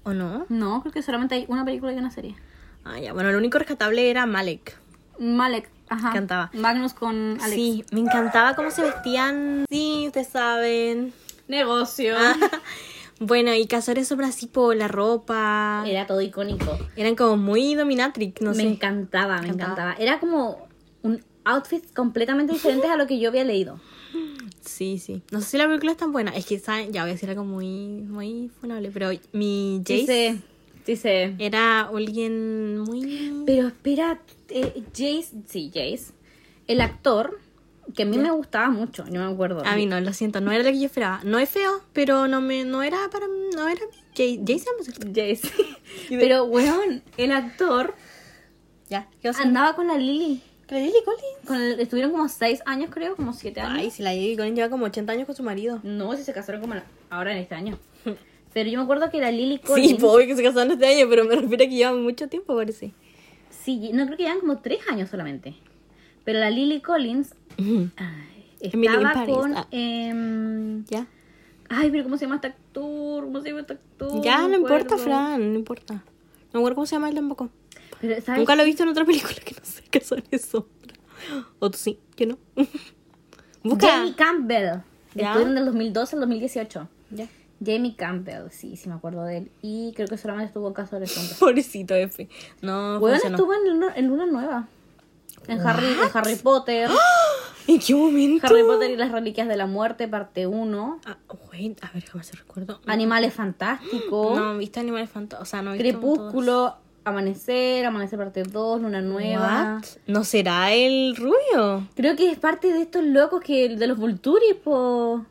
S2: ¿O no?
S1: No, creo que solamente hay una película y una serie.
S2: Ah, ya. Bueno, lo único rescatable era Malek.
S1: Malek, ajá.
S2: Cantaba.
S1: Magnus con Alex.
S2: Sí, me encantaba cómo se vestían. Sí, ustedes saben.
S3: Negocio.
S2: Bueno, y cazar sobre así por la ropa.
S1: Era todo icónico.
S2: Eran como muy dominatrix, no
S1: me
S2: sé.
S1: encantaba, me
S2: Encantaba.
S1: encantaba. Era como un outfit completamente diferente a lo que yo había leído.
S2: Sí, sí. No sé si la película es tan buena. Es que, ¿saben? Ya voy a decir algo muy, muy funable. Pero mi Jace
S1: Dice, dice.
S2: era alguien muy...
S1: Pero espera, eh, Jace, sí, Jace, el actor que a mí me gustaba mucho, no me acuerdo.
S2: A mí no, Ah, lo siento. No era lo que yo esperaba. No es feo, pero no me no era para... mí- No era mi Jace. Jace era muy cierto.
S1: Jace. Pero weón, el actor
S2: Ya. ¿Qué vas a
S1: andaba con la Lily.
S2: ¿La Lily Collins?
S1: Con el- estuvieron como seis años, creo, como siete años.
S2: Ay, si la Lily Collins lleva como 80 años con su marido.
S1: No, si se casaron como en- ahora en este año. Pero yo me acuerdo que la Lily
S2: Sí,
S1: Collins.
S2: pues, obvio que se casaron este año, pero me refiero a que llevan mucho tiempo, parece.
S1: sí, no creo que llevan como tres años solamente. Pero la Lily Collins ay,
S2: Emily in
S1: estaba
S2: Paris,
S1: con.
S2: ah.
S1: em,
S2: Ya.
S1: ay, pero ¿cómo se llama este actor? ¿Cómo se llama este actor?
S2: Ya, no
S1: me
S2: importa,
S1: acuerdo.
S2: Fran, no importa. No me acuerdo cómo se llama él tampoco.
S1: Pero, ¿sabes?
S2: Nunca lo he visto en otra película que no sé qué son eso. O tú sí, yo no. Busca.
S1: Jamie Campbell.
S2: Ya.
S1: Estuvieron del 2012 al 2018.
S2: Ya.
S1: Jamie Campbell, sí, sí me acuerdo de él. Y creo que solamente estuvo en Caso de Sombra.
S2: Pobrecito F. No,
S1: Weón
S2: funcionó.
S1: estuvo en, Luna- en Luna Nueva. En Harry, en Harry Potter.
S2: ¿En qué momento?
S1: Harry Potter y las Reliquias de la Muerte, parte 1.
S2: Ah, güey, a ver, jamás se recuerdo.
S1: Animales Fantásticos.
S2: No, he visto Animales Fantásticos. O sea, no he visto
S1: Crepúsculo. Amanecer, Amanecer parte 2, Luna
S2: todos.
S1: Nueva.
S2: What? ¿No será el rubio?
S1: Creo que es parte de estos locos que de los Vulturis, po.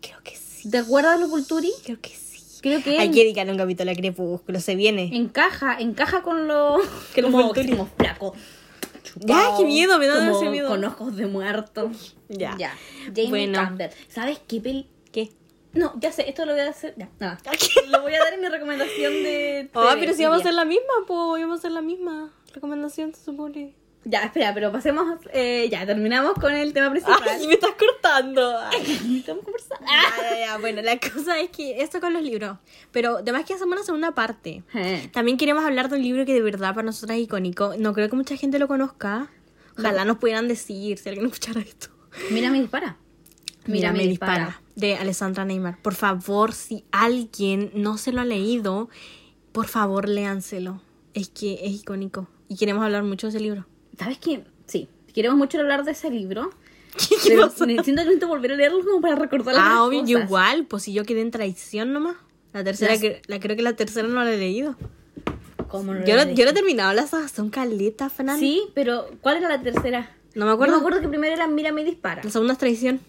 S2: Creo que sí.
S1: ¿Te acuerdas de los Vulturis?
S2: Creo que sí.
S1: Creo que
S2: Hay
S1: en-
S2: que dedicarle un capítulo a Crepúsculo, se viene.
S1: encaja, encaja con los
S2: Que los
S1: como,
S2: Vulturis.
S1: como flaco.
S2: Ya,
S1: chupado,
S2: qué miedo, me da
S1: como
S2: ese miedo.
S1: Con ojos de muerto.
S2: Ya.
S1: Ya. Jamie
S2: Bueno.
S1: Campbell. ¿Sabes qué peli?
S2: ¿Qué?
S1: No, ya sé, esto lo voy a hacer. Ya, nada.
S2: ¿A qué?
S1: Lo voy a dar en mi recomendación de.
S2: Ah,
S1: TV
S2: pero si vamos a
S1: hoy
S2: hacer la misma, pues vamos a hacer la misma recomendación, se supone.
S1: día. Ya, espera, pero pasemos. eh, ya, terminamos con el tema principal.
S2: Ay, Ah, me estás cortando. Ay.
S1: Estamos conversando.
S2: pues. Ya, ya, ya. Bueno, la cosa es que esto con los libros. Pero además que hacemos una segunda parte.
S1: Eh.
S2: También queremos hablar de un libro que de verdad para nosotras es icónico. No creo que mucha gente lo conozca. Ojalá nos pudieran decir si alguien escuchara esto.
S1: Mira, me dispara. Mira, me dispara.
S2: De Alessandra Neymar. Por favor, si alguien no se lo ha leído, por favor, léanselo. Es que es icónico. Y queremos hablar mucho de ese libro.
S1: ¿Sabes qué? Sí, queremos mucho hablar de ese libro.
S2: ¿Qué, qué
S1: Pero
S2: pasa?
S1: necesito, necesito volver a leerlo como para recordar las
S2: Ah, obvio,
S1: cosas.
S2: yo igual, pues si yo quedé en traición nomás. La tercera,
S1: Las-
S2: que- la creo que la tercera no la he leído.
S1: Como no
S2: Yo,
S1: lo
S2: no-
S1: leí.
S2: yo no he terminado las sagas, son caletas, Fran.
S1: Sí, pero ¿cuál era la tercera?
S2: No me
S1: Yo
S2: acuerdo.
S1: me acuerdo que primero era Mira, me dispara.
S2: La segunda es traición.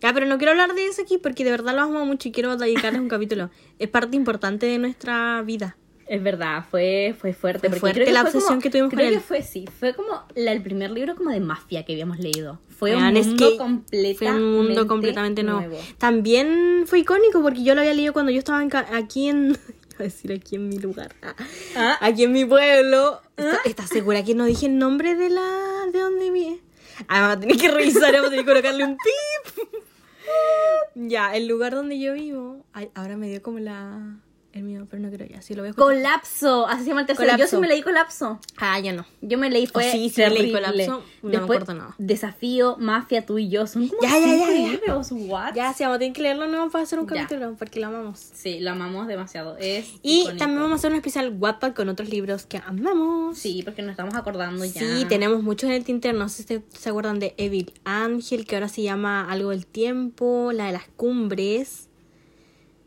S2: Ya, pero no quiero hablar de eso aquí porque de verdad lo amo mucho y quiero dedicarles un capítulo. Es parte importante de nuestra vida.
S1: Es verdad, fue, fue fuerte.
S2: Fue
S1: porque
S2: fuerte
S1: creo que
S2: la
S1: fue
S2: obsesión
S1: como-
S2: que tuvimos con
S1: creo
S2: él.
S1: que fue, sí. Fue como la- el primer libro como de mafia que habíamos leído. Fue
S2: Weón,
S1: un
S2: es
S1: mundo
S2: que
S1: completamente
S2: Fue un mundo completamente nuevo. También fue icónico porque yo lo había leído cuando yo estaba en ca- aquí en. Iba a decir aquí en mi lugar. Ah,
S1: Ah.
S2: Aquí en mi pueblo. ¿Está- ¿Estás segura que no dije el nombre de la. de dónde vi? Ah, vamos a tener que revisar, vamos a tener que colocarle un pip. ya, el lugar donde yo vivo. Ay, ahora me dio como la. el mío, pero no creo ya. Si lo voy a escuchar.
S1: Colapso, así se llama el tercero. Yo
S2: Colapso.
S1: sí me leí Colapso.
S2: Ah, ya no.
S1: Yo me leí fue
S2: Oh, sí, sí,
S1: terrible.
S2: leí Colapso, no me
S1: Después,
S2: acuerdo nada.
S1: Desafío, Mafia, tú y yo. Son como
S2: Ya, ya,
S1: cinco
S2: ya, ya.
S1: libros, what?
S2: Ya, sí, vamos a tener que leerlo, no vamos a hacer un
S1: Ya.
S2: capítulo porque lo amamos.
S1: Sí, lo amamos demasiado. Es
S2: Y
S1: icónico.
S2: también vamos a hacer un especial Wattpad con otros libros que amamos.
S1: Sí, porque nos estamos acordando ya.
S2: Sí, tenemos muchos en el tintero. No sé si te- se acuerdan de Evil Ángel, que ahora se llama Algo del Tiempo, la de las cumbres.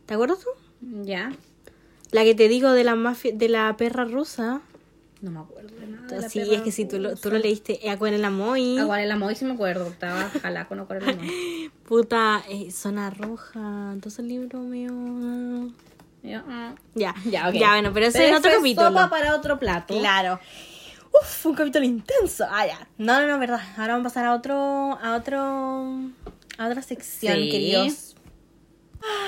S2: ¿Te acuerdas tú?
S1: Ya.
S2: La que te digo de la mafia, de la perra rusa.
S1: No me acuerdo de nada. Ah,
S2: Sí, es que si tú lo, tú lo leíste, eh, Acuérdate en la Moy,
S1: Aguarela Moy sí me acuerdo. Estaba jalá con Aguarela Moy.
S2: puta, eh, Zona Roja, entonces el libro mío.
S1: Ya, ah.
S2: Ya,
S1: Ya, ok.
S2: bueno, pero eso es en
S1: eso
S2: otro
S1: es
S2: capítulo.
S1: sopa para otro plato.
S2: Claro. Uf, un capítulo intenso. Ah, ya. No, no, no, verdad. Ahora vamos a pasar a otro, a otro, a otra sección,
S1: Sí.
S2: queridos.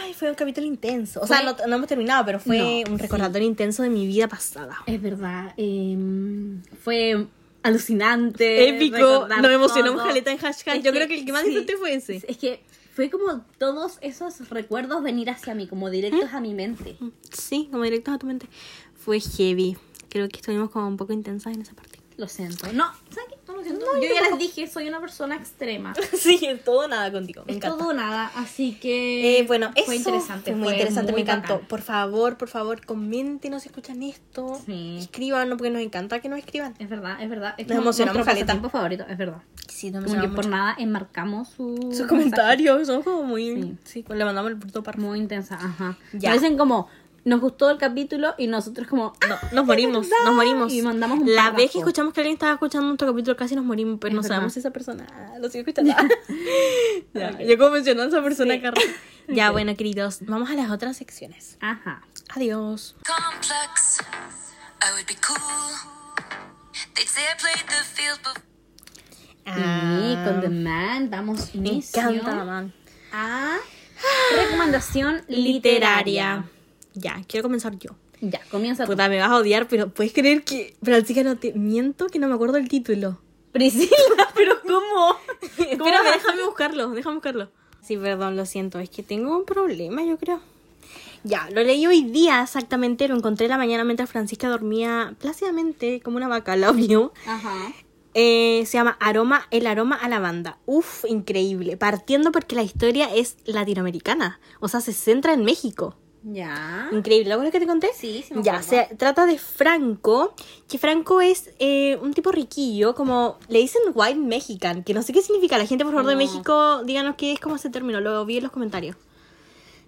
S2: Ay, fue un capítulo intenso. O sea,
S1: Fue-
S2: no, no hemos terminado, pero fue
S1: No,
S2: un recordatorio intenso de mi vida pasada.
S1: Es verdad. em, fue alucinante.
S2: Eh, Épico.
S1: recordar
S2: Nos emocionamos
S1: todo.
S2: caleta en hashtag.
S1: Es
S2: Yo creo que el que más
S1: sí,
S2: disfruté fue ese.
S1: Es que fue como todos esos recuerdos venir hacia mí, como directos a mi mente.
S2: Mm. Sí, como directos a tu mente. Fue heavy. Creo que estuvimos como un poco intensas en esa parte.
S1: Lo siento. No, ¿sabes qué? No lo siento. yo, ya les dije, soy una persona extrema.
S2: Sí, es todo o nada contigo. Me
S1: es
S2: encanta.
S1: todo o nada, así que.
S2: Eh, bueno, eso
S1: fue interesante.
S2: fue muy
S1: fue
S2: interesante,
S1: muy
S2: me encantó.
S1: bacán.
S2: Por favor, por favor, comenten si escuchan esto.
S1: Sí.
S2: Escriban, no, porque nos encanta que nos escriban.
S1: Es verdad, es verdad. Es
S2: Nos
S1: como
S2: emocionamos,
S1: nuestro
S2: caleta.
S1: pasatiempo favorito, es verdad.
S2: Sí, no
S1: Como que por nada enmarcamos su.
S2: Sus
S1: mensaje.
S2: comentarios son como muy. Sí, pues le mandamos el puto par.
S1: Muy intensa, ajá.
S2: Ya.
S1: Nos dicen como, nos gustó el capítulo y nosotros como, no.
S2: Nos morimos, nos morimos.
S1: Y mandamos un
S2: La
S1: párrafo.
S2: vez que escuchamos que alguien estaba escuchando nuestro capítulo casi nos morimos, pero
S1: Es
S2: no
S1: verdad.
S2: sabemos si esa persona ah, lo sigue escuchando. ya, Yo como mencionando a esa persona, que Ya, bueno, queridos, vamos a las otras secciones.
S1: Ajá.
S2: Adiós.
S4: complex. I would be cool. They'd say I played the field before.
S1: y con The Man damos
S2: Ah. me
S1: Ah, inicio
S2: encanta, man.
S1: a recomendación literaria.
S2: literaria. Ya, quiero comenzar yo.
S1: Ya, comienza tú.
S2: Puta, me vas a odiar, pero puedes creer que. Pero al chica no te miento que no me acuerdo el título.
S1: Priscila, pero ¿cómo?
S2: Espérame, déjame buscarlo, déjame buscarlo. Sí, perdón, lo siento, es que tengo un problema, yo creo. Ya, lo leí hoy día exactamente, lo encontré la mañana mientras Francisca dormía plácidamente como una vaca, la vio.
S1: Ajá.
S2: Eh, se llama Aroma, el aroma a lavanda. Uf, increíble. Partiendo porque la historia es latinoamericana, o sea, se centra en México.
S1: Ya.
S2: Increíble, ¿la acuerdas que te conté?
S1: Ah. Sí, sí me
S2: Ya,
S1: acuerdo.
S2: se trata de Franco, que Franco es eh, un tipo riquillo, como le dicen white Mexican, que no sé qué significa. La gente, por favor, de
S1: No.
S2: México, díganos qué es como ese término, lo vi en los comentarios.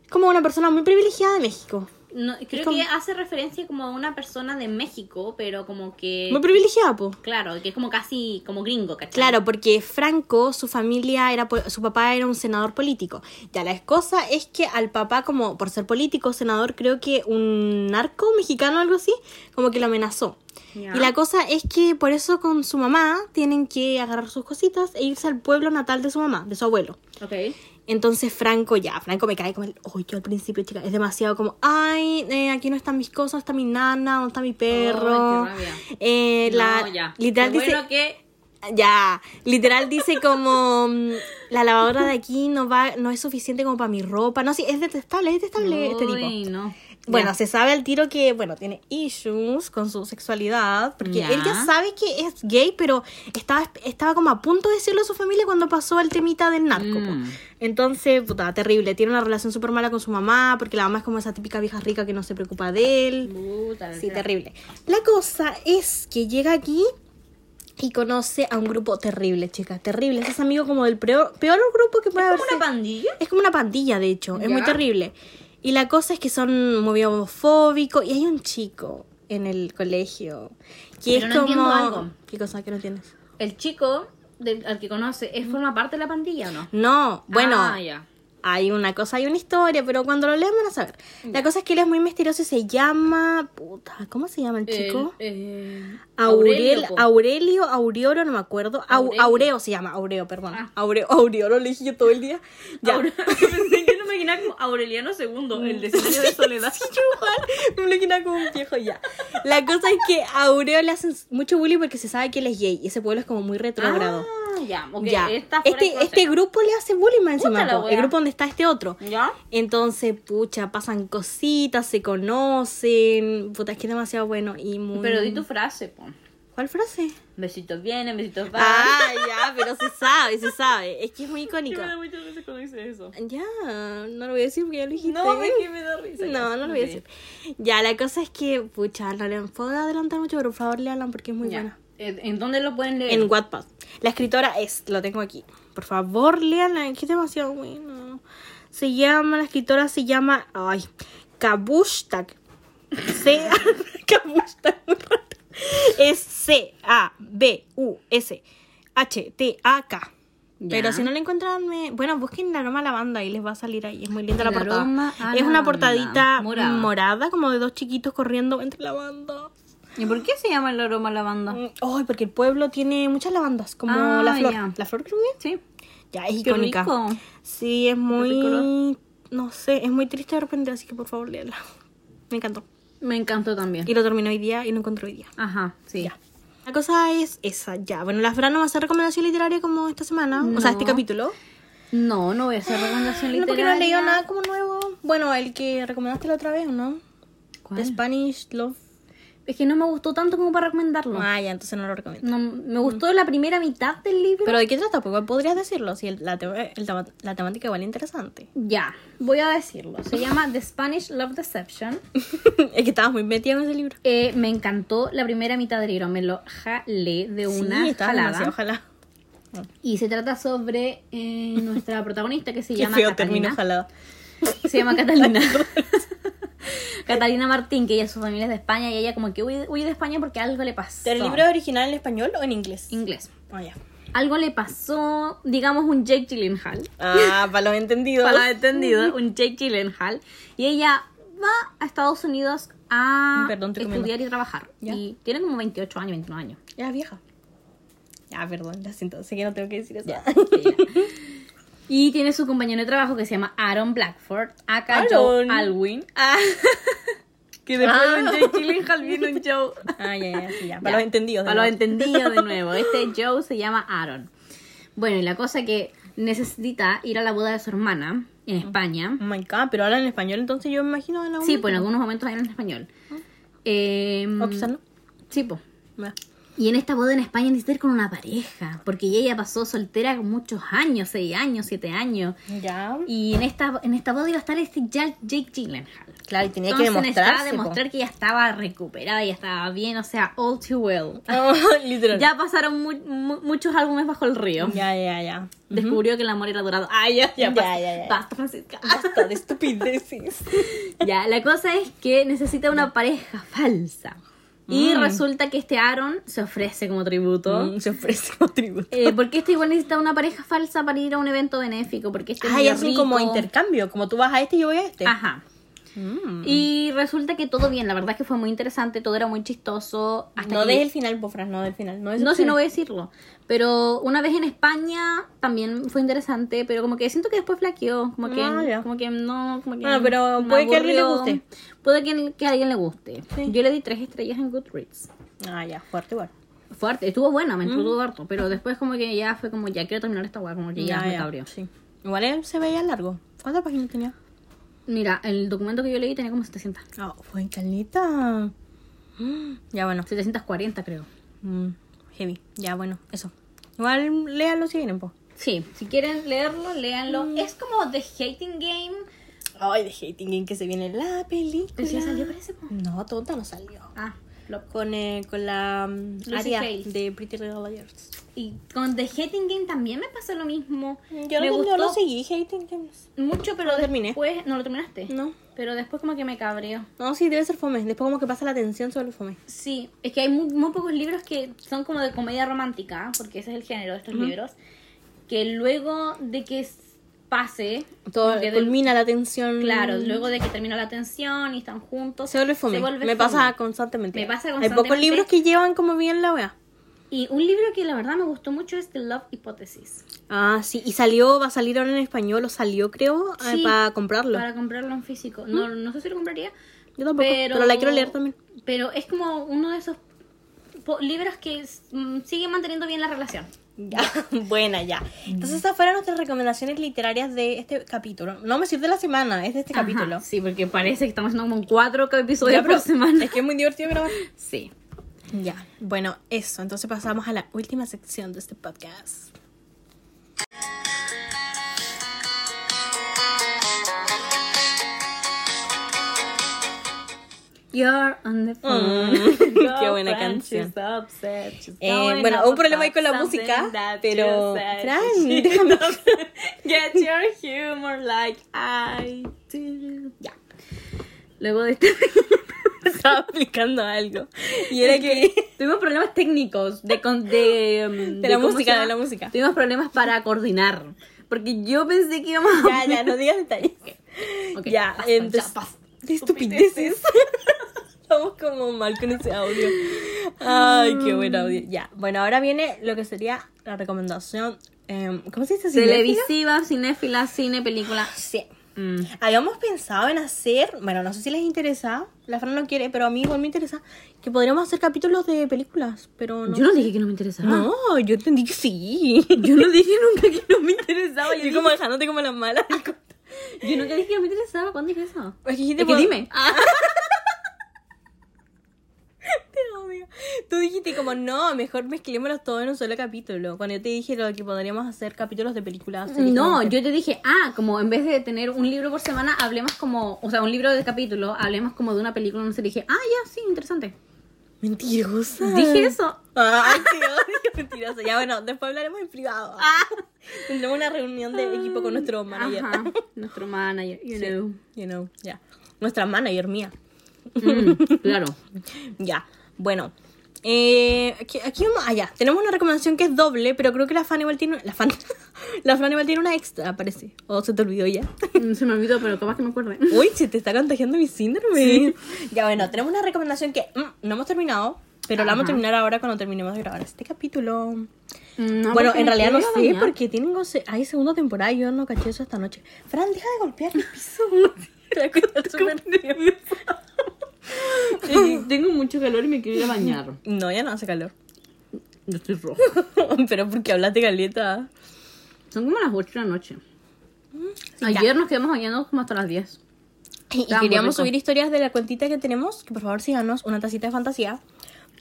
S2: Como una persona muy privilegiada de México.
S1: No, creo
S2: como-
S1: que hace referencia como a una persona de México, pero como que...
S2: Muy privilegiada, po.
S1: Claro, que es como casi como gringo, ¿cachai?
S2: Claro, porque Franco, su familia era po- su papá era un senador político. Ya la cosa es que al papá como por ser político, senador, creo que un narco mexicano algo así, como que lo amenazó.
S1: Ya.
S2: Y la cosa es que por eso con su mamá tienen que agarrar sus cositas e irse al pueblo natal de su mamá, de su abuelo.
S1: Ok.
S2: Entonces Franco ya, Franco me cae como el ojo yo al principio, chica, es demasiado como, ay, eh, aquí no están mis cosas, no está mi nana, no está mi perro.
S1: Ay, qué rabia.
S2: Eh, la
S1: No, ya.
S2: literal
S1: Qué
S2: dice
S1: bueno que
S2: ya, literal dice como mm, la lavadora de aquí no va, no es suficiente como para mi ropa. No, sí, es detestable, es detestable este
S1: Uy,
S2: tipo.
S1: no.
S2: Bueno,
S1: Ya.
S2: se sabe al tiro que, bueno, tiene issues con su sexualidad, porque
S1: Ya.
S2: él ya sabe que es gay, pero estaba, estaba como a punto de decirlo a su familia cuando pasó el temita del narco. po.
S1: Mm.
S2: Entonces, puta, terrible. Tiene una relación súper mala con su mamá, porque la mamá es como esa típica vieja rica que no se preocupa de él.
S1: Puta,
S2: Sí,
S1: ya.
S2: terrible. La cosa es que llega aquí y conoce a un grupo terrible, chica, terrible. Es ese amigo como del peor, peor grupo que puede haber.
S1: ¿Como una pandilla?
S2: Es como una pandilla, de hecho. Es muy
S1: Ya.
S2: terrible. Y la cosa es que son muy homofóbicos. Y hay un chico en el colegio
S1: Pero
S2: que es
S1: no
S2: como.
S1: entiendo algo.
S2: ¿Qué cosa que no tienes?
S1: El chico del- al que conoce, ¿es forma parte de la pandilla o no?
S2: No, bueno.
S1: Ah, ya.
S2: hay una cosa, hay una historia, pero cuando lo lean van a saber. La cosa es que él es muy misterioso y se llama. Puta, ¿cómo se llama el
S1: Eh,
S2: chico? Aurel,
S1: Aurelio, po.
S2: Aurelio, Aureolo, no me acuerdo. Au-
S1: Aurelio. Ah.
S2: Aureo se llama, Aureo, perdón. Aureo, Aureolo le dije yo todo el día. Ya.
S1: Pensé que lo imaginaba como Aureliano II, el diccionario de soledad.
S2: Me imaginaba como un viejo ya. La cosa es que a Aureo le hacen mucho bullying porque se sabe que él es gay y ese pueblo es como muy retrógrado.
S1: Ah, ya, ok.
S2: ya.
S1: Está fuera de
S2: Este, este
S1: contexto.
S2: grupo le hace bullying más encima,
S1: Puta la
S2: po,
S1: wea. Mm.
S2: el grupo donde está este otro.
S1: ¿Ya?
S2: Entonces, pucha, pasan cositas, se conocen. Puta, es que es demasiado bueno y muy.
S1: Pero di tu frase, po.
S2: ¿Cuál frase?
S1: Besitos vienen, besitos van.
S2: Ah, ya, pero se sabe, se sabe. Es que es muy icónico.
S3: Me da muchas veces cuando dice eso.
S2: Ya, no lo voy a decir porque ya lo dijiste.
S3: No, es que me da risa.
S2: No, no lo voy a decir. Ya, la cosa es que, pucha, no le puedo adelantar mucho, pero por favor leanla porque es muy
S1: Ya.
S2: buena.
S1: ¿En en dónde lo pueden leer?
S2: En Wattpad. La escritora es, lo tengo aquí. Por favor, leanla, que es demasiado bueno. Se llama, la escritora se llama, ay, Kabushtak. C, Kabushtak. muy raro. Es C-A-B-U-S-H-T-A-K.
S1: Ya.
S2: Pero si no la encuentran, me... bueno, busquen la aroma a lavanda y les va a salir ahí. Es muy linda la
S1: El
S2: portada.
S1: aroma a
S2: es una
S1: lavanda.
S2: portadita morada.
S1: Morada.
S2: como de dos chiquitos corriendo entre lavandas.
S1: ¿Y por qué se llama el aroma lavanda?
S2: Mm, Ay, porque el pueblo tiene muchas lavandas, como
S1: Ah,
S2: la flor.
S1: ya.
S2: La flor creo que es.
S1: Sí.
S2: Ya, es
S1: Qué
S2: icónica.
S1: rico.
S2: Sí, es
S1: rico
S2: muy... No sé, es muy triste de repente, así que por favor léala. Me encantó.
S1: Me encantó también.
S2: Y lo terminé hoy día y lo encontré hoy día.
S1: Ajá, sí.
S2: La cosa es esa, ya. Bueno, las Fran no va a hacer recomendación literaria como esta semana. O sea,
S1: No.
S2: este capítulo.
S1: No, no voy a hacer recomendación
S2: No, porque
S1: literaria.
S2: no he leído nada como nuevo. Bueno, el que recomendaste la otra vez, ¿o ¿no?
S1: ¿Cuál?
S2: The Spanish Love.
S1: Es que no me gustó tanto como para recomendarlo.
S2: Ah, ya, entonces no lo recomiendo.
S1: No, me gustó la primera mitad del libro.
S2: Pero ¿de qué trata? Porque podrías decirlo, si el- la, te- el tema- la temática igual es interesante.
S1: Ya, voy a decirlo. Se llama The Spanish Love Deception.
S2: es que estabas muy metida en ese libro.
S1: Eh, me encantó la primera mitad del libro. Me lo jalé de una
S2: sí, estabas demasiado
S1: jalada.
S2: ojalá.
S1: Y se trata sobre eh, nuestra protagonista que se
S2: Qué
S1: llama
S2: feo
S1: Catalina.
S2: término jalada.
S1: Se llama Catalina. Catalina Martín, que ella su familia es de España y ella como que huye, huye de España porque algo le pasó.
S2: ¿Pero el libro es original en español o en inglés?
S1: Inglés.
S2: Ah, ya.
S1: Algo le pasó, digamos, un Jake Gyllenhaal.
S2: Ah, para los entendidos.
S1: Para entendido, un Jake Gyllenhaal. Y ella va a Estados Unidos a
S2: Perdón, te comiendo.
S1: estudiar y trabajar.
S2: Ya.
S1: Y tiene como 28 años, 29 años.
S2: Ya, vieja. Ya, perdón, la siento. Sé que no tengo que decir eso.
S1: Y tiene su compañero de trabajo que se llama Aaron Blackford, acá
S2: Aaron.
S1: Joe Alwin. que después
S2: Ah.
S1: de un Jake Gyllenhaal viene un Joe.
S2: Ah, ya, ya, sí, ya.
S1: Ya,
S2: Para los entendidos. de
S1: Para los
S2: nuevo.
S1: entendidos de nuevo. Este Joe se llama Aaron. Bueno, y la cosa que necesita ir a la boda de su hermana en España.
S2: Oh my god, pero hablan en español, entonces yo me imagino en algún
S1: Sí, pues en algunos momentos hablan en español.
S2: Mm.
S1: Eh,
S2: O quizás no.
S1: sí, pues.
S2: Ya.
S1: Y en esta boda en España necesita ir con una pareja, porque ella pasó soltera muchos años, 6 años, 7 años.
S2: Ya.
S1: Y en esta, en esta boda iba a estar este Jack- Jake Gyllenhaal.
S2: Claro, y tenía
S1: Entonces
S2: que
S1: necesitaba
S2: demostrarse. po.
S1: demostrar que ella estaba recuperada, ella estaba bien, o sea, all too well.
S2: Oh, literal.
S1: Ya pasaron mu- mu- muchos álbumes bajo el río.
S2: ya, ya, ya.
S1: Descubrió que el amor era dorado. Ay, ya, ya,
S2: Ya,
S1: basta,
S2: ya, ya.
S1: basta, Francisca.
S2: Basta de estupideces.
S1: ya, la cosa es que necesita una pareja falsa. Y resulta que este Aaron se ofrece como tributo.
S2: Mm, se ofrece como tributo.
S1: Eh, porque este igual necesita una pareja falsa para ir a un evento benéfico. Porque este es
S2: Ah, y
S1: medio
S2: hacen como
S1: rico.
S2: intercambio. Como tú vas a este y yo voy a este. Mm.
S1: Ajá. Y resulta que todo bien, la verdad es que fue muy interesante, todo era muy chistoso. Hasta
S2: no
S1: que-
S2: des el final, Pofras, no del final. No, des el
S1: No, si
S2: final.
S1: no voy a decirlo. Pero una vez en España también fue interesante, pero como que siento que después flaqueó. Como que,
S2: Ah, ya.
S1: como que no. Como que
S2: Bueno, pero
S1: me
S2: puede que a alguien le
S1: aburrió.
S2: guste.
S1: Puede que, que a alguien le guste. Yo le di tres estrellas en Goodreads.
S2: Ah, ya, fuerte igual.
S1: Fuerte, estuvo buena, me
S2: Mm.
S1: entretuvo harto. Pero después, como que ya fue como ya quiero terminar esta weá, como que ya, me cabrió.
S2: Sí. Igual él se veía largo. ¿Cuántas páginas tenía?
S1: Mira, el documento que yo leí tenía como 700,
S2: Ah, fue calita. Mm, Ya, bueno.
S1: 740, creo.
S2: Mm, heavy. Ya, bueno, eso. Igual léalo si vienen, po.
S1: Sí, si quieren leerlo, léanlo.
S2: Mm.
S1: Es como The Hating Game.
S2: Ay, de Hating Game que se viene la película.
S1: Pero si ya salió, parece. po.
S2: No, tonta no salió.
S1: Ah, lo-
S2: Con, eh, con la mm,
S1: Lucy
S2: Aria
S1: Hale.
S2: de Pretty Little Liars.
S1: Y con The Hating Game también me pasó lo mismo.
S2: Yo
S1: me
S2: no,
S1: gustó
S2: no seguí Hating Games.
S1: mucho, pero
S2: No lo terminé.
S1: después no lo terminaste.
S2: No.
S1: Pero después como que me cabreó.
S2: No, sí, debe ser fome. Después como que pasa la atención sobre el fome.
S1: Sí, es que hay muy, muy pocos libros que son como de comedia romántica, porque ese es el género de estos libros, que luego de que s- pase.
S2: Todo,
S1: como que del-
S2: culmina la tensión.
S1: Claro, luego de que termina la tensión y están juntos.
S2: Mm. Se vuelve fome. me
S1: fome.
S2: pasa constantemente.
S1: Me pasa
S2: Hay pocos
S1: constantemente.
S2: libros que llevan como bien la wea.
S1: Y un libro que la verdad me gustó mucho es The Love Hypothesis.
S2: Ah, sí. Y salió, va a salir ahora en español, o salió, creo, eh,
S1: Sí,
S2: para comprarlo.
S1: Para comprarlo en físico. No,
S2: Mm.
S1: no sé si lo compraría.
S2: Yo tampoco, pero... la quiero leer también.
S1: Pero es como uno de esos po- libros que s- mm, sigue manteniendo bien la relación.
S2: Ya, buena, ya. Entonces, esas fueron nuestras recomendaciones literarias de este capítulo. No me sirve de la semana, es de este capítulo.
S1: Ajá, sí, porque parece que estamos haciendo como cuatro episodios
S2: Ya, pero
S1: por semana.
S2: Es que es muy divertido grabar.
S1: Sí.
S2: Ya. Bueno, eso. Entonces pasamos a la última sección de este podcast.
S1: You're on the phone.
S2: Mm, Qué buena
S3: Fran,
S2: canción.
S3: she's upset, she's
S2: Eh,
S3: going
S2: bueno,
S3: out
S2: un problema ahí con la
S3: about
S2: música,
S3: something that
S2: pero...
S3: you said.
S2: Fran, déjame...
S3: Get your humor like I do.
S1: Luego de este.
S2: Estaba aplicando algo. Y era que...
S1: Tuvimos problemas técnicos de, con- de, um,
S2: De la
S1: cómo se
S2: música,
S1: llama.
S2: de la música.
S1: Tuvimos problemas para coordinar. Porque yo pensé que íbamos a-
S2: Ya, ya, no digas detalles.
S1: Ok,
S2: ya,
S1: basta,
S2: entonces-
S1: ya, basta.
S2: De estupideces. Estamos como mal con ese audio. Ay, qué buen audio. Ya, bueno, ahora viene lo que sería la recomendación... em, ¿Cómo se dice? ¿Cinéfila?
S1: Televisiva, cinéfila, cine, película.
S2: Sí.
S1: Mm.
S2: Habíamos pensado en hacer, bueno, no sé si les interesa, la Fran no quiere, pero a mí igual me interesa, que podríamos hacer capítulos de películas, pero no. Ah.
S1: Yo no dije que no me interesaba.
S2: No, yo entendí que sí.
S1: Yo no dije nunca que no me interesaba.
S2: Yo como dejándote como las malas. Es
S1: Yo nunca dije que no me interesaba. ¿Cuándo dije eso?
S2: que, dijiste,
S1: Es que
S2: "Pod-
S1: dime.
S2: Ah,
S1: Ah,
S2: Te odio. Tú dijiste como, no, mejor mezclémoslos todos en un solo capítulo. Cuando yo te dije lo que podríamos hacer capítulos de películas. series,
S1: No,
S2: como-
S1: yo te dije, ah, como en vez de tener un libro por semana, hablemos como, o sea, un libro de capítulo, hablemos como de una película, no sé, dije, ah, ya, sí, interesante.
S2: Mentirosa.
S1: Mm. Dije eso.
S2: Ay, te odio, mentirosa. Ya bueno, después hablaremos en privado. Tendremos una reunión de equipo con nuestro manager.
S1: Ajá, nuestro manager, you know.
S2: You know, ya. Nuestra manager mía.
S1: Mm, claro.
S2: Ya, bueno. Eh, aquí, aquí vamos. Ah, ya. Tenemos una recomendación que es doble, pero creo que la fan igual tiene. La fan. La fan igual tiene una extra, parece. O se te olvidó ya.
S1: Mm, Se me olvidó, pero capaz que me acuerde.
S2: Uy, se te está contagiando mi síndrome. Ya, bueno, tenemos una recomendación que mm, no hemos terminado, pero la vamos a terminar ahora cuando terminemos de grabar este capítulo.
S1: Mm, no,
S2: bueno,
S1: porque
S2: en
S1: me
S2: realidad no
S1: quiero
S2: sé,
S1: bañar.
S2: porque tienen, goce- hay segunda temporada y yo no caché eso esta noche. Fran, deja de golpear el piso. Te voy a contar súper
S1: Eh, Tengo mucho calor y me quiero ir a bañar.
S2: No, ya no hace calor.
S1: Yo estoy roja.
S2: Pero porque hablaste ah. caleta.
S1: Son como las 8 de la noche. Ayer nos quedamos bañando como hasta las 10.
S2: Y, y
S1: Está muy
S2: queríamos
S1: rico.
S2: subir historias de la cuentita que tenemos, que por favor síganos, una tacita de fantasía.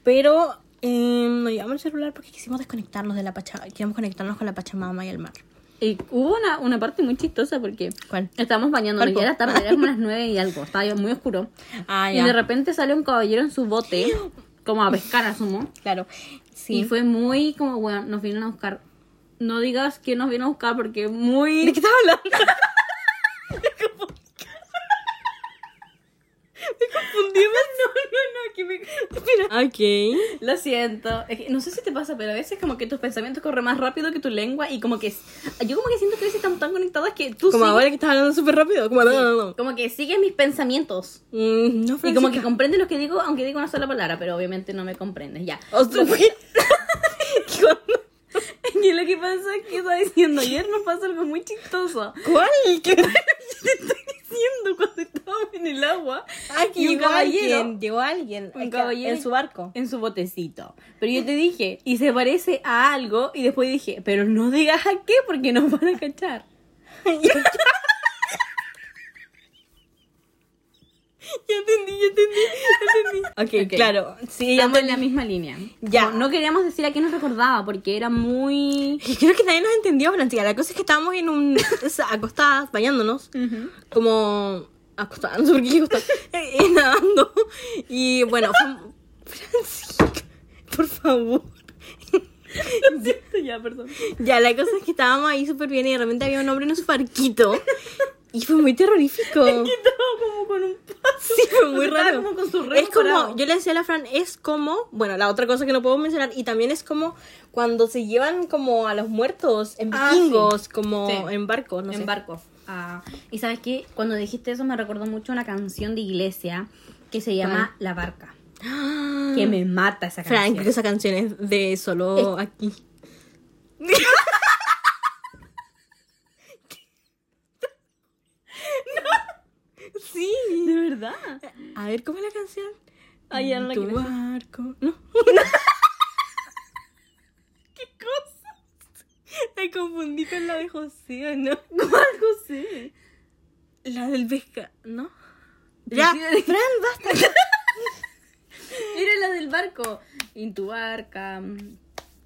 S2: Pero eh, nos llevamos el celular porque quisimos desconectarnos de la Pachamama, queríamos conectarnos con la Pachamama y el mar.
S1: Y hubo una, una parte muy chistosa porque
S2: ¿Cuál?
S1: estábamos bañándonos
S2: ¿Cuál
S1: y era tarde, era como las 9 y algo, estaba ya muy oscuro.
S2: Ah,
S1: Y de repente sale un caballero en su bote, como a pescar, asumo.
S2: Claro. Sí.
S1: Y fue muy como, bueno, nos vienen a buscar. No digas que nos vienen a buscar porque
S2: ¿De
S1: muy...
S2: qué estás hablando? Me confundí. Me confundí. No, no, no, que me... Espera. Ok.
S1: Lo siento. Es que no sé si te pasa, pero a veces como que tus pensamientos corren más rápido que tu lengua y como que... Yo como que siento que a veces estamos tan conectadas que tú
S2: Como
S1: sigues-
S2: ahora que estás hablando súper rápido. Como... No, no, no.
S1: como que sigues mis pensamientos.
S2: Mm, no,
S1: Y como que
S2: Francisca.
S1: comprende lo que digo, aunque digo una sola palabra, pero obviamente no me comprendes, ya.
S2: O sea, fue- ¿Cuándo?
S1: Y lo que pasa es que estaba diciendo, ayer nos pasó algo muy chistoso.
S2: ¿Cuál? ¿Qué?
S1: Te estoy diciendo cuando estábamos en el agua.
S2: Ah, que
S1: y un
S2: llegó
S1: caballero-
S2: alguien, llegó alguien
S1: Un
S2: acá,
S1: caballero-
S2: en su barco.
S1: En su botecito. Pero yo te dije, y se parece a algo, y después dije, pero no digas a qué porque nos van a cachar.
S2: ya entendí, ya entendí, ya entendí. Ok,
S1: Ok.
S2: claro. Sí, ya
S1: Estamos en
S2: entendí.
S1: la misma línea.
S2: Ya.
S1: Como no queríamos decir a qué nos recordaba porque era muy.
S2: Creo que nadie nos entendió, Francia. La cosa es que estábamos en un. o sea, acostadas, bañándonos. Como. Acostadas, no sé por qué dije acostadas. Eh, eh, nadando. Y bueno, fue- Francisca, por favor.
S1: ya, perdón.
S2: Ya, la cosa es que estábamos ahí súper bien y de repente había un hombre en su barquito. Y fue muy terrorífico.
S1: Estaba como con un paso.
S2: Sí, fue muy
S1: Estaba
S2: raro.
S1: como con su re
S2: es como,
S1: mejorado.
S2: yo le decía a la Fran, es como, bueno, la otra cosa que no puedo mencionar, y también es como cuando se llevan como a los muertos en
S1: Ah,
S2: vikingos, como
S1: Sí.
S2: en barcos, no sé.
S1: en barco. Ah, y sabes que cuando dijiste eso me recordó mucho una canción de iglesia que se llama La Barca. Que me mata esa
S2: Fran,
S1: canción.
S2: creo que esa canción es de solo aquí. Sí.
S1: de verdad.
S2: A ver, ¿cómo es la canción?
S1: Ay, ya no la
S2: tu
S1: quiero
S2: barco. No. ¿Qué cosa? Me confundí con la de José, ¿o ¿no?
S1: Algo sí.
S2: La del pesca, ¿no? Ya, Fran, basta.
S1: Era la del barco. En tu barca.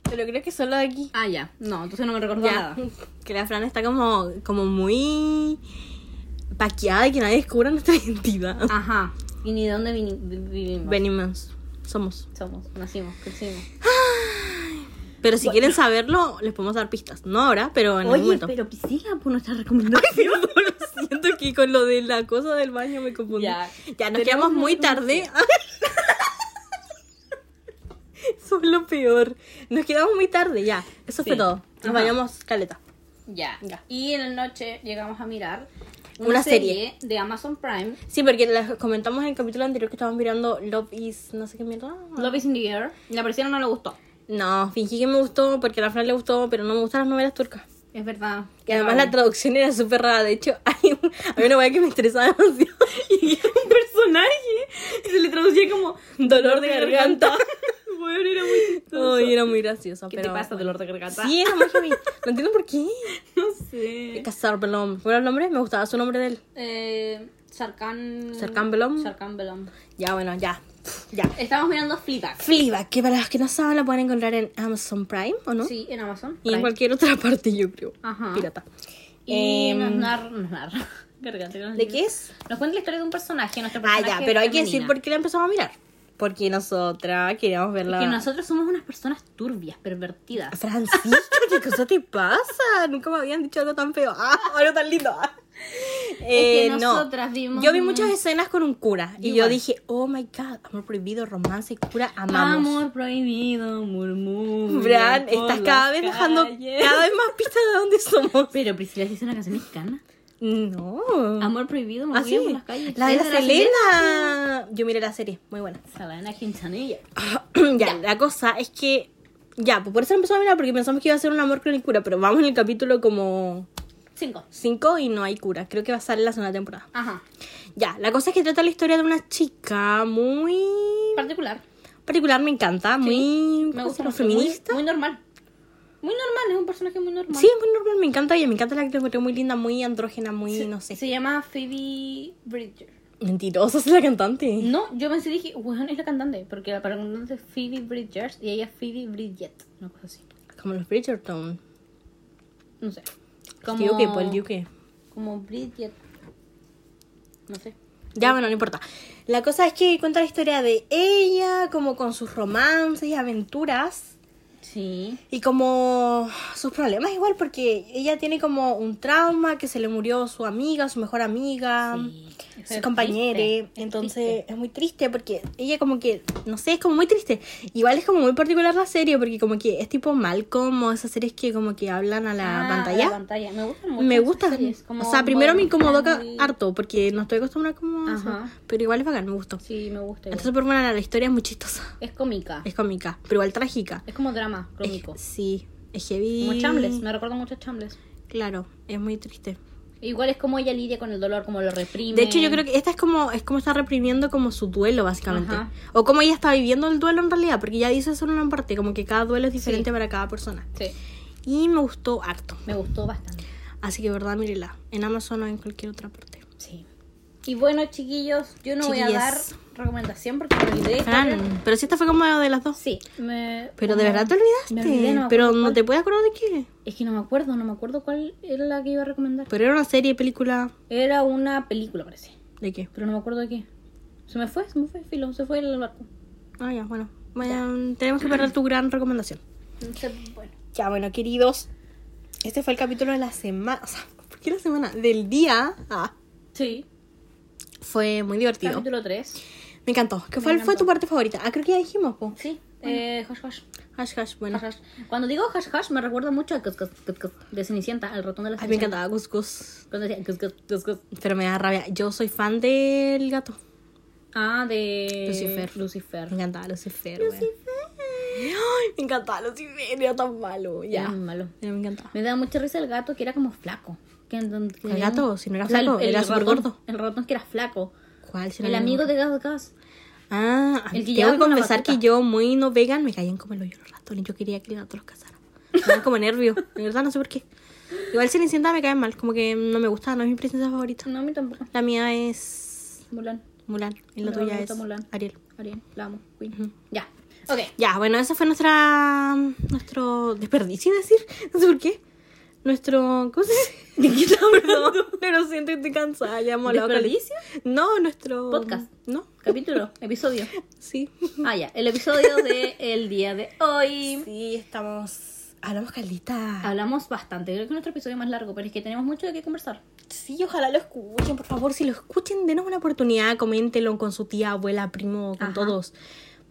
S2: Pero creo que solo de aquí.
S1: Ah, ya. No, entonces no me recordó
S2: Ya,
S1: nada.
S2: que la Fran está como, como muy paqueada y que nadie descubra nuestra identidad.
S1: Ajá. ¿Y ni de dónde vini- vi- vivimos?
S2: Venimos, somos.
S1: Somos, nacimos, crecimos.
S2: Pero si quieren saberlo, les podemos dar pistas. No ahora, pero en algún
S1: Oye,
S2: momento.
S1: pero Priscila, por nuestra recomendación.
S2: Lo siento que con lo de la cosa del baño me confundí.
S1: Ya.
S2: Ya, nos
S1: Tenemos
S2: quedamos
S1: una
S2: muy tarde. Eso es lo peor. Nos quedamos muy tarde, ya. Eso
S1: Sí.
S2: fue todo. Nos
S1: Ajá.
S2: bañamos caleta.
S1: ya.
S2: Ya.
S1: Y en la noche llegamos a mirar una,
S2: Una
S1: serie,
S2: serie.
S1: de Amazon Prime,
S2: Sí, porque les comentamos en el capítulo anterior que estábamos mirando Love is no sé qué mierda.
S1: Love is in the Air. Y La persona no le gustó.
S2: No, fingí que me gustó porque a la Fran le gustó, pero no me gustan las novelas turcas.
S1: Es verdad.
S2: Y además la traducción era súper rara. De hecho, hay, un- había una weá que me estresaba demasiado.
S1: Y un personaje se le traducía como
S2: Dolor de garganta.
S1: Bueno, era muy chistoso.
S2: Ay, era muy graciosa.
S1: ¿Qué te
S2: pero
S1: pasa,
S2: bueno.
S1: dolor de garganta?
S2: Sí, era muy heavy. No entiendo por qué.
S1: no sé.
S2: Cazar Belom. ¿Cuál era el nombre? Me gustaba su nombre de él.
S1: Eh, Sarkán.
S2: Sarkán Belom.
S1: Sarkán Belom.
S2: Ya, bueno, ya. Ya.
S1: Estamos mirando Fleabag.
S2: Fleabag, que para los que no saben la pueden encontrar en Amazon Prime, ¿o no?
S1: Sí, en Amazon.
S2: Y en cualquier otra parte, yo creo.
S1: Ajá.
S2: Pirata.
S1: Y
S2: Em,
S1: nos narra. Nos narra. Garganta, nos
S2: ¿De
S1: dice.
S2: qué es?
S1: Nos cuenta la historia de un personaje, nuestro
S2: Ah,
S1: personaje.
S2: ya, pero hay que decir
S1: femenina.
S2: por qué la empezamos a mirar. Porque nosotras queríamos verla.
S1: Que nosotros somos unas personas turbias, pervertidas.
S2: Francisca, ¿qué cosa te pasa? Nunca me habían dicho algo tan feo. Ah, algo tan lindo. Ah.
S1: que
S2: Eh, no.
S1: nosotras vimos-
S2: Yo vi muchas escenas con un cura y yo
S1: Igual.
S2: dije, oh my god, amor prohibido, romance, cura, amamos.
S1: Amor prohibido, murmura.
S2: Bran,
S1: por
S2: estás
S1: las
S2: cada vez dejando
S1: calles.
S2: cada vez más pistas de dónde somos.
S1: Pero Priscila sí hizo una canción mexicana.
S2: No.
S1: Amor prohibido, murmura
S2: Así.
S1: por las calles.
S2: Ah, La de la
S1: Es
S2: Selena. Yo miré la serie, muy buena.
S1: Selena Quintanilla.
S2: ya, la cosa es que. Ya, pues por eso empezó a mirar, porque pensamos que iba a ser un amor con el cura, pero vamos en el capítulo como
S1: Cinco.
S2: 5 y no hay cura. Creo que va a salir la segunda temporada.
S1: Ajá.
S2: Ya, la cosa es que trata la historia de una chica muy
S1: Particular.
S2: particular, me encanta, muy
S1: Me
S2: ¿cómo
S1: gusta
S2: se llama?
S1: mucho, muy-
S2: feminista.
S1: Muy, normal. Muy normal, es un personaje muy normal.
S2: Sí, es muy normal, me encanta ella, me encanta la que la encontré muy linda, muy andrógena, muy, no sé.
S1: Se llama Phoebe Bridger.
S2: Mentirosa es la cantante.
S1: No, yo pensé dije, bueno, es la cantante, porque la cantante es Phoebe Bridgers y ella es Phoebe Bridget, una cosa así.
S2: Como los Bridgerton.
S1: No sé.
S2: Como... Digo que por el Duque.
S1: Como Bridget. No sé.
S2: Ya, bueno, no importa. La cosa es que cuenta la historia de ella, como con sus romances y aventuras.
S1: Sí.
S2: Y como sus problemas igual, porque ella tiene como un trauma que se le murió su amiga, su mejor amiga,
S1: Sí, eso Um, es
S2: su compañera.
S1: triste, es
S2: Entonces
S1: triste.
S2: es muy triste porque ella como que, no sé, es como muy triste. Igual es como muy particular la serie porque como que es tipo Malcolm o esas series que como que hablan a la
S1: Ah,
S2: pantalla.
S1: la pantalla. Me gusta mucho.
S2: Me
S1: esas
S2: gusta.
S1: series, como
S2: o sea, primero me
S1: Modern
S2: incomodó ca-
S1: Family.
S2: harto porque no estoy acostumbrada como a eso,
S1: Ajá.
S2: Pero igual es bacán, me gustó.
S1: Sí, me gusta. igual.
S2: Entonces, por bueno, la historia es muy chistosa.
S1: es cómica.
S2: Es cómica, pero igual trágica.
S1: Es como drama crónico.
S2: Es- sí, es heavy.
S1: Como Chambles, me recuerda mucho a Chambles.
S2: Claro, es muy triste.
S1: Igual es como ella lidia con el dolor, como lo reprime.
S2: De hecho, yo creo que esta es como es como está reprimiendo como su duelo básicamente,
S1: Ajá.
S2: o como ella está viviendo el duelo en realidad, porque ya dice eso en una parte, como que cada duelo es diferente
S1: Sí.
S2: para cada persona.
S1: Sí,
S2: Y me gustó harto.
S1: me gustó bastante.
S2: Así que verdad, mírela, en Amazon o en cualquier otra parte.
S1: Sí. Y bueno, chiquillos, yo no voy a dar
S2: Chiquillas.
S1: recomendación porque me olvidé.
S2: Fran, pero si esta fue como de las dos.
S1: Sí, me-
S2: Pero de
S1: como-
S2: verdad te olvidaste.
S1: Me olvidé, no me
S2: pero
S1: acuerdo
S2: no
S1: cuál.
S2: te puedes acordar de qué.
S1: Es que no me acuerdo, no me acuerdo cuál era la que iba a recomendar.
S2: Pero era una serie, película.
S1: Era una película, parece.
S2: ¿De qué?
S1: Pero no me acuerdo de qué. Se me fue, se me fue, filo, se fue el barco.
S2: Ah, ya, bueno. Bueno, tenemos que perder tu gran recomendación.
S1: No sé, bueno.
S2: Ya, bueno, queridos. Este fue el capítulo de la semana. O sea, ¿por qué la semana? Del día. Ah,
S1: Sí.
S2: Fue muy divertido.
S1: Capítulo 3.
S2: Me encantó. ¿Qué fue, fue tu parte favorita? Ah, creo que ya dijimos, po.
S1: Sí. Eh, hush, hush.
S2: Hash, hash, bueno.
S1: Hush, hush. Cuando digo hash hash me recuerda mucho a Cus Cus Cus Cus de Cenicienta, al ratón de la
S2: Ay, me
S1: Cenicienta.
S2: encantaba Gus Gus.
S1: Cuando decía Cus Cus Cus Cus.
S2: Pero me da rabia. Yo soy fan del gato.
S1: Ah, de
S2: Lucifer.
S1: Lucifer.
S2: Me encantaba Lucifer, weón. Ay, Me encantaba Lucifer, era tan malo. Ya.
S1: Era malo.
S2: Ya, Me encantaba.
S1: Me daba mucha risa el gato que era como flaco. Que, en- que
S2: ¿Cuál
S1: tenía
S2: gato?
S1: un-
S2: Si no era
S1: o sea, el-
S2: flaco,
S1: el
S2: era súper
S1: ratón-
S2: gordo.
S1: El ratón que era flaco.
S2: ¿Cuál? Si no
S1: el
S2: me
S1: amigo
S2: acuerdo.
S1: de Gas Gas.
S2: Ah,
S1: El que
S2: tengo
S1: llevaba
S2: que
S1: con la
S2: confesar
S1: batuta.
S2: que yo, muy no vegan, me caían como el hoyo los ratones. Yo quería que el gato los cazara. Me daban como nervio. De verdad, no sé por qué. Igual Cenicienta me caen mal. Como que no me gusta, no es mi princesa favorita.
S1: No, a mí tampoco.
S2: La mía es
S1: Mulan.
S2: Mulan. Y la
S1: No,
S2: tuya
S1: me
S2: es
S1: gusta Mulan.
S2: Ariel.
S1: Ariel, la amo. Queen. Ya. Ok.
S2: Ya, bueno, ese fue nuestra nuestro desperdicio, iba a decir. No sé por qué. Nuestro. ¿Cómo se dice? Perdón, pero siento que estoy cansada. Ya hemos hablado
S1: ¿Desperdicio?
S2: caleta. No, nuestro.
S1: Podcast.
S2: No,
S1: Capítulo, episodio.
S2: sí.
S1: Ah, ya. El episodio de el día de hoy.
S2: Sí, estamos. Hablamos calita.
S1: Hablamos bastante. Creo que es nuestro episodio más largo, pero es que tenemos mucho de qué conversar.
S2: Sí, ojalá lo escuchen, por favor. Si lo escuchen, denos una oportunidad. Coméntenlo con su tía, abuela, primo, con
S1: Ajá.
S2: todos.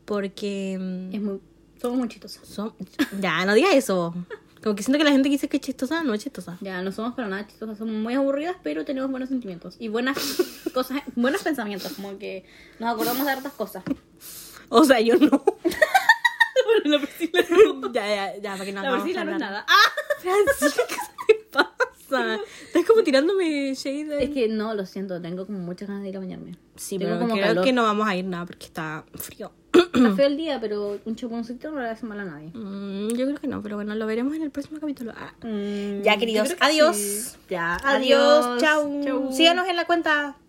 S2: Porque. mm,
S1: Es muy, somos muy chistosos.
S2: son- Ya, no diga eso. Como que siento que la gente que dice que es chistosa, no es chistosa.
S1: Ya, no somos para nada chistosas, somos muy aburridas, pero tenemos buenos sentimientos y buenas cosas, buenos pensamientos, como que nos acordamos de hartas cosas.
S2: O sea, yo no.
S1: Bueno, la Priscila
S2: ya, ya, ya, para que no
S1: La
S2: hagamos
S1: Priscila no es
S2: hablar.
S1: nada. ¡Ah!
S2: Francisca, ¿qué te pasa? Estás como tirándome shade.
S1: Es que no, lo siento, tengo como muchas ganas de ir a bañarme.
S2: sí,
S1: tengo
S2: pero
S1: como
S2: creo
S1: calor.
S2: que no vamos a ir nada porque está frío.
S1: Está feo el día, pero un chuponcito no le hace mal a nadie.
S2: Mm, yo creo que no, pero bueno, lo veremos en el próximo capítulo. Ah.
S1: Mm,
S2: Ya, queridos, adiós.
S1: Ya,
S2: Adiós,
S1: adiós.
S2: chau. Síganos en la cuenta.